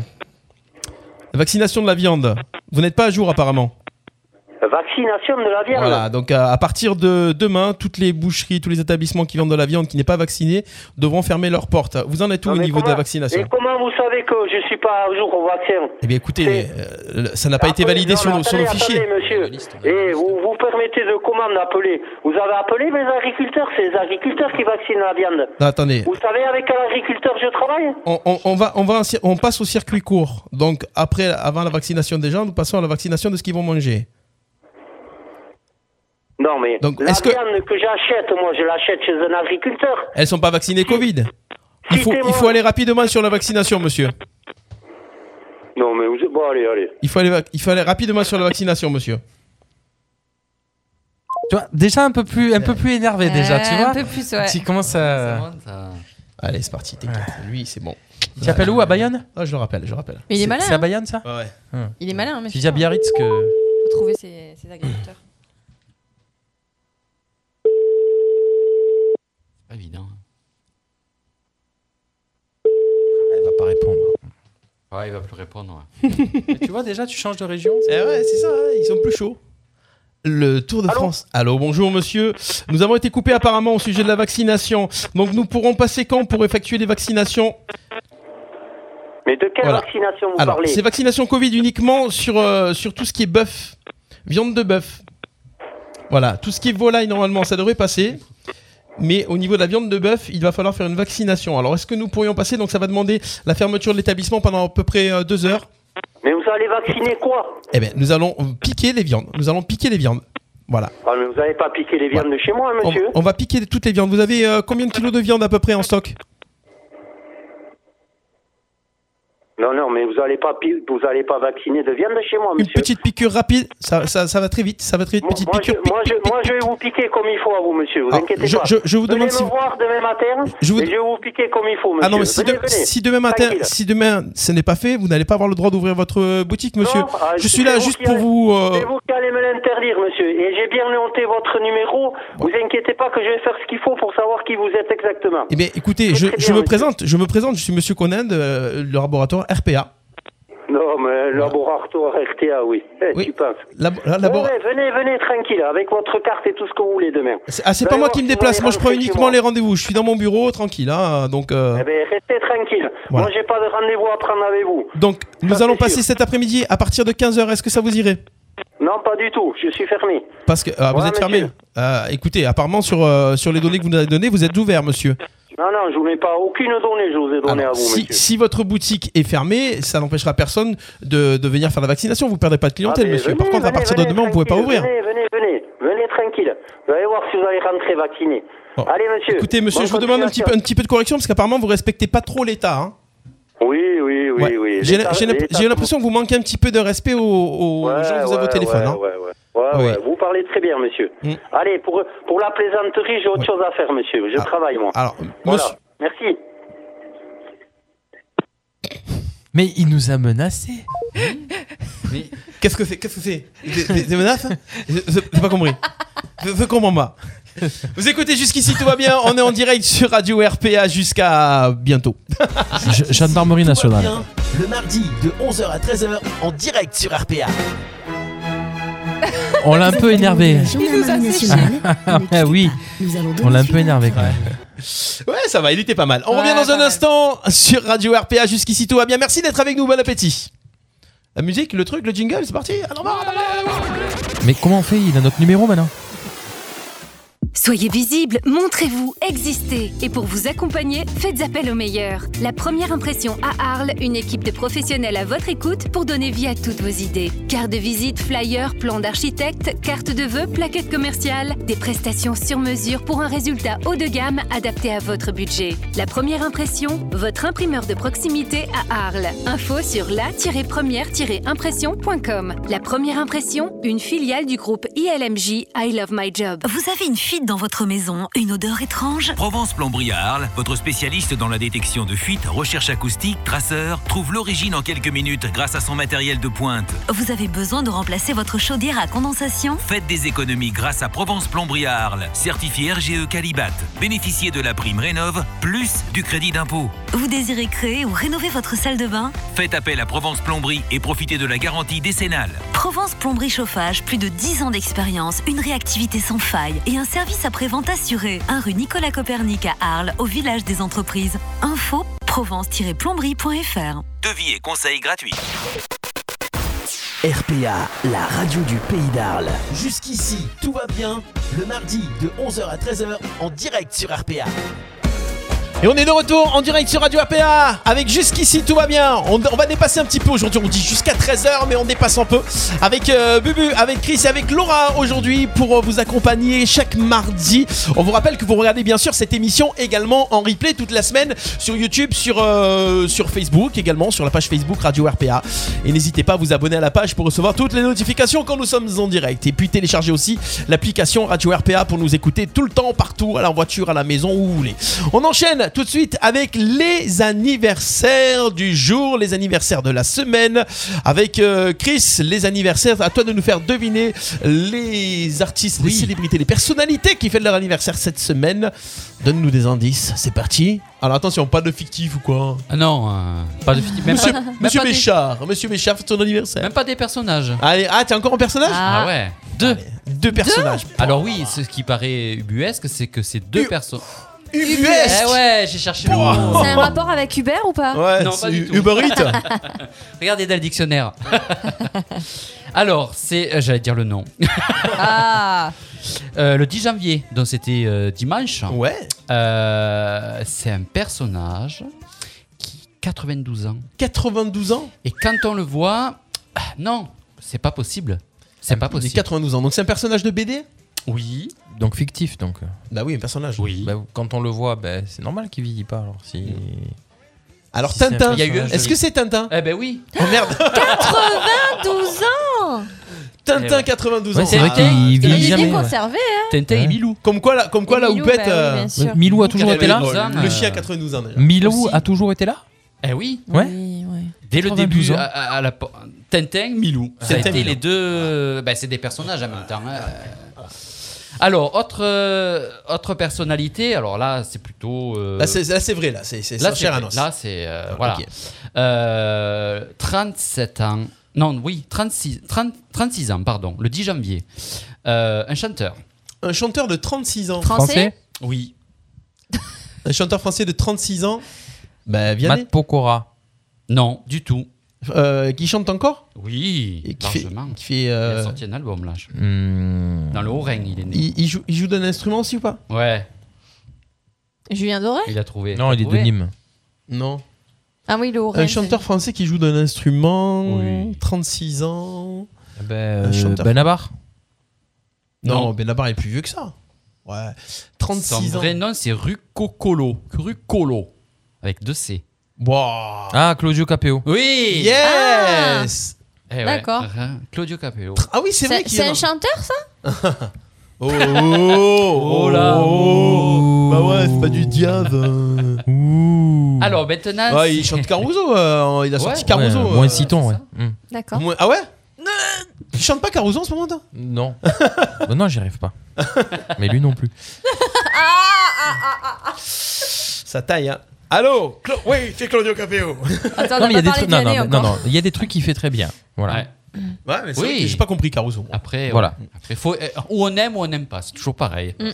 S3: La vaccination de la viande. Vous n'êtes pas à jour apparemment.
S11: Vaccination de la viande.
S3: Voilà, donc à, à partir de demain, toutes les boucheries, tous les établissements qui vendent de la viande qui n'est pas vaccinée devront fermer leurs portes. Vous en êtes où
S11: Non,
S3: au
S11: mais
S3: niveau de la
S11: comment-
S3: vaccination
S11: Et comment vous savez que je suis pas à jour au vaccin
S3: Eh bien écoutez, euh, ça n'a pas été validé sur,
S11: le
S3: nos- sur nos fichiers.
S11: monsieur. oh. Et vous vous permettez de comment appeler Vous avez appelé mes agriculteurs, c'est les agriculteurs qui vaccinent la viande.
S3: Non, attendez,
S11: Vous savez avec quel agriculteur je travaille
S3: on, on- on va, on, va, en cir- on passe au circuit court. Donc après, avant la vaccination des gens, nous passons à la vaccination de ce qu'ils vont manger.
S11: Non mais
S3: Donc,
S11: la
S3: est-ce que-
S11: viande que j'achète, moi je l'achète chez un agriculteur.
S3: Elles sont pas vaccinées Covid. Il faut, il
S11: Citez-moi.
S3: faut aller rapidement sur la vaccination, monsieur.
S11: Non mais vous... bon allez allez.
S3: Il faut aller, vac- il faut aller rapidement sur la vaccination, monsieur.
S4: Tu vois, déjà un peu plus, un peu plus énervé déjà,
S5: Euh,
S4: tu vois.
S5: un peu plus, ouais.
S4: Tu commences à.
S3: Allez, c'est parti, t'inquiète. Lui, c'est bon.
S4: Tu appelles où à Bayonne
S3: Ah, je le rappelle, je le rappelle.
S5: Mais il est
S4: C'est-
S5: malin,
S4: C'est à
S5: hein.
S4: Bayonne ça
S3: Ouais.
S5: Il est malin, mais
S4: Tu dis à Biarritz que.
S5: faut trouver ses, ses agriculteurs.
S6: Pas évident.
S4: Elle va pas répondre.
S6: Ouais, Ah, il va plus répondre. ouais.
S4: tu vois déjà, tu changes de région.
S3: Eh ouais, c'est ça, hein, ils sont plus chauds. Le Tour de France. Allô, bonjour monsieur. Nous avons été coupés apparemment au sujet de la vaccination. Donc nous pourrons passer quand pour effectuer les vaccinations
S11: Mais de quelle
S3: Voilà.
S11: vaccination vous
S3: Alors,
S11: parlez
S3: c'est vaccination Covid uniquement sur, euh, sur tout ce qui est bœuf, viande de bœuf. Voilà, tout ce qui est volaille normalement, ça devrait passer. Mais au niveau de la viande de bœuf, il va falloir faire une vaccination. Alors, est-ce que nous pourrions passer Donc, ça va demander la fermeture de l'établissement pendant à peu près euh, deux heures.
S11: Mais vous allez vacciner quoi
S3: Eh bien, nous allons piquer les viandes. Nous allons piquer les viandes. Voilà.
S11: Ah, mais Vous n'allez pas piquer les viandes de chez moi, hein,
S3: On,
S11: monsieur
S3: on va piquer toutes les viandes. Vous avez euh, combien de kilos de viande à peu près en stock
S11: Non, non, mais vous allez pas, pi- vous allez pas vacciner de viande de chez moi,
S3: Une
S11: monsieur.
S3: petite piqûre rapide. Ça, ça, ça va très vite. Ça va très vite.
S11: Moi,
S3: Petite
S11: moi, je,
S3: piqûre. pique,
S11: moi,
S3: pique,
S11: je-
S3: pique,
S11: moi, je vais
S3: pique.
S11: vous piquer comme il faut à vous, monsieur. Vous
S3: Ah,
S11: inquiétez
S3: je-
S11: pas.
S3: je- je vous
S11: Venez
S3: demande
S11: me
S3: si vous-
S11: voir demain matin.
S3: Je vous-
S11: Et je vais vous piquer comme il faut, monsieur.
S3: Ah non, mais si,
S11: Venez,
S3: de-
S11: venez.
S3: si demain matin,
S11: Tranquille.
S3: si demain ce n'est pas fait, vous n'allez pas avoir le droit d'ouvrir votre euh, boutique, monsieur.
S11: Non, ah,
S3: je
S11: c'est
S3: suis là
S11: vous
S3: juste
S11: qui
S3: pour
S11: allez-
S3: vous. euh,
S11: C'est vous qui allez me l'interdire, monsieur. Et j'ai bien noté votre numéro. Vous inquiétez pas que je vais faire ce qu'il faut pour savoir qui vous êtes exactement.
S3: Eh bien, écoutez, je,
S11: très
S3: je
S11: bien,
S3: me
S11: monsieur.
S3: présente. Je me présente. Je suis Monsieur Conan, de, euh, le laboratoire RPA.
S11: Non,
S3: Ah.
S11: mais laboratoire RTA, oui. Eh, Tu penses
S3: Labo- là, labo-
S11: Ouais, ouais, venez, venez tranquille, avec votre carte et tout ce que vous voulez demain.
S3: C'est- Ah, c'est
S11: Vous
S3: pas
S11: allez
S3: moi
S11: voir
S3: qui
S11: si
S3: me
S11: vous
S3: déplace.
S11: allez
S3: Moi, je prends
S11: rentrer chez
S3: uniquement
S11: moi.
S3: les rendez-vous. Je suis dans mon bureau, tranquille. hein, donc, euh,
S11: Eh ben, restez tranquille.
S3: Voilà.
S11: Moi, j'ai pas de rendez-vous à prendre avec vous.
S3: donc, nous
S11: c'est
S3: allons
S11: sûr.
S3: passer cet après-midi à partir de 15 h Est-ce que ça vous irait
S11: Non, pas du tout. Je suis fermé.
S3: Parce que ah, vous
S11: Ouais,
S3: êtes fermé.
S11: monsieur.
S3: Euh, écoutez, apparemment sur, euh, sur les données que vous nous avez données, vous êtes ouvert, monsieur.
S11: Non, non, je vous mets pas aucune donnée. Je vous ai donné à vous,
S3: Ah, Si,
S11: monsieur.
S3: si votre boutique est fermée, ça n'empêchera personne de, de venir faire la vaccination. Vous perdez pas de clientèle,
S11: Ah, mais
S3: monsieur. Par
S11: venez,
S3: contre, à
S11: venez,
S3: partir de
S11: venez,
S3: demain, vous pouvez pas
S11: tranquille,
S3: ouvrir.
S11: Venez, venez, venez, venez tranquille. Vous allez voir si vous allez rentrer vacciné. Allez, monsieur.
S3: Écoutez, monsieur,
S11: Bonne
S3: je vous demande un petit, peu, un
S11: continuation.
S3: petit peu de correction parce qu'apparemment, vous respectez pas trop l'État. hein.
S11: Oui, oui, oui,
S3: Ouais.
S11: oui.
S3: J'ai
S11: L'État-
S3: j'ai l'imp-
S11: l'État-
S3: j'ai l'impression que vous manquez un petit peu de respect aux, aux
S11: Ouais,
S3: gens que vous avez
S11: ouais,
S3: au téléphone.
S11: ouais,
S3: hein.
S11: ouais, ouais. Ouais,
S3: Oui.
S11: ouais, Vous parlez très bien, monsieur.
S3: Mm.
S11: Allez, pour, pour la plaisanterie, j'ai autre chose à faire, monsieur.
S4: Ah.
S11: Je travaille, moi.
S3: Alors,
S11: Voilà.
S3: monsieur-
S11: Merci.
S4: Mais il nous a menacés.
S3: Qu'est-ce que c'est Qu'est-ce que c'est Des- Des des menaces Je- je- J'ai pas compris. Je, je comprends pas. Vous écoutez jusqu'ici, tout va bien. On est en direct sur Radio RPA jusqu'à bientôt.
S4: Ah, Gendarmerie nationale.
S1: Bien, le mardi de 11h à 13h en direct sur RPA.
S4: On l'a un peu énervé.
S1: Gendarmerie
S4: Ah oui, on l'a un peu énervé quand même.
S3: Ouais, ça va, il était pas mal. On revient dans un instant sur Radio RPA. Jusqu'ici, tout va bien. Merci d'être avec nous. Bon appétit. La musique, le truc, le jingle, c'est parti. Alors, bah, bah, bah, bah.
S4: Mais comment on fait Il a notre numéro maintenant
S12: Soyez visible, montrez-vous, existez. Et pour vous accompagner, faites appel au meilleur. La première impression à Arles, une équipe de professionnels à votre écoute pour donner vie à toutes vos idées. Cartes de visite, flyers, plans d'architecte, cartes de vœux, plaquettes commerciales, des prestations sur mesure pour un résultat haut de gamme adapté à votre budget. La première impression, votre imprimeur de proximité à Arles. Info sur la-première-impression.com. La première impression, une filiale du groupe ILMJ I Love My Job.
S13: Vous avez une fuite dans votre maison, une odeur étrange
S14: Provence Plomberie à Arles, votre spécialiste dans la détection de fuites, recherche acoustique, traceur, trouve l'origine en quelques minutes grâce à son matériel de pointe.
S13: Vous avez besoin de remplacer votre chaudière à condensation
S14: Faites des économies grâce à Provence Plomberie à Arles, certifié RGE Calibat. Bénéficiez de la prime Rénov, plus du crédit d'impôt.
S13: Vous désirez créer ou rénover votre salle de bain
S14: Faites appel à Provence Plomberie et profitez de la garantie décennale.
S13: Provence Plomberie Chauffage, plus de 10 ans d'expérience, une réactivité sans faille et un service après-vente assuré. 1 rue Nicolas Copernic à Arles, au village des entreprises. Info provence-plomberie.fr
S14: Devis et conseils gratuits.
S1: RPA, la radio du pays d'Arles. Jusqu'ici, tout va bien. Le mardi de 11h à 13h en direct sur RPA.
S3: Et on est de retour en direct sur Radio APA avec jusqu'ici tout va bien. On, on va dépasser un petit peu aujourd'hui. On dit jusqu'à 13h, mais on dépasse un peu avec euh, Bubu, avec Chris et avec Laura aujourd'hui pour euh, vous accompagner chaque mardi. On vous rappelle que vous regardez bien sûr cette émission également en replay toute la semaine sur YouTube, sur, euh, sur Facebook également, sur la page Facebook Radio RPA. Et n'hésitez pas à vous abonner à la page pour recevoir toutes les notifications quand nous sommes en direct. Et puis téléchargez aussi l'application Radio RPA pour nous écouter tout le temps, partout, à la voiture, à la maison, où vous voulez. On enchaîne tout de suite avec les anniversaires du jour, les anniversaires de la semaine. Avec euh, Chris, les anniversaires. À toi de nous faire deviner les artistes, les célébrités, les personnalités qui fêtent leur anniversaire cette semaine. Donne-nous des indices. C'est parti. Alors attention, pas de fictif ou quoi
S6: Ah Non, euh, pas de fictif. même
S3: monsieur
S6: pas- même
S3: monsieur
S6: Bah, pas des-
S3: Méchard, monsieur Méchard, fête ton anniversaire.
S6: Même pas des personnages.
S3: Allez, ah, t'es encore en personnage
S6: Ah, ouais. Deux.
S3: deux personnages.
S6: Alors oui, ce qui paraît ubuesque, c'est que c'est deux personnes.
S3: Ubuesque
S6: Eh ouais, j'ai cherché le mot.
S5: C'est un rapport avec Uber ou pas
S6: Non, pas du tout. Regardez dans le dictionnaire. Alors, c'est. euh, J'allais dire le nom.
S5: Ah
S6: Euh, le 10 janvier, donc c'était euh, dimanche. euh,
S3: Ouais.
S6: c'est un personnage qui 92 ans.
S3: 92 ans
S6: Et quand on le voit, ah, non, c'est pas possible. C'est pas
S3: Il est
S6: possible.
S3: 92 ans. Donc c'est un personnage de BD
S6: Oui.
S4: Donc fictif donc.
S3: Bah oui, un personnage.
S6: Oui.
S4: quand on le voit, bah, c'est normal qu'il vieillit pas alors si.
S3: Alors
S4: si c'est un
S3: Tintin.
S4: personnage de-
S3: Est-ce que c'est Tintin
S6: Eh ben oui.
S3: Oh merde.
S5: 92 ans
S6: Eh
S3: Tintin 92 ans. Ah.
S4: Ouais, c'est vrai qu'il
S5: Il
S4: vieillit
S5: est
S4: jamais.
S5: bien conservé, hein
S6: Tintin et Milou.
S3: Comme quoi, la, comme quoi,
S5: Et
S3: la
S5: Milou,
S3: houppette.
S5: bah oui,
S3: euh,
S5: bien sûr. euh.
S4: Milou a toujours
S3: elle
S4: été
S3: est
S4: là
S3: drôle. Le chien 92 ans déjà.
S4: Milou a toujours été là
S6: Eh oui.
S4: Ouais.
S6: Dès le
S4: 92
S6: début,
S4: ans.
S6: à, à- à la po- Tintin, Milou.
S3: Ah,
S6: Ça a
S4: Tintin,
S6: été
S4: Milou.
S6: les deux. euh, bah, c'est des personnages en même temps. hein. Alors, autre, euh, autre personnalité. Alors là, c'est plutôt. euh,
S3: Là, Ah, c'est- là, c'est vrai, là. C'est c'est
S6: Là,
S3: sans chair à
S6: vrai.
S3: noce.
S6: Là, c'est. euh,
S3: Ok.
S6: voilà. Euh, 37 ans. Non, oui, 36, 30 36 ans, pardon, le 10 janvier. Euh, un chanteur.
S3: Un chanteur de 36 ans.
S4: Français
S6: Oui.
S3: Un chanteur français de 36 ans. Bah, viens.
S4: Matt Pokora.
S6: Non, du tout.
S3: Euh, qui chante encore
S6: Oui,
S3: Et qui fait-
S6: largement.
S3: qui fait,
S6: Il
S3: euh,
S6: a sorti un album, là. je-
S4: Hmm.
S6: Dans le Haut-Rhin, il est né.
S3: il, il joue, il joue d'un instrument aussi ou pas
S6: Ouais,
S5: Julien Doré
S6: il a trouvé.
S4: Non,
S6: T'as
S4: il est de
S6: trouvé
S4: Nîmes.
S3: Non.
S5: Ah oui, il est
S4: Euh,
S5: au
S3: Un
S5: Rennes.
S3: chanteur français qui joue d'un instrument. 36 ans.
S4: Ben,
S3: Un chanteur.
S4: Benabar.
S3: Non,
S6: Non.
S3: Benabar est plus vieux que ça. Ouais. 36
S6: Son
S3: ans.
S6: vrai nom, c'est Rucocolo. Rucolo. Avec deux C.
S3: Wow.
S4: Ah, Claudio Capéo.
S6: Oui
S3: Yes
S6: Eh ouais.
S5: D'accord.
S6: Hein, Claudio Capéo.
S3: Ah oui, c'est vrai qu'il
S5: Ah. C'est
S3: est
S5: un
S3: dans-
S5: chanteur, ça
S3: Oh, oh,
S6: Oh là
S3: oh. Bah ouais, c'est pas du diable.
S6: Alors maintenant.
S3: Ouais, il chante Caruso, euh, il a sorti
S6: Ouais.
S3: Caruso.
S4: Ouais,
S3: euh,
S4: moins Citon, ouais. Mm.
S5: D'accord.
S3: Moins- Ah ouais Tu chantes pas Caruso en ce moment, toi
S4: Non. Bah non, j'y arrive pas. Mais lui non plus.
S3: Ça taille, hein. Allô Cla- Oui, c'est Claudio Capéo.
S5: Attends,
S4: Non, mais il y a des trucs. Non, non, non, non, il y a des trucs qu'il fait très bien. Voilà.
S3: Ouais, mais c'est vrai que j'ai pas compris Caruso.
S6: Après,
S4: Voilà.
S6: voilà. Après, faut, euh, ou on aime ou on n'aime pas, c'est toujours pareil.
S5: Mm,
S4: Mm-mm.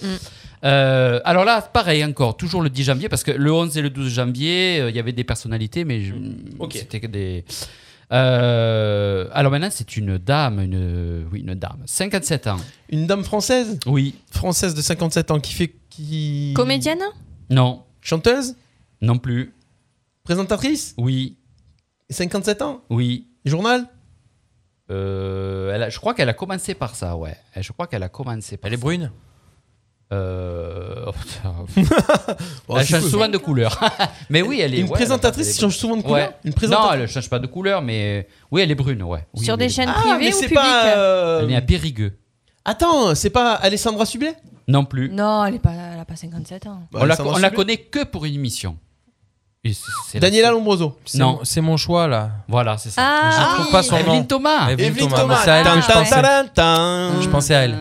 S6: Euh, alors là, pareil encore, toujours le 10 janvier, parce que le 11 et le 12 janvier, euh, il y avait des personnalités, mais je- c'était que des. Euh, alors maintenant, c'est une dame, une, oui, une dame, 57 ans.
S3: Une dame française
S6: Oui.
S3: Française de 57 ans qui fait. qui.
S5: Comédienne
S6: Non.
S3: Chanteuse
S6: Non plus.
S3: Présentatrice
S6: Oui.
S3: 57 ans
S6: Oui.
S3: Journal
S6: Euh, elle a- je crois qu'elle a commencé par ça, ouais. Je crois qu'elle a commencé par
S4: Elle est
S6: ça.
S4: brune
S6: Euh... oh, putain.
S3: Oh,
S6: elle
S3: si
S6: change
S3: peu.
S6: Bah, souvent de couleur. mais oui, elle est.
S3: Une
S6: ouais, elle a
S3: présentatrice
S6: des-
S3: change souvent de couleur
S6: Ouais.
S3: Une présentatrice-
S6: Non, elle change pas de couleur, mais oui, elle est brune, ouais. Oui,
S5: Sur
S6: oui,
S5: des
S6: oui.
S5: chaînes
S3: Ah, mais
S5: privées ou
S3: c'est
S5: publiques
S3: pas. euh,
S6: Elle est à Périgueux.
S3: Attends, c'est pas Alessandra Sublet
S6: Non plus.
S5: Non, elle est pas, elle a pas 57 ans.
S6: on la,
S3: Bah, ça va
S6: on la
S3: subir.
S6: connaît que pour une émission. Et c'est- c'est-
S3: Daniela Lombroso.
S6: C'est Non.
S4: C'est mon choix là.
S6: Voilà, c'est ça.
S5: Ah,
S4: je
S5: oui.
S4: trouve pas son
S6: Evelyne
S4: nom.
S6: Thomas.
S4: Evelyne
S6: Ah. Evelyne
S4: Thomas.
S6: Thomas.
S4: C'est à elle que je
S6: Tan,
S4: pensais.
S6: tan,
S3: Ah.
S4: Je pensais à elle.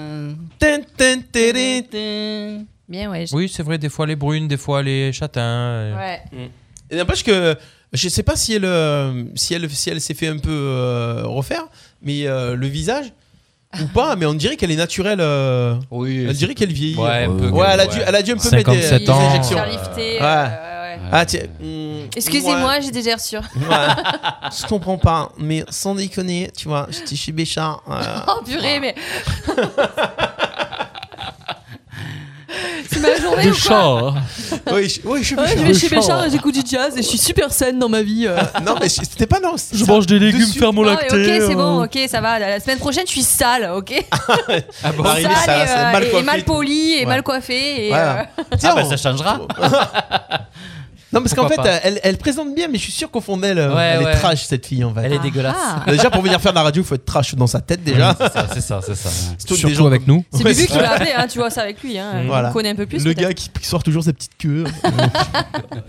S5: Bien, ouais. je-
S4: Oui, c'est vrai, des fois elle est brune, des fois elle est châtain. euh.
S5: Ouais.
S3: Et n'empêche que je sais pas si elle, euh, si elle, si elle s'est fait un peu euh, refaire, mais euh, le visage ou pas, mais on dirait qu'elle est naturelle. euh,
S6: Oui.
S3: On dirait qu'elle vieillit.
S6: Ouais, un peu,
S3: elle, a
S6: ouais.
S3: dû, elle a dû un peu mettre des,
S4: 57
S3: des
S4: ans.
S3: injections.
S5: Surlifté, euh, ouais, ouais.
S3: Ah, tiens. hum,
S5: Excusez-moi, j'ai des gerçures.
S3: ouais. Je comprends pas, mais sans déconner, tu vois, j'étais chez Béchard. euh,
S5: Oh purée, mais. C'est ma journée ou quoi
S3: oui, je, oui, je suis
S5: Ouais,
S3: Béchard.
S5: Je vais chez Béchard et j'écoute du jazz et je suis super saine dans ma vie. euh.
S3: Non, mais c'était pas non.
S7: Je mange des légumes
S5: Non, mais
S7: thermolactés.
S5: ok, c'est bon,
S7: euh,
S5: ok, ça va. La semaine prochaine, je suis sale, ok
S3: Ah bon,
S5: Sale
S3: arrivé, ça,
S5: et,
S3: c'est
S5: euh,
S3: mal
S5: et- et
S3: coiffé.
S5: mal poli et
S3: Ouais.
S5: mal coiffé. Et,
S3: Ouais.
S5: euh,
S3: Tiens,
S6: Ah bah
S3: on-
S6: ça changera.
S3: Non, parce qu'en fait,
S6: Pourquoi pas.
S3: elle, elle présente bien, mais je suis sûr qu'au fond d'elle, euh,
S6: Ouais,
S3: elle
S6: ouais.
S3: est trash, cette fille, en fait. Ah.
S5: Ah.
S3: Bah,
S6: Elle est dégueulasse.
S3: Déjà, pour venir faire de la radio, il faut être trash dans sa tête, déjà.
S6: Ouais, c'est ça, c'est ça, c'est ça.
S3: Surtout
S4: Surtout
S3: des gens
S4: avec
S3: comme-
S4: nous.
S5: C'est
S3: Ouais,
S5: Bubu
S3: c'est
S5: qui
S3: ça.
S5: m'a appelé, hein, tu vois ça avec lui. Hein.
S3: Voilà.
S5: On connaît un peu plus.
S3: Le
S5: peut-être.
S3: gars qui, qui sort toujours sa petite queue. euh,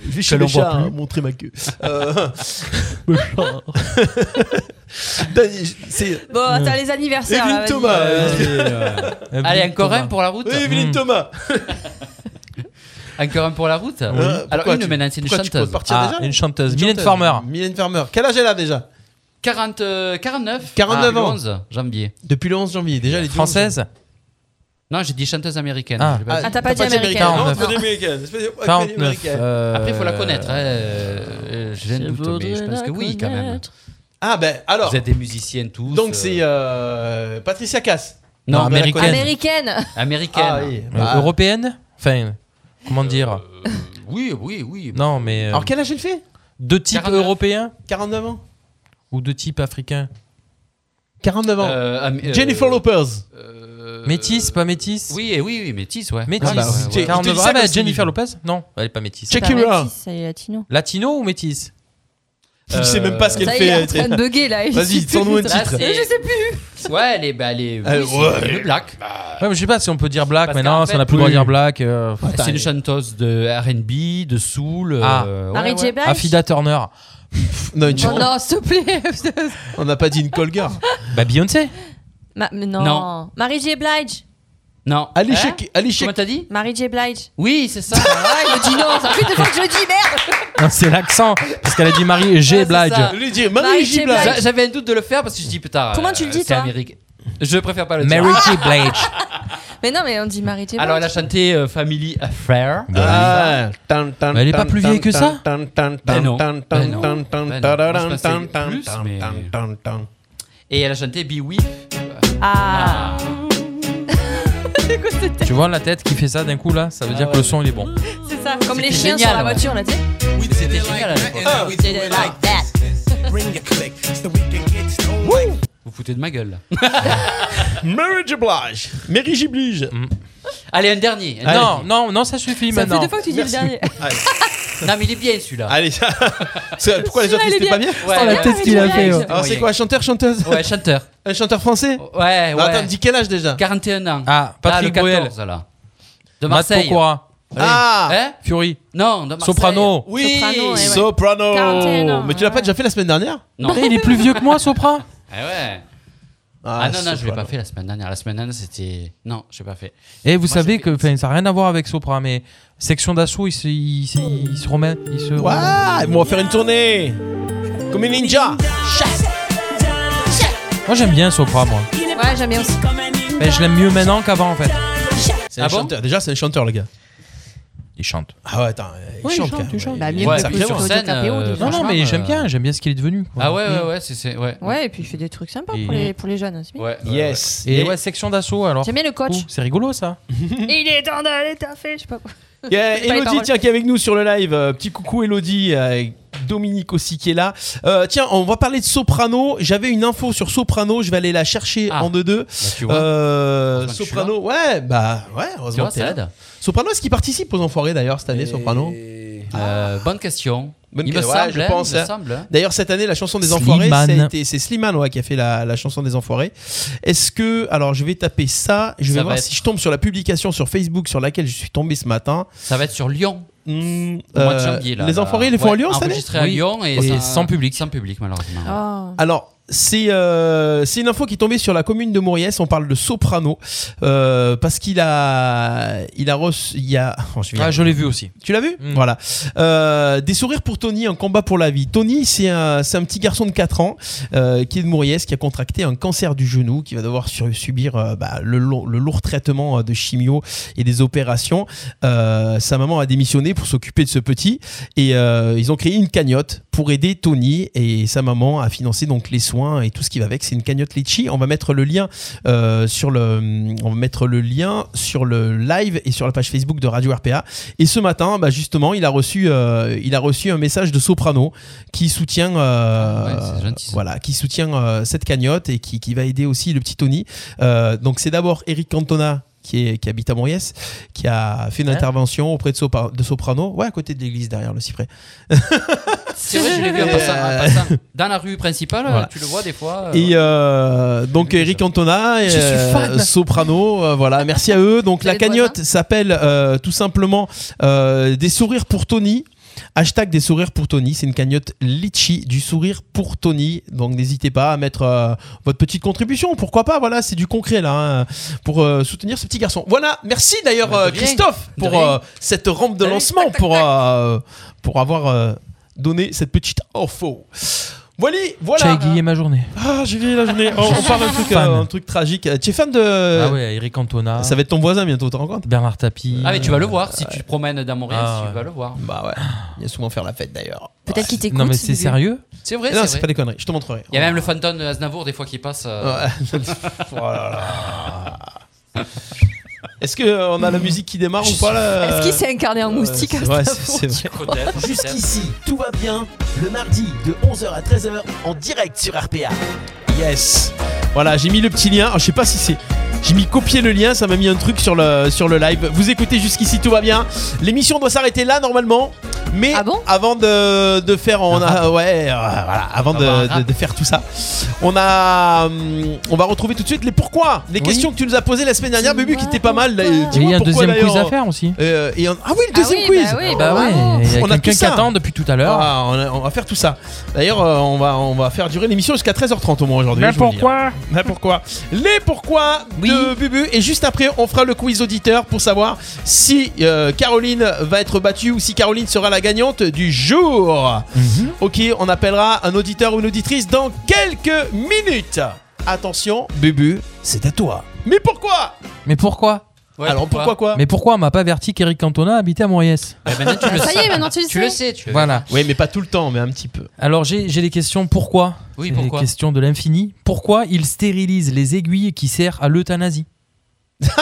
S3: Je vais chez
S4: Que l'on
S3: le
S4: voit
S3: chat
S4: plus.
S3: hein, montrer ma queue. Euh, Dani- c'est-
S5: Bon, attends, les anniversaires.
S3: Evelyne
S5: là, vas-y.
S3: Thomas.
S4: Euh,
S6: Allez, encore un pour la route.
S3: Oui, Evelyne Thomas.
S6: Encore un pour la route.
S3: Euh,
S6: Alors
S3: pourquoi
S6: une
S3: tu-
S6: maintenant, c'est une
S3: pourquoi tu
S6: chanteuse.
S3: comptes partir
S4: Ah,
S3: déjà
S4: une chanteuse. Mylène Farmer.
S3: Mylène Farmer. Quel âge elle a déjà
S6: 40, euh, 49.
S3: 49
S6: Ah, le
S3: ans.
S6: 11 janvier.
S3: Depuis le 11 janvier. Déjà, elle est du 11
S4: Française
S6: Non, j'ai dit chanteuse américaine.
S4: Ah.
S6: j'ai
S3: janvier.
S6: pas dit.
S5: Ah, t'as pas dit américaine.
S3: Non,
S4: Non.
S3: t'as dit américaine. T'as dit
S4: 49.
S3: américaine.
S4: euh,
S6: Après, il faut la connaître. hein, euh, euh, J'ai un doute, mais je pense que oui, quand même.
S3: Ah, ben alors.
S6: Vous êtes des musiciennes tous.
S3: Donc
S6: euh,
S3: c'est euh, Patricia Cass.
S6: Non,
S4: Non,
S6: américaine.
S4: américaine.
S5: Américaine.
S6: Américaine.
S3: Ah oui.
S6: Euh,
S4: euh,
S3: Bah,
S4: Européenne Enfin, comment dire
S6: oui, oui, oui.
S4: Non, mais. euh,
S3: Alors quel âge elle fait
S4: de type
S6: 49.
S4: européen
S3: 49 ans.
S4: ou de type africain
S3: 49 ans.
S6: Euh, am- euh,
S3: Jennifer Lopez.
S6: euh,
S4: Métisse, pas métisse
S6: Oui, eh oui, oui, métisse, ouais.
S4: Métisse.
S3: Ah bah ouais, ouais.
S4: 49.
S3: Je te dis
S4: Ah
S3: ça
S4: bah,
S3: comme
S4: Jennifer
S3: Sylvie.
S4: Lopez Non, elle est pas métisse.
S3: Check
S5: Putain,
S3: it out.
S5: Mathis, Bah, Ça y est, latino.
S4: Latino ou métisse
S3: Je sais même
S6: Euh,
S3: pas ce qu'elle
S5: Ça y est, elle est en
S3: fait.
S5: train de bugger là.
S3: Vas-y, tourne-nous un
S5: Putain,
S3: titre.
S5: c'est- Je sais plus.
S6: Ouais, elle est, bah, elle est, oui,
S3: Elle-
S6: c'est
S3: ouais.
S6: une black.
S4: Ouais, mais je sais pas si on peut dire black
S6: Parce
S4: maintenant,
S6: qu'en
S4: si on a
S6: fait,
S4: plus le droit de
S3: oui.
S4: dire black. euh, pff,
S6: C'est une chanteuse de R&B, de soul.
S4: Ah.
S6: euh, ouais,
S5: Harry
S6: ouais.
S5: J. Blige
S4: Afida Turner.
S3: Non, une
S5: Non,
S3: chanson.
S5: non, s'il te plaît.
S3: on n'a pas dit une Colgar.
S6: Hein
S4: Bah Beyoncé
S5: Ma- mais non.
S6: Non.
S5: Marie J. Blige.
S6: Non.
S3: Allez
S6: Hein
S3: checker, allez
S6: Comment
S3: checker.
S6: t'as dit
S5: Marie J. Blige.
S6: Oui, c'est ça.
S5: Ah, il me dit non, ça fait deux fois que je le dis, merde.
S4: Non, C'est l'accent, parce qu'elle a dit Marie G.
S6: Ouais, c'est
S4: Blige.
S6: ça.
S3: Lui dire
S5: Marie
S3: Marie
S5: J.
S3: J.
S5: Blige.
S6: J'a- J'avais un doute de le faire parce que je dis putain. euh,
S5: Comment tu le dis,
S6: c'est
S5: toi Ah,
S6: américain. Je préfère pas le dire.
S4: Mary G. Blige.
S5: Mais non, mais on dit Marie J. Blige.
S6: Alors elle a chanté euh, Family Affair.
S3: Ah, tan, tan,
S4: Mais elle est pas
S3: tan,
S4: plus
S3: tan,
S4: vieille que
S3: tan,
S4: ça
S3: tan, tan,
S6: Ben
S3: tan,
S6: non.
S3: tan,
S6: Ben non.
S3: tan,
S6: Ben non.
S3: tan, tararan,
S6: Moi, je pensais
S3: tan, tan,
S6: plus,
S3: tan,
S6: mais-
S3: tan, tan, tan.
S6: Et elle a chanté Be We.
S5: Ah. C'est quoi cette tête
S4: Euh, Tu vois la tête qui fait ça d'un coup là Ça veut dire que le son il est bon.
S5: C'est ça, comme les
S6: C'était
S5: chiens
S6: génial, hein.
S5: sur la
S6: ouais.
S5: voiture, là, tu sais.
S6: C'était génial à l'époque. Vous foutez de ma gueule. là.
S3: Mary J. Blige. Mary J. Blige.
S6: Mm. Allez, un dernier. un
S4: Ah, Non, non, non, ça suffit
S5: Ça fait
S4: maintenant.
S5: deux fois que tu dis le dernier.
S3: Allez.
S6: dernier. Non, mais il est bien celui-là.
S3: Allez, ça- C'est- pourquoi les autres
S5: Celui-là, il est
S3: c'était pas bien
S6: Ouais, ouais.
S5: Oh, tête qu'il a fait, ouais.
S3: Alors c'est quoi, chanteur, chanteuse
S6: Ouais, chanteur.
S3: Un chanteur français
S6: Ouais, ouais.
S3: Non, Attends, dis quel âge déjà
S6: 41 ans.
S4: Ah,
S6: Là, le
S4: Patrick Bruel.
S6: 14, là. De
S4: Matt
S6: Marseille.
S4: Pokora.
S6: Allez.
S3: Ah
S6: Hein
S4: Fury.
S6: Non, de Marseille.
S4: Soprano.
S3: Oui,
S6: Soprano, eh ouais.
S3: Soprano.
S6: Quarantaine,
S3: Mais tu l'as pas déjà fait la semaine dernière
S6: Non.
S4: Eh, Il est plus vieux que moi, Sopra.
S6: Eh ouais.
S3: Ah,
S6: Ah, non, non, je l'ai
S4: Soprano.
S6: pas fait la semaine dernière. La semaine dernière, c'était. Non, je l'ai pas fait.
S4: Et Eh, vous savez que enfin, ça n'a rien à voir avec Sopra, mais section d'assaut, ils se, ils, se- ils se remettent. Ils se
S3: Ouais, ils vont faire une tournée. Comme une ninja.
S4: Moi, j'aime bien Sopra, moi.
S5: Ouais, j'aime bien aussi.
S4: Mais je l'aime mieux maintenant qu'avant, en fait.
S3: C'est un chanteur. Déjà, c'est un chanteur, le gars.
S4: Il chante.
S3: Ah ouais, attends, il chante. quand même.
S5: Bah,
S3: Il-
S5: mieux
S3: Ouais,
S5: que
S3: ça
S5: Claudio
S3: crève.
S5: Capéo, déjà.
S4: Non, non, mais
S6: franchement,
S4: j'aime
S6: euh,
S4: bien. J'aime bien ce qu'il est devenu. quoi.
S6: Ah ouais, ouais,
S4: Mm.
S6: ouais, c'est- c'est. Ouais.
S5: Ouais, et puis il fait des trucs sympas
S4: Et-
S5: pour, les, pour les jeunes. c'est bien.
S6: Ouais, ouais,
S3: Yes. euh,
S4: Et, ouais, section d'assaut, alors.
S5: J'aime bien le coach.
S4: Ouh, C'est rigolo, ça.
S5: Il est temps d'aller taffer, je sais pas quoi.
S3: Il y a
S5: C'est pas les
S3: Elodie,
S5: paroles.
S3: tiens, qui est avec nous sur le live. Euh, petit coucou, Elodie. euh, Dominique aussi qui est là. Euh, tiens, on va parler de Soprano. J'avais une info sur Soprano. Je vais aller la chercher en deux deux.
S6: Bah, tu vois.
S3: Euh,
S6: Heureusement que je suis
S3: Soprano, ouais, bah ouais,
S6: Tu
S3: heureusement
S6: vois,
S3: que t'es
S6: ça
S3: là.
S6: aide.
S3: Soprano, est-ce qu'il participe aux Enfoirés d'ailleurs cette année, Soprano
S6: Euh, bonne question.
S3: Bonne
S6: il me
S3: question. Ouais,
S6: semble,
S3: je
S6: hein,
S3: pense,
S6: il me
S3: hein.
S6: semble, hein.
S3: D'ailleurs, cette année, la chanson des
S4: Slimane.
S3: Enfoirés, ça a été- c'est Slimane ouais, qui a fait la, la chanson des Enfoirés. Est-ce que. Alors, je vais taper ça. Je vais
S6: Ça
S3: voir
S6: va
S3: si je tombe sur la publication sur Facebook sur laquelle je suis tombé ce matin.
S6: Ça va être sur Lyon. Au
S3: euh,
S6: mois de janvier, là,
S3: les
S6: là.
S3: Enfoirés, ils les font
S6: Ouais,
S3: à Lyon cette année
S6: enregistrés à
S3: Oui.
S6: Lyon et,
S3: Et
S6: ça-
S3: sans
S6: public. Sans public, malheureusement.
S5: Ah.
S3: Alors, c'est euh, c'est une info qui est tombée sur la commune de Mauriès. On parle de Soprano euh, parce qu'il a il a reçu il y a oh, je vais y
S4: Ah,
S3: arriver.
S4: je l'ai vu aussi.
S3: Tu l'as vu Voilà. Euh, des sourires pour Tony, un combat pour la vie. Tony, c'est un, c'est un petit garçon de 4 ans euh, qui est de Mauriès, qui a contracté un cancer du genou, qui va devoir sur- subir euh, bah, le, long- le lourd traitement euh, de chimio et des opérations. Euh, sa maman a démissionné pour s'occuper de ce petit et euh, ils ont créé une cagnotte pour aider Tony et sa maman a financé donc les soins et tout ce qui va avec. C'est une cagnotte Litchi. On va mettre le lien euh, sur le, on va mettre le lien sur le live et sur la page Facebook de Radio RPA. Et ce matin, bah, justement, il a reçu, euh, il a reçu un message de Soprano qui soutient, euh, voilà, qui soutient euh, cette cagnotte et qui, qui va aider aussi le petit Tony. Euh, donc c'est d'abord Eric Cantona. Qui, est, qui habite à Moriès, qui a fait une
S4: Hein
S3: intervention auprès de, Sopra- de Soprano, ouais, à côté de l'église derrière le cyprès.
S6: C'est vrai, je l'ai vu en passant, en passant. Dans la rue principale,
S3: Euh. Voilà.
S6: tu le vois des fois. euh,
S3: Et euh, donc Eric Cantona, et,
S6: Je suis
S3: euh,
S6: fan.
S3: Soprano, euh, voilà, merci à eux. Donc la cagnotte s'appelle euh, tout simplement euh, des sourires pour Tony. Hashtag des sourires pour Tony, c'est une cagnotte litchi du sourire pour Tony. Donc n'hésitez pas à mettre euh, votre petite contribution, pourquoi pas, voilà, c'est du concret là, hein, pour euh, soutenir ce petit garçon. Voilà, merci d'ailleurs
S6: De
S3: euh,
S6: rien.
S3: Christophe
S6: De
S3: pour
S6: rien.
S3: euh, cette rampe de lancement, pour, euh, pour avoir euh, donné cette petite info. Voilà, voilà.
S4: J'ai aiguillé ma journée.
S3: Ah, j'ai vu la journée. On, on parle d'un truc,
S4: Fan.
S3: euh, un truc tragique. Euh, Tu es fan de.
S4: Ah ouais, Eric Cantona.
S3: Ça va être ton voisin bientôt, tu te rends compte
S4: Bernard Tapie.
S6: Ah, mais tu vas le voir
S4: Euh,
S6: si tu te promènes dans Montréal,
S4: Ah,
S6: tu
S4: ouais.
S6: vas le voir.
S3: Bah ouais. Il y a souvent faire la fête d'ailleurs.
S5: Peut-être qu'il t'écoute.
S4: Non, mais c'est sérieux
S6: C'est vrai,
S3: Non,
S6: c'est
S3: c'est
S6: vrai.
S3: pas des conneries, je te montrerai.
S6: Il y a même le fantôme de Aznavour des fois qui passe. euh,
S3: Ouais. Oh là là. Est-ce qu'on a la musique qui démarre ou pas là
S5: Est-ce qu'il s'est incarné en moustique
S3: c'est
S5: à
S3: vrai,
S5: Strasbourg,
S3: c'est- c'est
S5: tu
S3: vrai.
S5: crois
S1: Jusqu'ici, tout va bien. Le mardi de 11h à 13h en direct sur RPA.
S3: Yes. Voilà, j'ai mis le petit lien. Ah, je sais pas si c'est. J'ai mis copier le lien, ça m'a mis un truc sur le, sur le live. Vous écoutez jusqu'ici, tout va bien. L'émission doit s'arrêter là normalement. Mais
S4: Ah
S3: avant de, de faire, on a, ouais, euh, voilà, avant
S6: Ah bah,
S3: de,
S6: ah.
S3: de- de faire tout ça, on a, hum, on va retrouver tout de suite les pourquoi, les
S4: Oui.
S3: questions que tu nous as posées la semaine dernière, Bubu, qui était pas mal. là,
S4: Et il
S3: dis-moi
S4: y a un
S3: pourquoi,
S4: deuxième quiz
S3: d'ailleurs.
S4: à faire aussi.
S3: Euh, et on- Ah oui, le deuxième
S4: oui,
S3: quiz.
S4: bah oui, bah Bah ouais, bravo. il y a
S3: on a
S4: quelqu'un
S3: que
S4: qui
S3: ça.
S4: attend depuis tout à l'heure.
S3: Ah, on, a- on va faire tout ça. D'ailleurs, euh, on va on va faire durer l'émission jusqu'à 13h30 au moins aujourd'hui.
S7: Mais
S3: je vous le dis. hein.
S7: pourquoi
S3: Mais pourquoi Les pourquoi de Bubu. Et juste après, on fera le quiz auditeur pour savoir si euh, Caroline va être battue ou si Caroline sera la gagnante du jour.
S4: Mhm.
S3: Ok, on appellera un auditeur ou une auditrice dans quelques minutes. Attention, Bubu, c'est à toi. Mais pourquoi
S4: Mais pourquoi
S3: Alors pourquoi quoi
S4: Mais pourquoi on m'a pas averti qu'Eric Cantona habitait à Moriès
S6: Eh ben,
S5: Ça y est, maintenant tu le sais.
S4: Voilà.
S3: Oui, mais pas tout le temps, mais un petit peu.
S4: Alors j'ai j'ai des questions pourquoi
S6: Oui,
S4: J'ai
S6: pourquoi
S4: Des questions de l'infini. Pourquoi il stérilise les aiguilles qui servent à l'euthanasie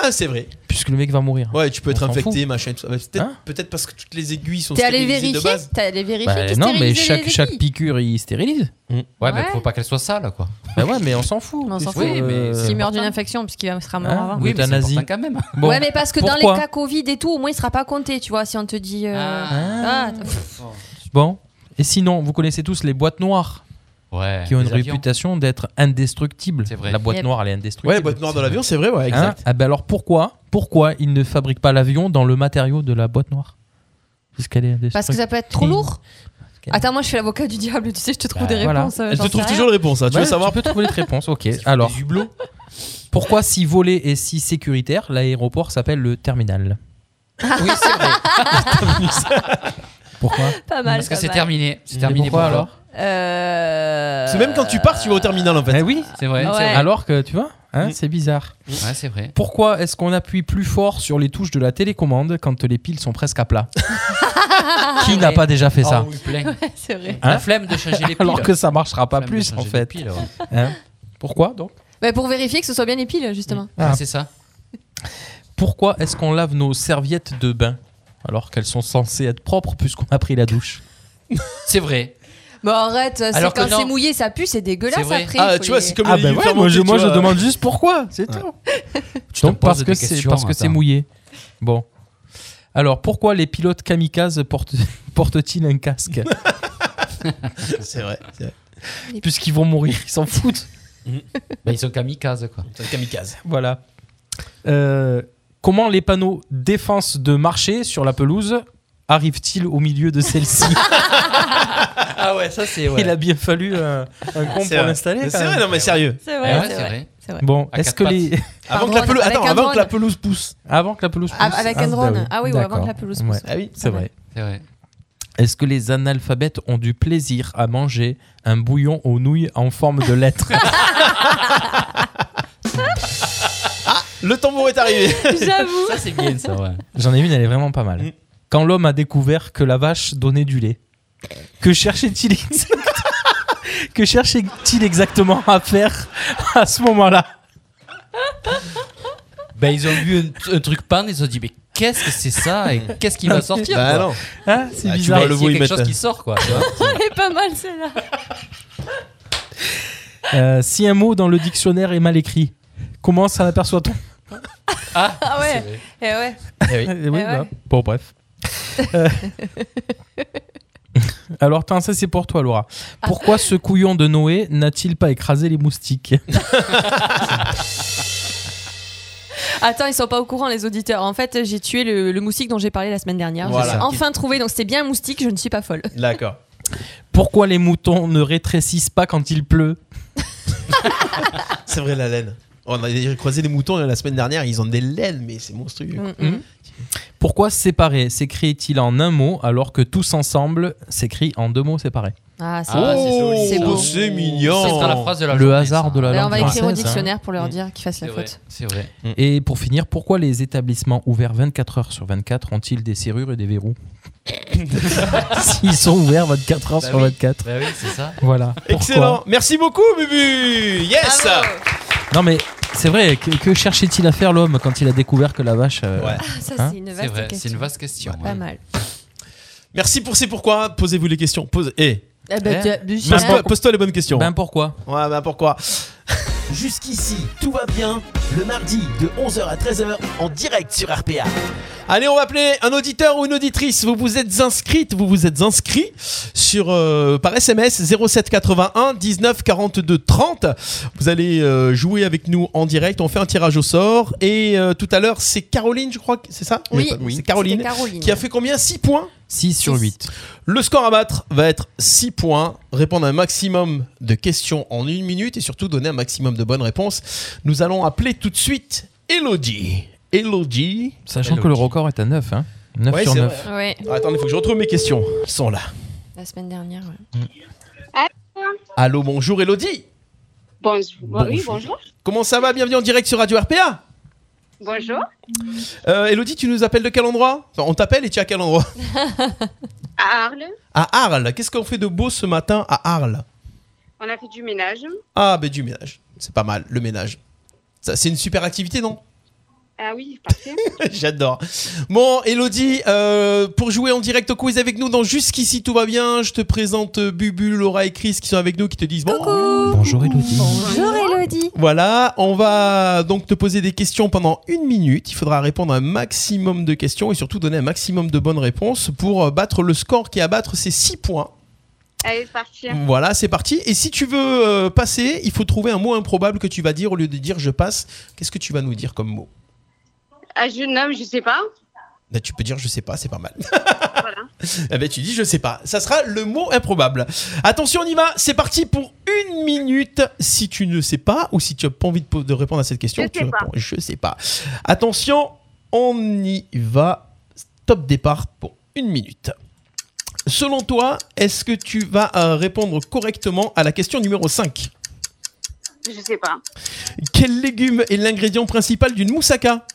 S3: Ah, c'est vrai.
S4: Puisque le mec va mourir.
S3: Ouais, tu peux être
S4: On s'en
S3: infecté,
S4: fout.
S3: machin, et tout ça. Ouais, Peut-être
S4: Hein
S3: peut-être parce que toutes les aiguilles sont
S5: T'es allé
S3: stérilisées de
S5: vérifier
S3: base.
S5: T'es allé vérifier
S4: Bah,
S5: qui
S4: non, mais
S5: stérilisait les
S4: chaque, chaque
S5: aiguilles
S4: piqûre il stérilise.
S6: Ouais, mais
S5: Ouais.
S6: faut pas qu'elle soit sale, quoi.
S4: Bah ouais, mais on s'en fout.
S5: On s'en fout.
S4: Oui, mais
S5: S'il meurt d'une infection, puisqu'il va- sera mort
S4: euh, Hein
S5: avant.
S4: Oui, mais c'est L'euthanasie. important quand même. Bon.
S5: Ouais, mais parce que dans
S4: Pourquoi
S5: les cas Covid et tout, au moins il sera pas compté, tu vois, si on te dit. euh, ah, pff.
S4: Bon. Et sinon, vous connaissez tous les boîtes noires.
S6: Ouais.
S4: qui ont une
S6: Ah, Les avions.
S4: réputation d'être indestructibles. La boîte
S3: Yep.
S4: noire, elle est
S3: Ouais,
S4: indestructible.
S3: la boîte noire de l'avion, c'est vrai, ouais,
S4: Hein
S3: exact.
S4: ah ben alors pourquoi pourquoi ils ne fabriquent pas l'avion dans le matériau de la boîte noire Parce qu'elle est
S5: Parce que ça peut être trop lourd. Attends, moi je suis l'avocat du diable, tu sais, je te trouve des réponses. euh, j'en sais rien.
S3: Ah,
S4: Ouais, Tu peux trouver les réponses, ok. Alors, pourquoi si volé et si sécuritaire, l'aéroport s'appelle le terminal Pourquoi
S5: Pas mal.
S6: Parce que
S5: pas
S6: c'est
S5: mal.
S6: terminé. C'est
S4: Mais
S6: terminé
S4: pourquoi
S6: pour toi.
S4: alors
S5: Euh,
S3: C'est même quand tu pars, tu vas au terminal en fait.
S4: Ben oui,
S6: c'est vrai.
S5: Ouais.
S4: Alors que tu vois, hein, c'est bizarre.
S6: Ouais, c'est vrai.
S4: Pourquoi est-ce qu'on appuie plus fort sur les touches de la télécommande quand les piles sont presque à plat Qui n'a pas déjà fait
S6: Oh,
S4: ça
S6: oui, plein.
S5: Ouais, c'est vrai.
S4: Hein
S6: La flemme de changer les piles.
S4: Alors que ça marchera pas
S6: La flemme de
S4: plus en
S6: changer
S4: fait.
S6: les piles, ouais.
S4: Hein Pourquoi donc
S5: Bah, pour vérifier que ce soit bien les piles, justement.
S4: Ah.
S6: c'est ça.
S4: Pourquoi est-ce qu'on lave nos serviettes de bain alors qu'elles sont censées être propres puisqu'on a pris la douche
S6: C'est vrai.
S5: Bon, arrête, c'est
S4: Alors que
S5: quand
S4: non.
S5: c'est mouillé, ça pue, c'est dégueulasse après.
S3: Ah,
S5: faut
S3: tu vois,
S5: les-
S3: c'est comme
S4: Ah
S3: les
S4: ben
S3: livres
S4: ouais,
S3: fermentés,
S4: moi je, moi,
S3: tu
S4: je
S3: vois.
S4: demande juste pourquoi, c'est tout. Donc
S6: t'en poses
S4: parce que
S6: des
S4: c'est
S6: questions,
S4: parce que c'est
S6: attends.
S4: mouillé. Bon. Alors pourquoi les pilotes kamikazes portent portent-ils un casque
S3: C'est vrai. c'est vrai.
S4: Puisqu'ils vont mourir, ils s'en foutent.
S6: Bah, ils sont kamikazes quoi.
S3: C'est un kamikaze.
S4: Voilà. Euh, comment les panneaux défense de marché sur la pelouse arrivent-ils au milieu de celle-ci
S6: Ah ouais, ça c'est.
S4: Il a bien fallu euh, un con
S3: C'est
S4: pour
S3: vrai.
S4: l'installer.
S3: C'est
S4: quand
S3: vrai,
S4: même.
S3: non, mais sérieux.
S5: C'est vrai,
S6: Ah
S4: Eh
S5: c'est vrai, c'est vrai.
S4: Bon,
S3: À
S4: est-ce
S3: quatre
S4: que
S3: pattes.
S4: les.
S3: Avant que la pelouse-
S5: avec
S3: attends,
S5: un
S3: avant que la
S5: drone.
S3: pelouse pousse.
S4: Avant que la pelouse pousse.
S5: Ah, avec un
S4: bah
S5: drone. Ah oui, ou avant
S4: D'accord.
S5: que la pelouse pousse.
S3: Ah oui,
S4: c'est vrai.
S6: C'est vrai.
S4: Est-ce que les analphabètes ont du plaisir à manger un bouillon aux nouilles en forme de lettre
S3: Le tambour est arrivé.
S5: J'avoue.
S6: Ça c'est bien ça, ouais.
S4: J'en ai une, elle est vraiment pas
S6: Mm.
S4: mal. Quand l'homme a découvert que la vache donnait du lait, que cherchait-il exactement Que cherchait-il exactement à faire à ce moment-là
S6: Bah, ils ont vu un, un truc panne, ils se sont dit, mais qu'est-ce que c'est ça et qu'est-ce qui va sortir
S3: Bah,
S6: quoi
S3: non.
S4: Hein, c'est
S6: Ah, tu
S4: bizarre.
S6: vois, le
S4: S'il y
S6: bout,
S4: a
S6: ils
S4: quelque
S6: mettent-
S4: chose
S6: qui sort, quoi, tu vois.
S5: Elle est pas mal celle-là.
S4: Euh, si un mot dans le dictionnaire est mal écrit, comment ça l'aperçoit-on
S6: Ah,
S5: Ah ouais. Eh ouais.
S4: Eh oui,
S5: Eh
S4: bah,
S5: ouais.
S4: Bon, bref. Euh, Alors, tiens, ça c'est pour toi, Laura.
S5: Ah.
S4: Pourquoi ce couillon de Noé n'a-t-il pas écrasé les moustiques
S5: Attends, ils sont pas au courant les auditeurs. En fait, j'ai tué le, le moustique dont j'ai parlé la semaine dernière. Je
S4: Voilà.
S5: l'ai enfin trouvé, donc c'était bien un moustique. Je ne suis pas folle.
S3: D'accord.
S4: Pourquoi les moutons ne rétrécissent pas quand il pleut
S3: C'est vrai, la laine. On a déjà croisé des moutons euh, la semaine dernière, ils ont des laines, mais c'est
S6: Mmh.
S3: monstrueux. quoi.
S4: Mm. Pourquoi séparer s'écrit-il en un mot alors que tous ensemble s'écrit en deux mots séparés
S5: Ah, c'est
S3: Ah, c'est
S5: beau.
S3: joli.
S5: Oh, c'est beau.
S3: C'est mignon.
S6: Ça sera la phrase de la
S4: Le
S6: journée,
S4: hasard
S6: ça. Mmh.
S4: de la
S5: Ben, on va
S4: langue
S5: écrire au
S4: française, hein.
S5: dictionnaire pour leur dire qu'ils fassent la
S6: C'est vrai,
S5: faute.
S6: C'est vrai.
S4: Et pour finir, pourquoi les établissements ouverts 24 heures sur 24 ont-ils des serrures et des verrous S'ils sont ouverts 24 heures
S3: Bah
S4: sur
S3: oui.
S4: 24.
S6: Bah oui, c'est ça.
S4: Voilà. Pourquoi
S3: Excellent. Merci beaucoup, Bubu. Yes.
S4: Non mais c'est vrai, que, que cherchait-il à faire l'homme quand il a découvert que la vache... euh,
S3: Ouais.
S5: Ah, Ça,
S4: hein
S5: c'est une
S6: C'est
S5: vaste
S6: vrai,
S5: question.
S6: c'est une vaste question.
S5: Pas
S6: ouais.
S5: mal.
S3: Merci pour ces pourquoi. Posez-vous les questions. Pose... Eh.
S5: Eh ben,
S4: Eh
S5: tu as bu
S3: Pose-
S5: cher.
S3: Pose-toi les bonnes questions.
S4: Ben pourquoi
S3: Ouais, ben pourquoi
S1: Jusqu'ici, tout va bien. Le mardi de 11h à 13h en direct sur RPA.
S3: Allez, on va appeler un auditeur ou une auditrice. Vous vous êtes inscrite, vous vous êtes inscrit sur euh, par SMS 07 81 19 42 30. Vous allez euh, jouer avec nous en direct. On fait un tirage au sort et euh, tout à l'heure c'est Caroline, je crois que c'est ça.
S5: Oui,
S3: c'est Caroline,
S5: c'était Caroline.
S3: qui a fait combien 6 points.
S4: 6 sur 8.
S3: Le score à battre va être 6 points. Répondre à un maximum de questions en une minute et surtout donner un maximum de bonnes réponses. Nous allons appeler tout de suite Elodie. Elodie.
S4: Sachant que le record est à 9. Hein. 9
S3: Ouais,
S4: sur
S3: c'est
S4: 9.
S3: vrai.
S5: Ouais.
S3: Ah, attendez, faut que je retrouve mes questions. Elles sont là.
S5: La semaine dernière. ouais.
S3: Allô, bonjour Elodie.
S8: Bonjour. Oui,
S3: Bonjour.
S8: bonjour.
S3: Comment ça va Bienvenue en direct sur Radio RPA.
S8: Bonjour.
S3: Euh, Elodie, tu nous appelles de quel endroit Enfin, On t'appelle et tu es à quel endroit
S8: À Arles,
S3: À Arles. Qu'est-ce qu'on fait de beau ce matin à Arles
S8: on a fait du ménage.
S3: Ah, ben du ménage. C'est pas mal, le ménage. Ça, c'est une super activité, non
S8: Ah oui, parfait.
S3: J'adore. Bon, Elodie, euh, pour jouer en direct au quiz avec nous dans Jusqu'ici tout va bien, je te présente euh, Bubu, Laura et Chris qui sont avec nous, qui te disent bon,
S4: Bonjour Elodie.
S5: Bonjour Elodie.
S3: Voilà, on va donc te poser des questions pendant une minute. Il faudra répondre à un maximum de questions et surtout donner un maximum de bonnes réponses pour euh, battre le score qui est à battre, c'est 6 points.
S15: Allez, c'est parti.
S3: Voilà, c'est parti. Et si tu veux euh, passer, il faut trouver un mot improbable que tu vas dire au lieu de dire je passe. Qu'est-ce que tu vas nous dire comme mot
S15: Un jeune homme, Ah, je sais pas.
S3: Là, Bah, tu peux dire je sais pas, c'est pas mal. Eh ben, tu dis je sais pas. Ça sera le mot improbable. Attention, on y va. C'est parti pour une minute. Si tu ne sais pas ou si tu n'as pas envie de, po- de répondre à cette question,
S15: Je
S3: tu
S15: sais pas.
S3: réponds je sais pas. Attention, on y va. Top départ pour une minute. Selon toi, est-ce que tu vas euh, répondre correctement à la question numéro 5
S15: Je sais pas.
S3: Quel légume est l'ingrédient principal d'une moussaka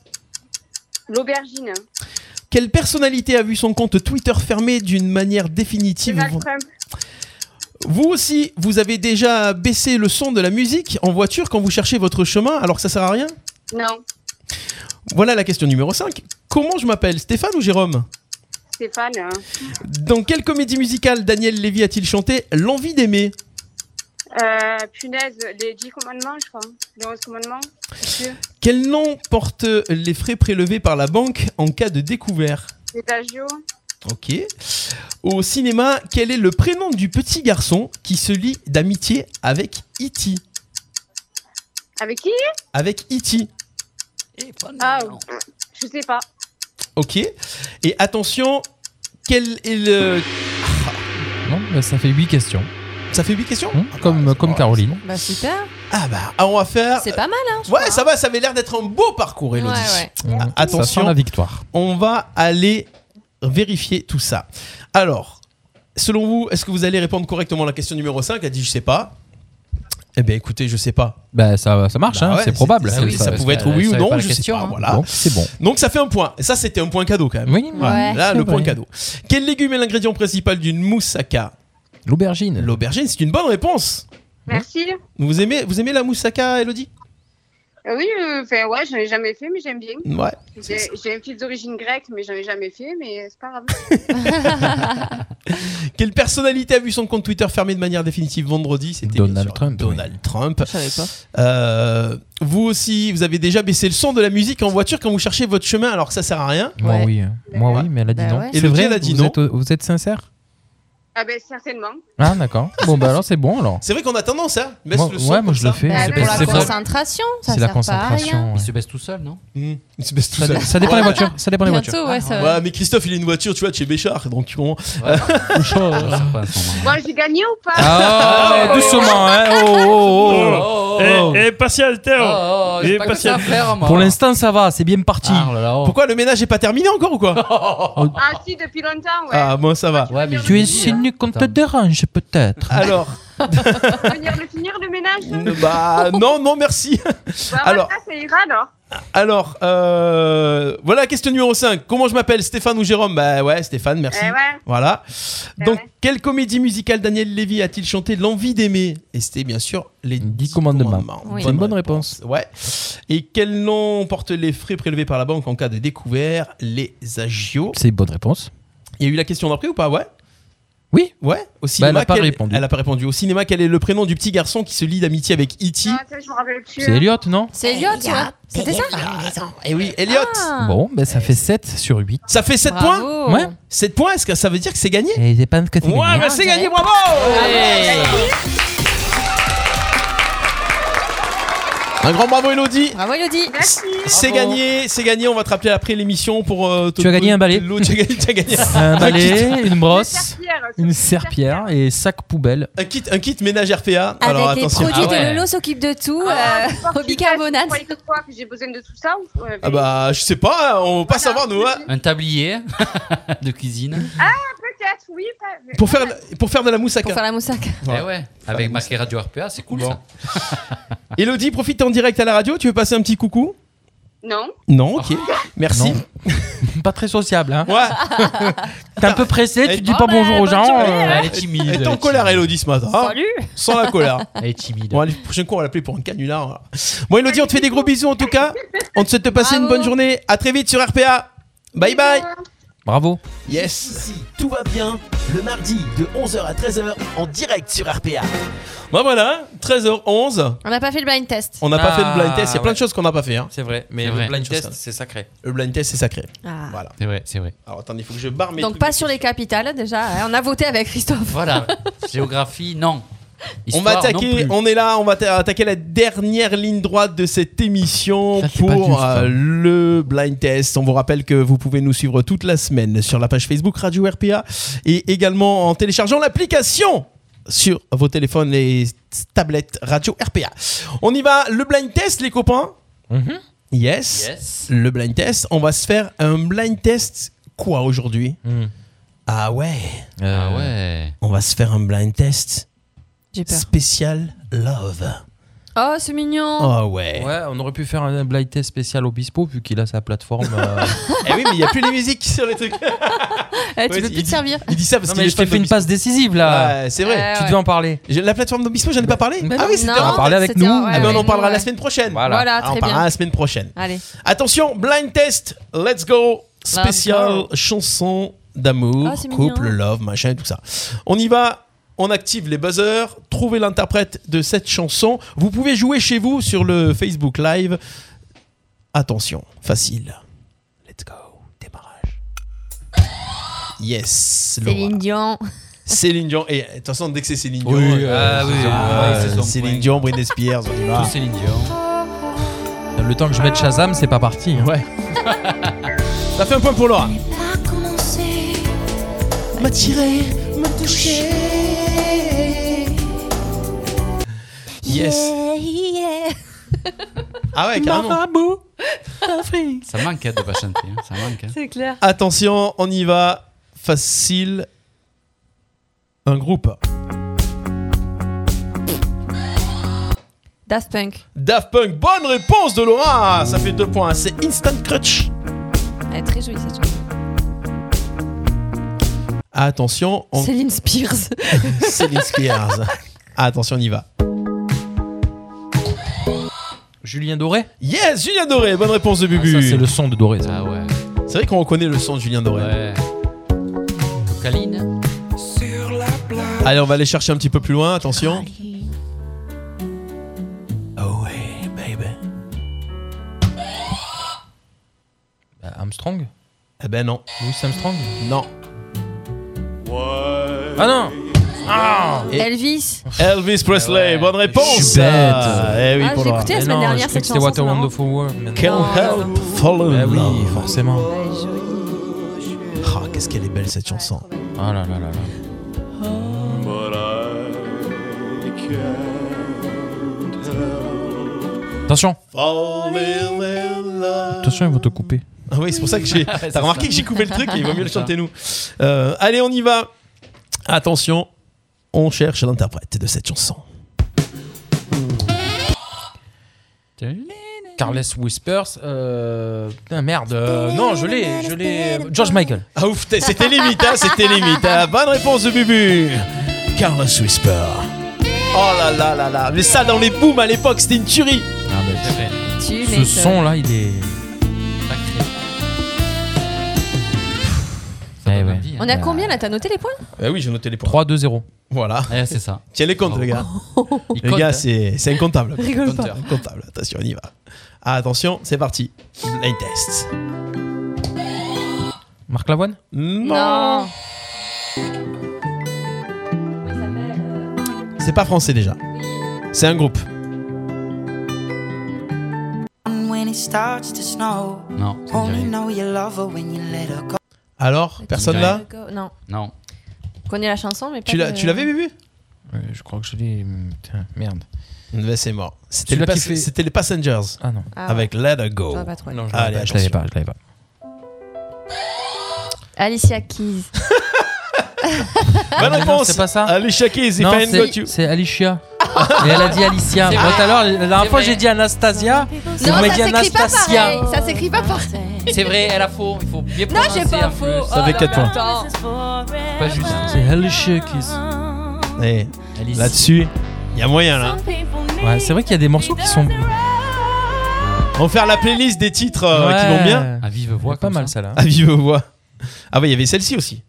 S15: L'aubergine.
S3: Mm. Quelle personnalité a vu son compte Twitter fermé d'une manière définitive
S15: Donald Trump.
S3: Vous aussi, vous avez déjà baissé le son de la musique en voiture quand vous cherchez votre chemin alors que ça sert à rien
S15: Non,
S3: Voilà la question numéro 5. Comment je m'appelle Stéphane ou Jérôme
S15: Stéphane. euh,
S3: Dans quelle comédie musicale Daniel Lévy a-t-il chanté L'envie d'aimer
S15: Euh, punaise, les 10 commandements, je crois. Les 11 commandements. Dieu,
S3: Quel nom porte les frais prélevés par la banque en cas de découvert
S15: Les agios.
S3: Ok. Au cinéma, quel est le prénom du petit garçon qui se lie d'amitié avec Iti
S15: Avec qui
S3: Avec E Iti.
S15: Ah, je sais pas.
S3: Ok. Et attention, quel est le.
S4: Non, bah, ça fait 8 questions. hein,
S3: Ça fait 8 questions
S4: Hmm, Comme, comme Caroline.
S5: Bah super.
S3: Ah bah, ah, on va faire.
S5: C'est pas mal, hein, je
S3: Ouais, ça va, ça avait l'air d'être un beau parcours, Elodie.
S5: Ouais,
S4: ouais.
S3: Ah,
S4: Ça
S3: Attention.
S4: sent la victoire.
S3: On va aller vérifier tout ça. Alors, selon vous, est-ce que vous allez répondre correctement à la question numéro 5 Elle dit je sais pas. Eh bien, écoutez, je sais pas.
S4: Bah, ça, ça marche,
S3: Bah
S4: hein,
S3: ouais,
S4: c'est probable.
S3: c'est- Ça, pouvait être oui ou non, je sais pas. Voilà.
S4: Donc, c'est hein. bon.
S3: Donc ça fait un point. Et ça, c'était un point cadeau quand même.
S4: Oui,
S3: Voilà.
S4: ouais,
S3: là,
S4: c'est
S3: le point
S4: vrai.
S3: cadeau. Quel légume est l'ingrédient principal d'une moussaka
S4: L'aubergine.
S3: L'aubergine, c'est une bonne réponse.
S15: Merci.
S3: Vous aimez, vous aimez la moussaka, Elodie
S15: Euh, Oui, euh, enfin, ouais, j'en ai jamais fait, mais j'aime bien.
S3: Ouais.
S15: J'ai j'ai un fils d'origine grecque, mais j'en ai jamais fait, mais c'est pas grave.
S3: Quelle personnalité a vu son compte Twitter fermé de manière définitive vendredi C'était Donald Trump. Donald Trump. Euh, vous aussi, vous avez déjà baissé le son de la musique en voiture quand vous cherchez votre chemin alors que ça sert à rien.
S4: Moi, oui. hein. Moi, oui, mais elle a dit
S3: Bah
S4: non.
S3: ouais.
S4: C'est
S3: Elodie,
S4: vrai,
S3: elle a dit
S4: vous
S3: non.
S4: êtes, vous êtes sincère
S15: ah ben, certainement.
S4: Ah, d'accord. Bon, bah alors, c'est bon, alors.
S3: C'est vrai qu'on a tendance, hein Baisse
S4: Moi-
S3: le son.
S4: ouais, moi,
S3: comme
S4: je le
S3: ça.
S4: fais.
S5: Bah,
S4: C'est
S5: pour
S4: pas-
S5: la
S4: c'est pas-
S5: concentration, ça
S4: c'est la
S5: sert pas à rien.
S4: concentration.
S6: Il se baisse tout seul, non
S3: Hmm. Il se baisse tout
S4: Ça-
S3: seul.
S4: ça dépend des voitures, ça dépend Oh. des Bientôt,
S5: voitures. ouais, ça va.
S3: mais Christophe, il a une voiture, tu vois, de chez Béchard, donc tu comprends.
S6: Ah,
S15: Moi, j'ai gagné ou pas
S6: oh,
S4: Ah, doucement, hein. Oh, oh, oh, oh, oh.
S7: Et, et
S6: Ah,
S7: patientez, oh. et patientez.
S4: Pour l'instant, ça va, c'est bien parti.
S6: Ah, oh
S3: Pourquoi le ménage est pas terminé encore ou quoi
S15: Ah si, depuis longtemps, ouais.
S3: Ah, bon, ça va.
S4: Tu es si nu qu'on te
S3: Attends.
S4: dérange, peut-être.
S3: Alors,
S15: Venir le finir, le ménage
S3: bah, non, non, merci.
S15: Bah,
S3: Alors,
S15: voilà, ça hein. ira, alors.
S3: Alors, euh, voilà la question numéro 5. Comment je m'appelle Stéphane ou Jérôme Bah ouais, Stéphane, merci.
S11: Euh,
S15: Eh ouais.
S3: Voilà. Donc, quelle comédie musicale Daniel Lévy a-t-il chanté L'envie d'aimer Et c'était bien sûr les 10 commandements.
S4: Oui. C'est une bonne réponse.
S3: Ouais. Et quel nom porte les frais prélevés par la banque en cas de découvert Les agios.
S4: C'est une bonne réponse.
S3: Il y a eu la question d'après ou pas Ouais.
S4: Oui.
S3: Ouais. Au
S4: Bah,
S3: cinéma,
S4: elle a pas
S3: quel-
S4: répondu.
S3: elle a pas répondu. Au cinéma, quel est le prénom du petit garçon qui se lie d'amitié avec E E.T.
S15: Ah, ça, je me rappelle plus.
S4: C'est Elliot, non
S5: C'est Ah, Elliot, ouais. C'était ça Ah.
S3: Et Eh oui, Elliot.
S4: Bon, ben ça fait 7 sur 8.
S3: Ça fait 7
S5: Bravo.
S4: Oh.
S3: points
S5: Ouais.
S3: 7 points, est-ce que ça veut dire que c'est gagné
S4: Et je pense que c'est
S3: Ouais,
S4: gagné.
S3: bah c'est gagné, bravo
S4: Ah, bah,
S3: Un grand bravo Elodie
S5: Bravo Elodie
S3: C'est gagné, c'est gagné, on va te rappeler après l'émission pour... euh, te-
S4: Tu as gagné un balai.
S3: L'eau, Tu as gagné, tu as gagné.
S4: Un balai, une brosse,
S15: serpillère,
S4: une serpillère et sac poubelle.
S3: Un kit, un kit ménage RPA.
S5: Avec
S3: Alors
S5: les
S3: attention.
S5: produits de Lolo s'occupe de tout. euh, au bicarbonate.
S15: Vous croyez quoi, que j'ai besoin de tout ça ou- euh,
S3: Ah bah je sais pas, hein, on va pas savoir nous. hein.
S6: Un tablier de cuisine.
S15: Ah, peut-être, oui. pas-
S3: Pour faire, pour faire de la moussaka.
S5: Pour faire la moussaka.
S6: Eh ouais, avec marqué Radio RPA, c'est cool ça.
S3: Elodie, profite en direct à la radio, tu veux passer un petit coucou
S15: Non.
S3: Non, ok. Merci.
S4: Pas très sociable, hein.
S3: Ouais.
S4: T'es un peu pressé, tu dis
S3: Oh
S4: pas
S3: ben,
S4: bonjour aux
S3: bonne
S4: gens.
S3: journée,
S4: euh,
S3: hein. Elle est timide, Elle est en colère, Elodie, ce matin. hein.
S5: Salut.
S3: Sans la colère.
S6: Elle est timide.
S3: Bon, allez, le prochain coup, on va l'appeler pour un canular. voilà. Bon, Elodie, on te fait des gros bisous en tout cas. On te souhaite de passer une bonne journée. À très vite sur RPA. Bye bye.
S15: Euh,
S4: Bravo.
S3: Yes. Tout va bien le mardi de 11h à 13h en direct sur RPA. Bah voilà, 13h11.
S5: On n'a pas fait le blind test.
S3: On n'a pas
S4: Ah,
S3: fait de blind test. Il y a plein de
S4: ouais.
S3: choses qu'on n'a pas fait. hein.
S4: C'est vrai, mais
S3: C'est
S4: le
S3: vrai.
S4: blind
S3: Chose
S4: test,
S3: sacrée.
S4: c'est sacré.
S3: Le blind test, c'est sacré.
S5: Ah.
S3: Voilà.
S6: C'est vrai, c'est vrai.
S3: Alors attendez, il faut que je barre mes
S5: Donc
S3: trucs.
S5: Eh, pas sur les capitales déjà. hein. On a voté avec Christophe.
S6: Voilà. Géographie, non.
S3: on va
S6: Histoire, non
S3: attaquer,
S6: plus.
S3: on est là, on va ta- attaquer la dernière ligne droite de cette émission
S6: pas
S3: pour
S6: juste, hein.
S3: euh, le blind test. On vous rappelle que vous pouvez nous suivre toute la semaine sur la page Facebook Radio RPA et également en téléchargeant l'application sur vos téléphones et tablettes Radio RPA. On y va, le blind test, les copains. Yes. Le blind test. On va se faire un blind test quoi aujourd'hui Ah ouais.
S4: Euh,
S6: Ah ouais.
S3: On va se faire un blind test
S5: J'ai peur.
S3: spécial love. Ah
S5: Oh, c'est mignon.
S3: ouais.
S4: Ouais, on aurait pu faire un blind test spécial Obispo vu qu'il a sa plateforme.
S3: Eh oui, mais il n'y a plus les musiques sur les trucs.
S5: Eh, tu
S3: Ouais,
S5: peux plus
S3: il
S5: te
S3: dit- Ah
S5: servir. Euh,
S3: Il dit ça parce
S4: Non,
S3: qu'il
S4: mais
S3: est
S4: je t'ai
S3: fan
S4: fait une
S3: d'Obispo.
S4: passe décisive là.
S3: Ouais, Ah, c'est vrai.
S4: Ouais, Tu devais en parler.
S3: La plateforme d'Obispo, j'en ai pas parlé. Ah oui, c'était
S4: On en
S3: en
S4: parler avec
S3: tête.
S4: nous.
S3: Ah ben, on en parlera la semaine prochaine.
S4: Voilà.
S5: Voilà,
S3: Ah, on
S5: bah très
S3: parlera
S5: bien.
S3: la semaine prochaine.
S5: Allez.
S3: Attention, blind test. Let's go. Spécial
S5: Let's
S3: chanson d'amour,
S5: Ah, c'est mignon.
S3: couple, love, machin et tout ça. On y va. On active les buzzers, trouvez l'interprète de cette chanson. Vous pouvez jouer chez vous sur le Facebook Live. Attention, facile. Yes, Laura.
S5: Céline Dion.
S3: Céline Dion. Et attention, dès que c'est Céline Dion,
S6: Oui,
S3: euh,
S6: ah oui,
S3: ah,
S6: oui, c'est son
S3: Céline Dion, Britney Spears, on y va.
S4: Tout Céline Dion. Le temps que je mette Shazam, c'est pas parti. hein.
S3: Ouais. Ça fait un point pour Laura. M'attirer, me toucher. Yes. Ah ouais, carrément.
S4: Marabout
S6: Ça manque hein, de pas chanter. hein, Ça manque. hein.
S5: C'est clair.
S3: Attention, on y va. Facile. Un groupe.
S5: Daft Punk.
S3: Daft Punk. Bonne réponse de Laura. Ça fait deux points. C'est Instant Crutch.
S5: Elle est très jolie cette chanson.
S3: Attention. on-
S5: Céline Spears.
S3: Céline Spears. Attention, on y va.
S4: Julien Doré
S3: Yes, Julien Doré. Bonne réponse de Bubu.
S4: Ah, Ça, c'est le son de Doré. ça.
S6: Ah ouais.
S3: C'est vrai qu'on reconnaît le son de Julien Doré.
S6: Caline.
S3: Allez, on va aller chercher un petit peu plus loin, attention. Ah
S4: Bah, Armstrong
S3: Eh ben non.
S4: Louis Armstrong
S3: Non.
S4: Ah non Ah
S3: Et-
S5: Elvis.
S3: Elvis Presley, bonne réponse.
S4: Je suis bête.
S3: Eh oui,
S5: Ah,
S3: pour
S5: j'ai
S3: Laura.
S5: écouté la
S4: Mais
S5: semaine dernière
S4: non, je croyais
S5: cette
S4: que c'était
S5: chanson.
S4: What a
S5: c'est marrant.
S4: Wonderful World. mais non.
S3: Can't help falling
S4: Bah
S3: in
S4: oui,
S3: love.
S4: forcément.
S3: Ah, qu'est-ce qu'elle est belle cette chanson.
S4: Ah là là là là. Attention, attention, ils vont te couper.
S3: Ah oui, c'est pour ça que j'ai.
S6: C'est
S3: T'as remarqué
S6: ça.
S3: que j'ai coupé le truc et il vaut mieux le chanter nous. Euh, allez, on y va. Attention, on cherche l'interprète de cette chanson.
S4: Carles Whispers, euh... putain, merde, euh, non, je l'ai, je l'ai. George Michael.
S3: Ah ouf, t'es- c'était limite, hein, c'était limite. hein. Bonne réponse de Bubu. Carlos Whisper. Oh là là là là. Mais ça, dans les booms à l'époque, c'était une tuerie.
S5: Tu
S4: Ce
S5: m'étonnes.
S4: son-là, il est. Eh ouais.
S6: hein.
S5: On a combien là T'as noté les points
S4: Eh
S3: Bah oui, j'ai noté les points.
S4: 3-2-0.
S3: Voilà.
S6: Ouais, Eh, c'est ça.
S3: Tiens les comptes,
S6: Bravo.
S3: les gars.
S4: Oh.
S6: Il
S3: les
S6: compte,
S3: gars,
S6: hein.
S3: c'est c'est incomptable.
S4: hein.
S5: Rigole pas.
S3: Compteur. Incomptable. Attention, on y va. Ah, attention, c'est parti. Blind test.
S4: Marc Lavoine
S3: Non. C'est pas français déjà. C'est un groupe.
S16: When it starts to snow,
S6: Non.
S16: only know you love her when you let her go.
S3: Alors, personne
S6: Ouais.
S3: là
S5: Non.
S6: Non.
S5: Je connais la chanson, mais pas.
S3: Tu l'as-
S5: le-
S3: tu l'avais, Bubu
S4: Ouais, je crois que je l'ai. hum, Putain, merde.
S3: Ben, c'est mort. C'était
S4: Mm. Celui-là
S3: les, pas-
S4: qui fait-
S3: c'était les Passengers.
S4: Ah non.
S5: Ah ouais.
S3: Avec Let Her Go.
S5: Ça va pas trop.
S4: Non, je
S3: Allez,
S4: l'avais pas, je l'avais
S3: attention.
S4: pas, je l'avais pas.
S5: Alicia Keys.
S3: Bonne
S4: Ah, non,
S3: réponse.
S4: c'est pas ça.
S3: Alicia Keys, if
S4: Non,
S3: I ain't got
S4: c'est-
S3: you.
S4: c'est Alicia. Et elle a dit Alicia. Moi, tout à l'heure, la dernière fois, j'ai dit Anastasia. Vous
S5: non,
S4: m'avez
S5: ça
S4: dit
S5: s'écrit pas
S4: Anastasia.
S5: pareil. Ça s'écrit pas pareil.
S6: C'est vrai, elle a faux. Il faut bien
S5: Non,
S6: prononcer
S5: j'ai pas
S6: en
S5: faux. Ah,
S6: plus.
S5: Oh
S3: Ça fait
S5: là
S3: quatre
S5: là,
S3: points.
S5: attends.
S6: Pas juste.
S4: C'est Alicia Keys.
S3: Eh,
S6: Alice.
S3: Là-dessus, il y a moyen là.
S4: Ouais, c'est vrai qu'il y a des morceaux qui sont.
S3: On va faire la playlist des titres euh, qui vont bien.
S6: À vive voix,
S4: Pas
S6: comme
S4: mal,
S6: ça.
S4: celle-là.
S3: À vive voix. Ah oui, il y avait celle-ci aussi.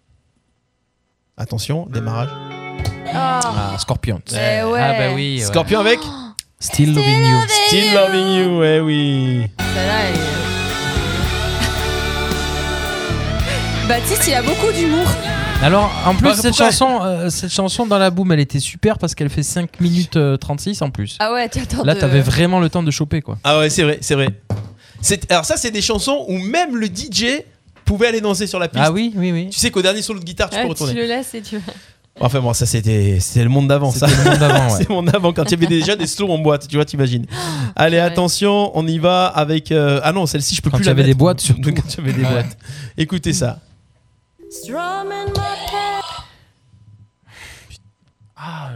S3: Attention, démarrage.
S4: Ah, Scorpion.
S5: Oh. Eh ouais.
S6: Ah bah oui. ouais.
S3: Scorpion avec
S5: Oh,
S4: Still loving you.
S3: Still Loving You, eh oui.
S5: Celle-là, elle est- Baptiste, il a beaucoup d'humour.
S4: Alors, en plus,
S3: Bah,
S4: cette,
S3: pourquoi-
S4: chanson, euh, cette chanson dans la boum, elle était super parce qu'elle fait 5 minutes euh, 36 en plus.
S5: Ah ouais, tu attends
S4: Là,
S5: de-
S4: t'avais vraiment le temps de choper quoi.
S3: Ah ouais, c'est vrai, c'est vrai. C'est- Alors ça, c'est des chansons où même le DJ pouvait aller danser sur la piste.
S4: Ah oui, oui, oui.
S3: Tu sais qu'au dernier solo de guitare, tu
S5: Ouais,
S3: peux
S5: Ah, tu
S3: retourner.
S5: le laisses et tu vas.
S3: Enfin bon, ça c'était c'était le monde d'avant. ça.
S4: C'était le monde d'avant, ouais.
S3: c'est le monde d'avant quand il y avait déjà des slows en boîte, tu vois, t'imagines. Allez, attention, on y va avec. euh, Ah non, celle-ci je peux
S4: Ah, Quand
S3: plus
S4: il y
S3: la
S4: avait
S3: mettre.
S4: des boîtes, surtout.
S3: Quand il y avait des
S4: Ouais.
S3: boîtes. Écoutez ça.
S2: Strumming my head.
S3: Ah.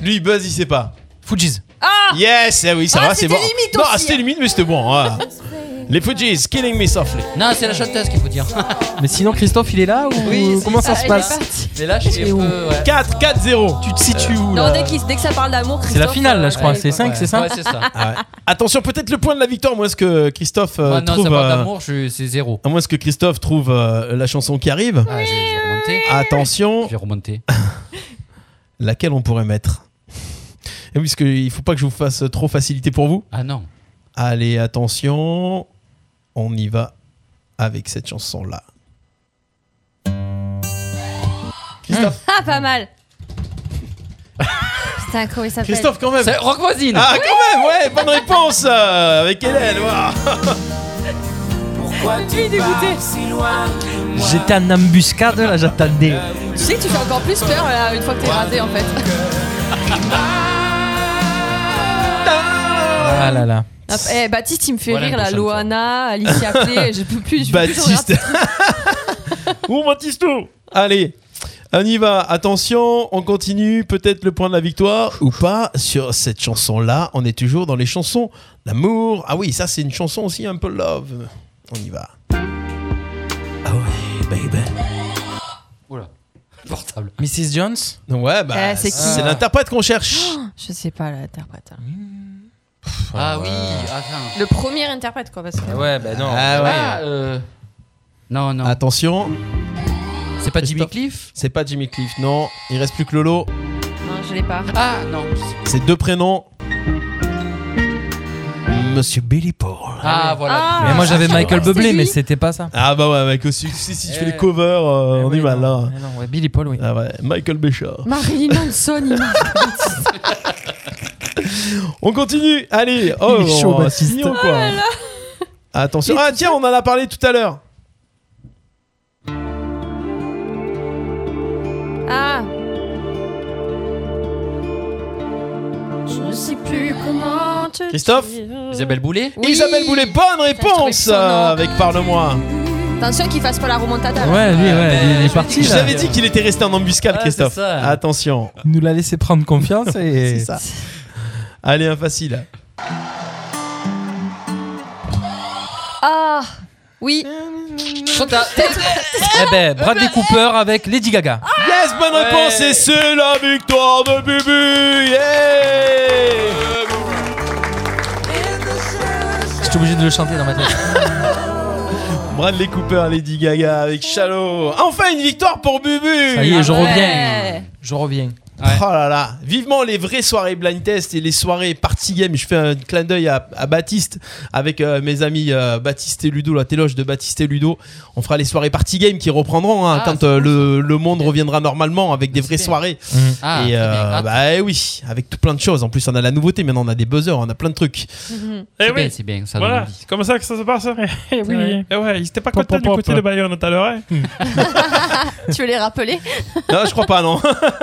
S3: Lui il buzz, il sait pas.
S4: Fujis.
S5: Ah
S3: Yes, eh oui, ça
S6: Ah,
S3: va, c'est
S6: c'était
S3: bon.
S6: limite
S3: non,
S6: aussi,
S3: ah, c'était
S6: hein.
S3: limite, mais c'était bon. ah. Les Fujis, killing me softly.
S6: Non, c'est la chanteuse qu'il faut dire.
S4: Mais sinon, Christophe, il est là ou
S6: Oui,
S4: comment
S5: si,
S4: ça
S5: ça,
S4: se
S5: il est
S4: passe
S5: parti.
S6: Mais là, je suis un peu. ouais.
S3: 4, 4, 0. Tu te situes où
S5: Non, dès, qu'il- dès que ça parle d'amour,
S4: C'est la
S5: Christophe,
S4: finale là,
S5: euh,
S4: je crois.
S5: ouais,
S4: C'est 5,
S6: Ouais.
S4: c'est ça
S6: Ouais, c'est ça.
S3: Ah ouais. Attention, peut-être le point de la victoire, moi, est-ce que Christophe euh,
S6: Ah non,
S3: trouve.
S6: ça parle
S3: euh,
S6: d'amour, je- c'est zéro.
S3: À moins que Christophe trouve euh, la chanson qui arrive.
S6: Ah, je vais- je vais remonter.
S3: Attention.
S6: Je vais remonter.
S3: Laquelle on pourrait mettre Et Puisque il faut pas que je vous fasse trop facilité pour vous.
S6: Ah non.
S3: Allez, attention. On y va avec cette chanson-là. Christophe.
S5: Ah, pas mal. Putain, comment il s'appelle
S3: Christophe, quand même.
S6: C'est Rock Voisine.
S3: Ah, quand même, ouais, bonne réponse euh, avec Hélène. waouh.
S2: Pourquoi tu es dégoûté si loin
S4: J'étais en embuscade là, j'attendais.
S5: Tu sais que tu fais encore plus peur là, une fois que t'es rasé en fait.
S4: Ah là là.
S5: Ah, eh, Baptiste, il me fait
S4: Voilà
S5: rire
S4: une
S5: là.
S4: prochaine fois.
S5: Loana, Alicia Play, je peux plus. Je peux plus
S3: Baptiste.
S5: regarder.
S3: Ouh, Baptisto Allez, on y va. Attention, on continue. Peut-être le point de la victoire ou pas sur cette chanson-là. On est toujours dans les chansons d'amour. Ah oui, ça, c'est une chanson aussi un peu love. On y va. Ah ouais, baby.
S6: Oula. Portable.
S4: Mrs. Jones
S3: Ouais, bah,
S5: Eh, c'est
S3: c'est,
S5: qui
S3: l'interprète qu'on cherche.
S5: Je sais pas l'interprète. hein.
S6: Ah oui, attends.
S5: Le premier interprète quoi, parce que.
S4: Ouais, bah
S5: Oh.
S4: non.
S3: Ah ouais.
S6: Ah, euh, Non, non.
S3: Attention.
S6: C'est pas Jimmy
S3: Stop.
S6: Cliff
S3: C'est pas Jimmy Cliff, non. Il reste plus que Lolo.
S5: Non, je l'ai pas.
S6: Ah non.
S3: Ses deux prénoms. Monsieur Billy Paul.
S6: Ah voilà.
S4: Mais moi j'avais
S3: Ah,
S4: Michael
S3: c'est
S4: Bublé,
S3: lui.
S4: mais c'était pas ça.
S3: Ah bah ouais, mec, aussi, si, si tu fais les covers, euh, on est mal là.
S4: Eh. Non, ouais, Billy Paul, oui.
S3: Ah ouais, Michael Béchard.
S5: Marilyn Manson. il m'a-
S3: On continue, allez. Oh,
S4: Il est chaud,
S3: oh,
S4: Baptiste.
S3: c'est mignon, quoi. Attention. Ah tiens, on en a parlé tout à l'heure.
S5: Ah,
S2: Je ne sais plus comment te
S3: Christophe
S2: dire.
S6: Isabelle Boulay
S5: Oui.
S3: Isabelle Boulet, bonne réponse
S5: sonore.
S3: euh, avec Parle-moi.
S5: attention qu'il fasse pas la remontada. là.
S4: Ouais, lui, ouais, il est parti
S3: Je vous
S4: là.
S3: avais dit qu'il était resté en embuscade,
S6: Ah,
S3: Christophe.
S6: c'est ça.
S3: Attention.
S4: Il nous l'a laissé prendre confiance et.
S3: C'est ça. Allez, un facile.
S5: Ah, oui.
S6: Trop tard.
S4: Eh ben, Bradley Cooper avec Lady Gaga.
S3: Yes, bonne
S6: Ouais.
S3: réponse et c'est la victoire de Bubu. Yeah
S4: J'étais obligé de le chanter dans ma tête.
S3: Bradley Cooper, Lady Gaga avec Shallow. Enfin une victoire pour Bubu.
S4: Ça y est, je
S5: Ouais.
S4: reviens. Je reviens.
S6: Ouais.
S3: Oh là là, vivement les vraies soirées blind test et les soirées party game. Je fais un clin d'œil à, à Baptiste avec euh, mes amis euh, Baptiste et Ludo, la téloge de Baptiste et Ludo. On fera les soirées party game qui reprendront hein,
S6: Ah,
S3: quand
S6: c'est
S3: euh,
S6: cool,
S3: le, le monde reviendra normalement avec des vraies
S6: bien.
S3: soirées.
S6: Ah,
S3: et
S6: très
S3: euh,
S6: bien. Ah,
S3: bah eh oui, avec tout plein de choses. En plus, on a la nouveauté maintenant, on a des buzzers, on a plein de trucs.
S7: Eh
S6: c'est
S7: oui,
S6: bien, c'est bien, ça donne
S7: voilà,
S6: envie.
S7: c'est comme ça que ça se passe. Eh oui,
S4: vrai.
S7: eh ouais, ils étaient pas
S4: Pop,
S7: contents
S4: pop,
S7: du
S4: pop.
S7: côté de Bayonne tout à l'heure. hein.
S5: Tu veux les rappeler
S3: Non, je crois pas, non.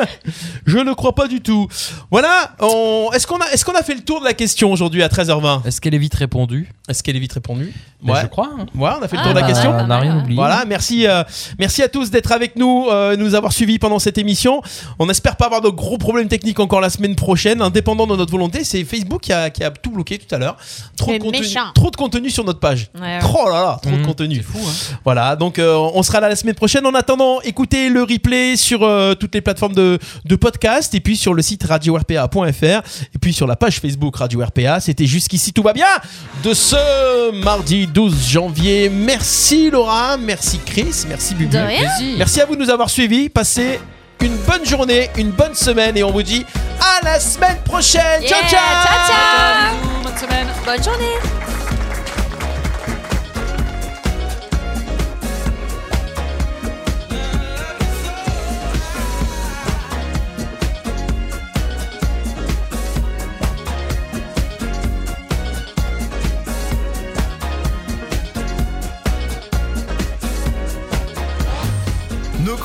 S3: je ne crois pas du tout. Voilà, on... est-ce qu'on a, est qu'on a fait le tour de la question aujourd'hui à 13h20
S4: Est-ce qu'elle est vite répondue
S3: Est-ce qu'elle est vite répondue
S4: Ben,
S3: Ouais.
S4: Je crois. hein.
S3: Voilà, on a fait le
S5: Ah,
S3: tour de la
S5: bah,
S3: question.
S5: ouais.
S4: On n'a rien oublié.
S3: Voilà, merci, euh, merci à tous d'être avec nous, euh, nous avoir suivis pendant cette émission. On espère pas avoir de gros problèmes techniques encore la semaine prochaine, indépendant de notre volonté. C'est Facebook qui a, qui a tout bloqué tout à l'heure. Trop, de
S5: C'est
S3: contenu-
S5: méchant.
S3: trop de contenu sur notre page.
S5: Ouais, ouais.
S3: Oh là là, trop de
S4: Mmh.
S3: contenu. Voilà, donc euh, on sera là la semaine prochaine. En attendant, écoutez le replay sur euh, toutes les plateformes de, de podcast et puis sur le site radio-rpa.fr et puis sur la page Facebook Radio RPA. C'était jusqu'ici, tout va bien de ce mardi 12 janvier. Merci Laura, merci Chris, merci
S5: De
S3: Bubu.
S5: rien.
S3: Merci à vous de nous avoir suivis. Passez une bonne journée, une bonne semaine et on vous dit à la semaine prochaine.
S5: Yeah,
S3: ciao
S5: ciao, ciao. Bonne journée.
S2: Look at
S4: Nos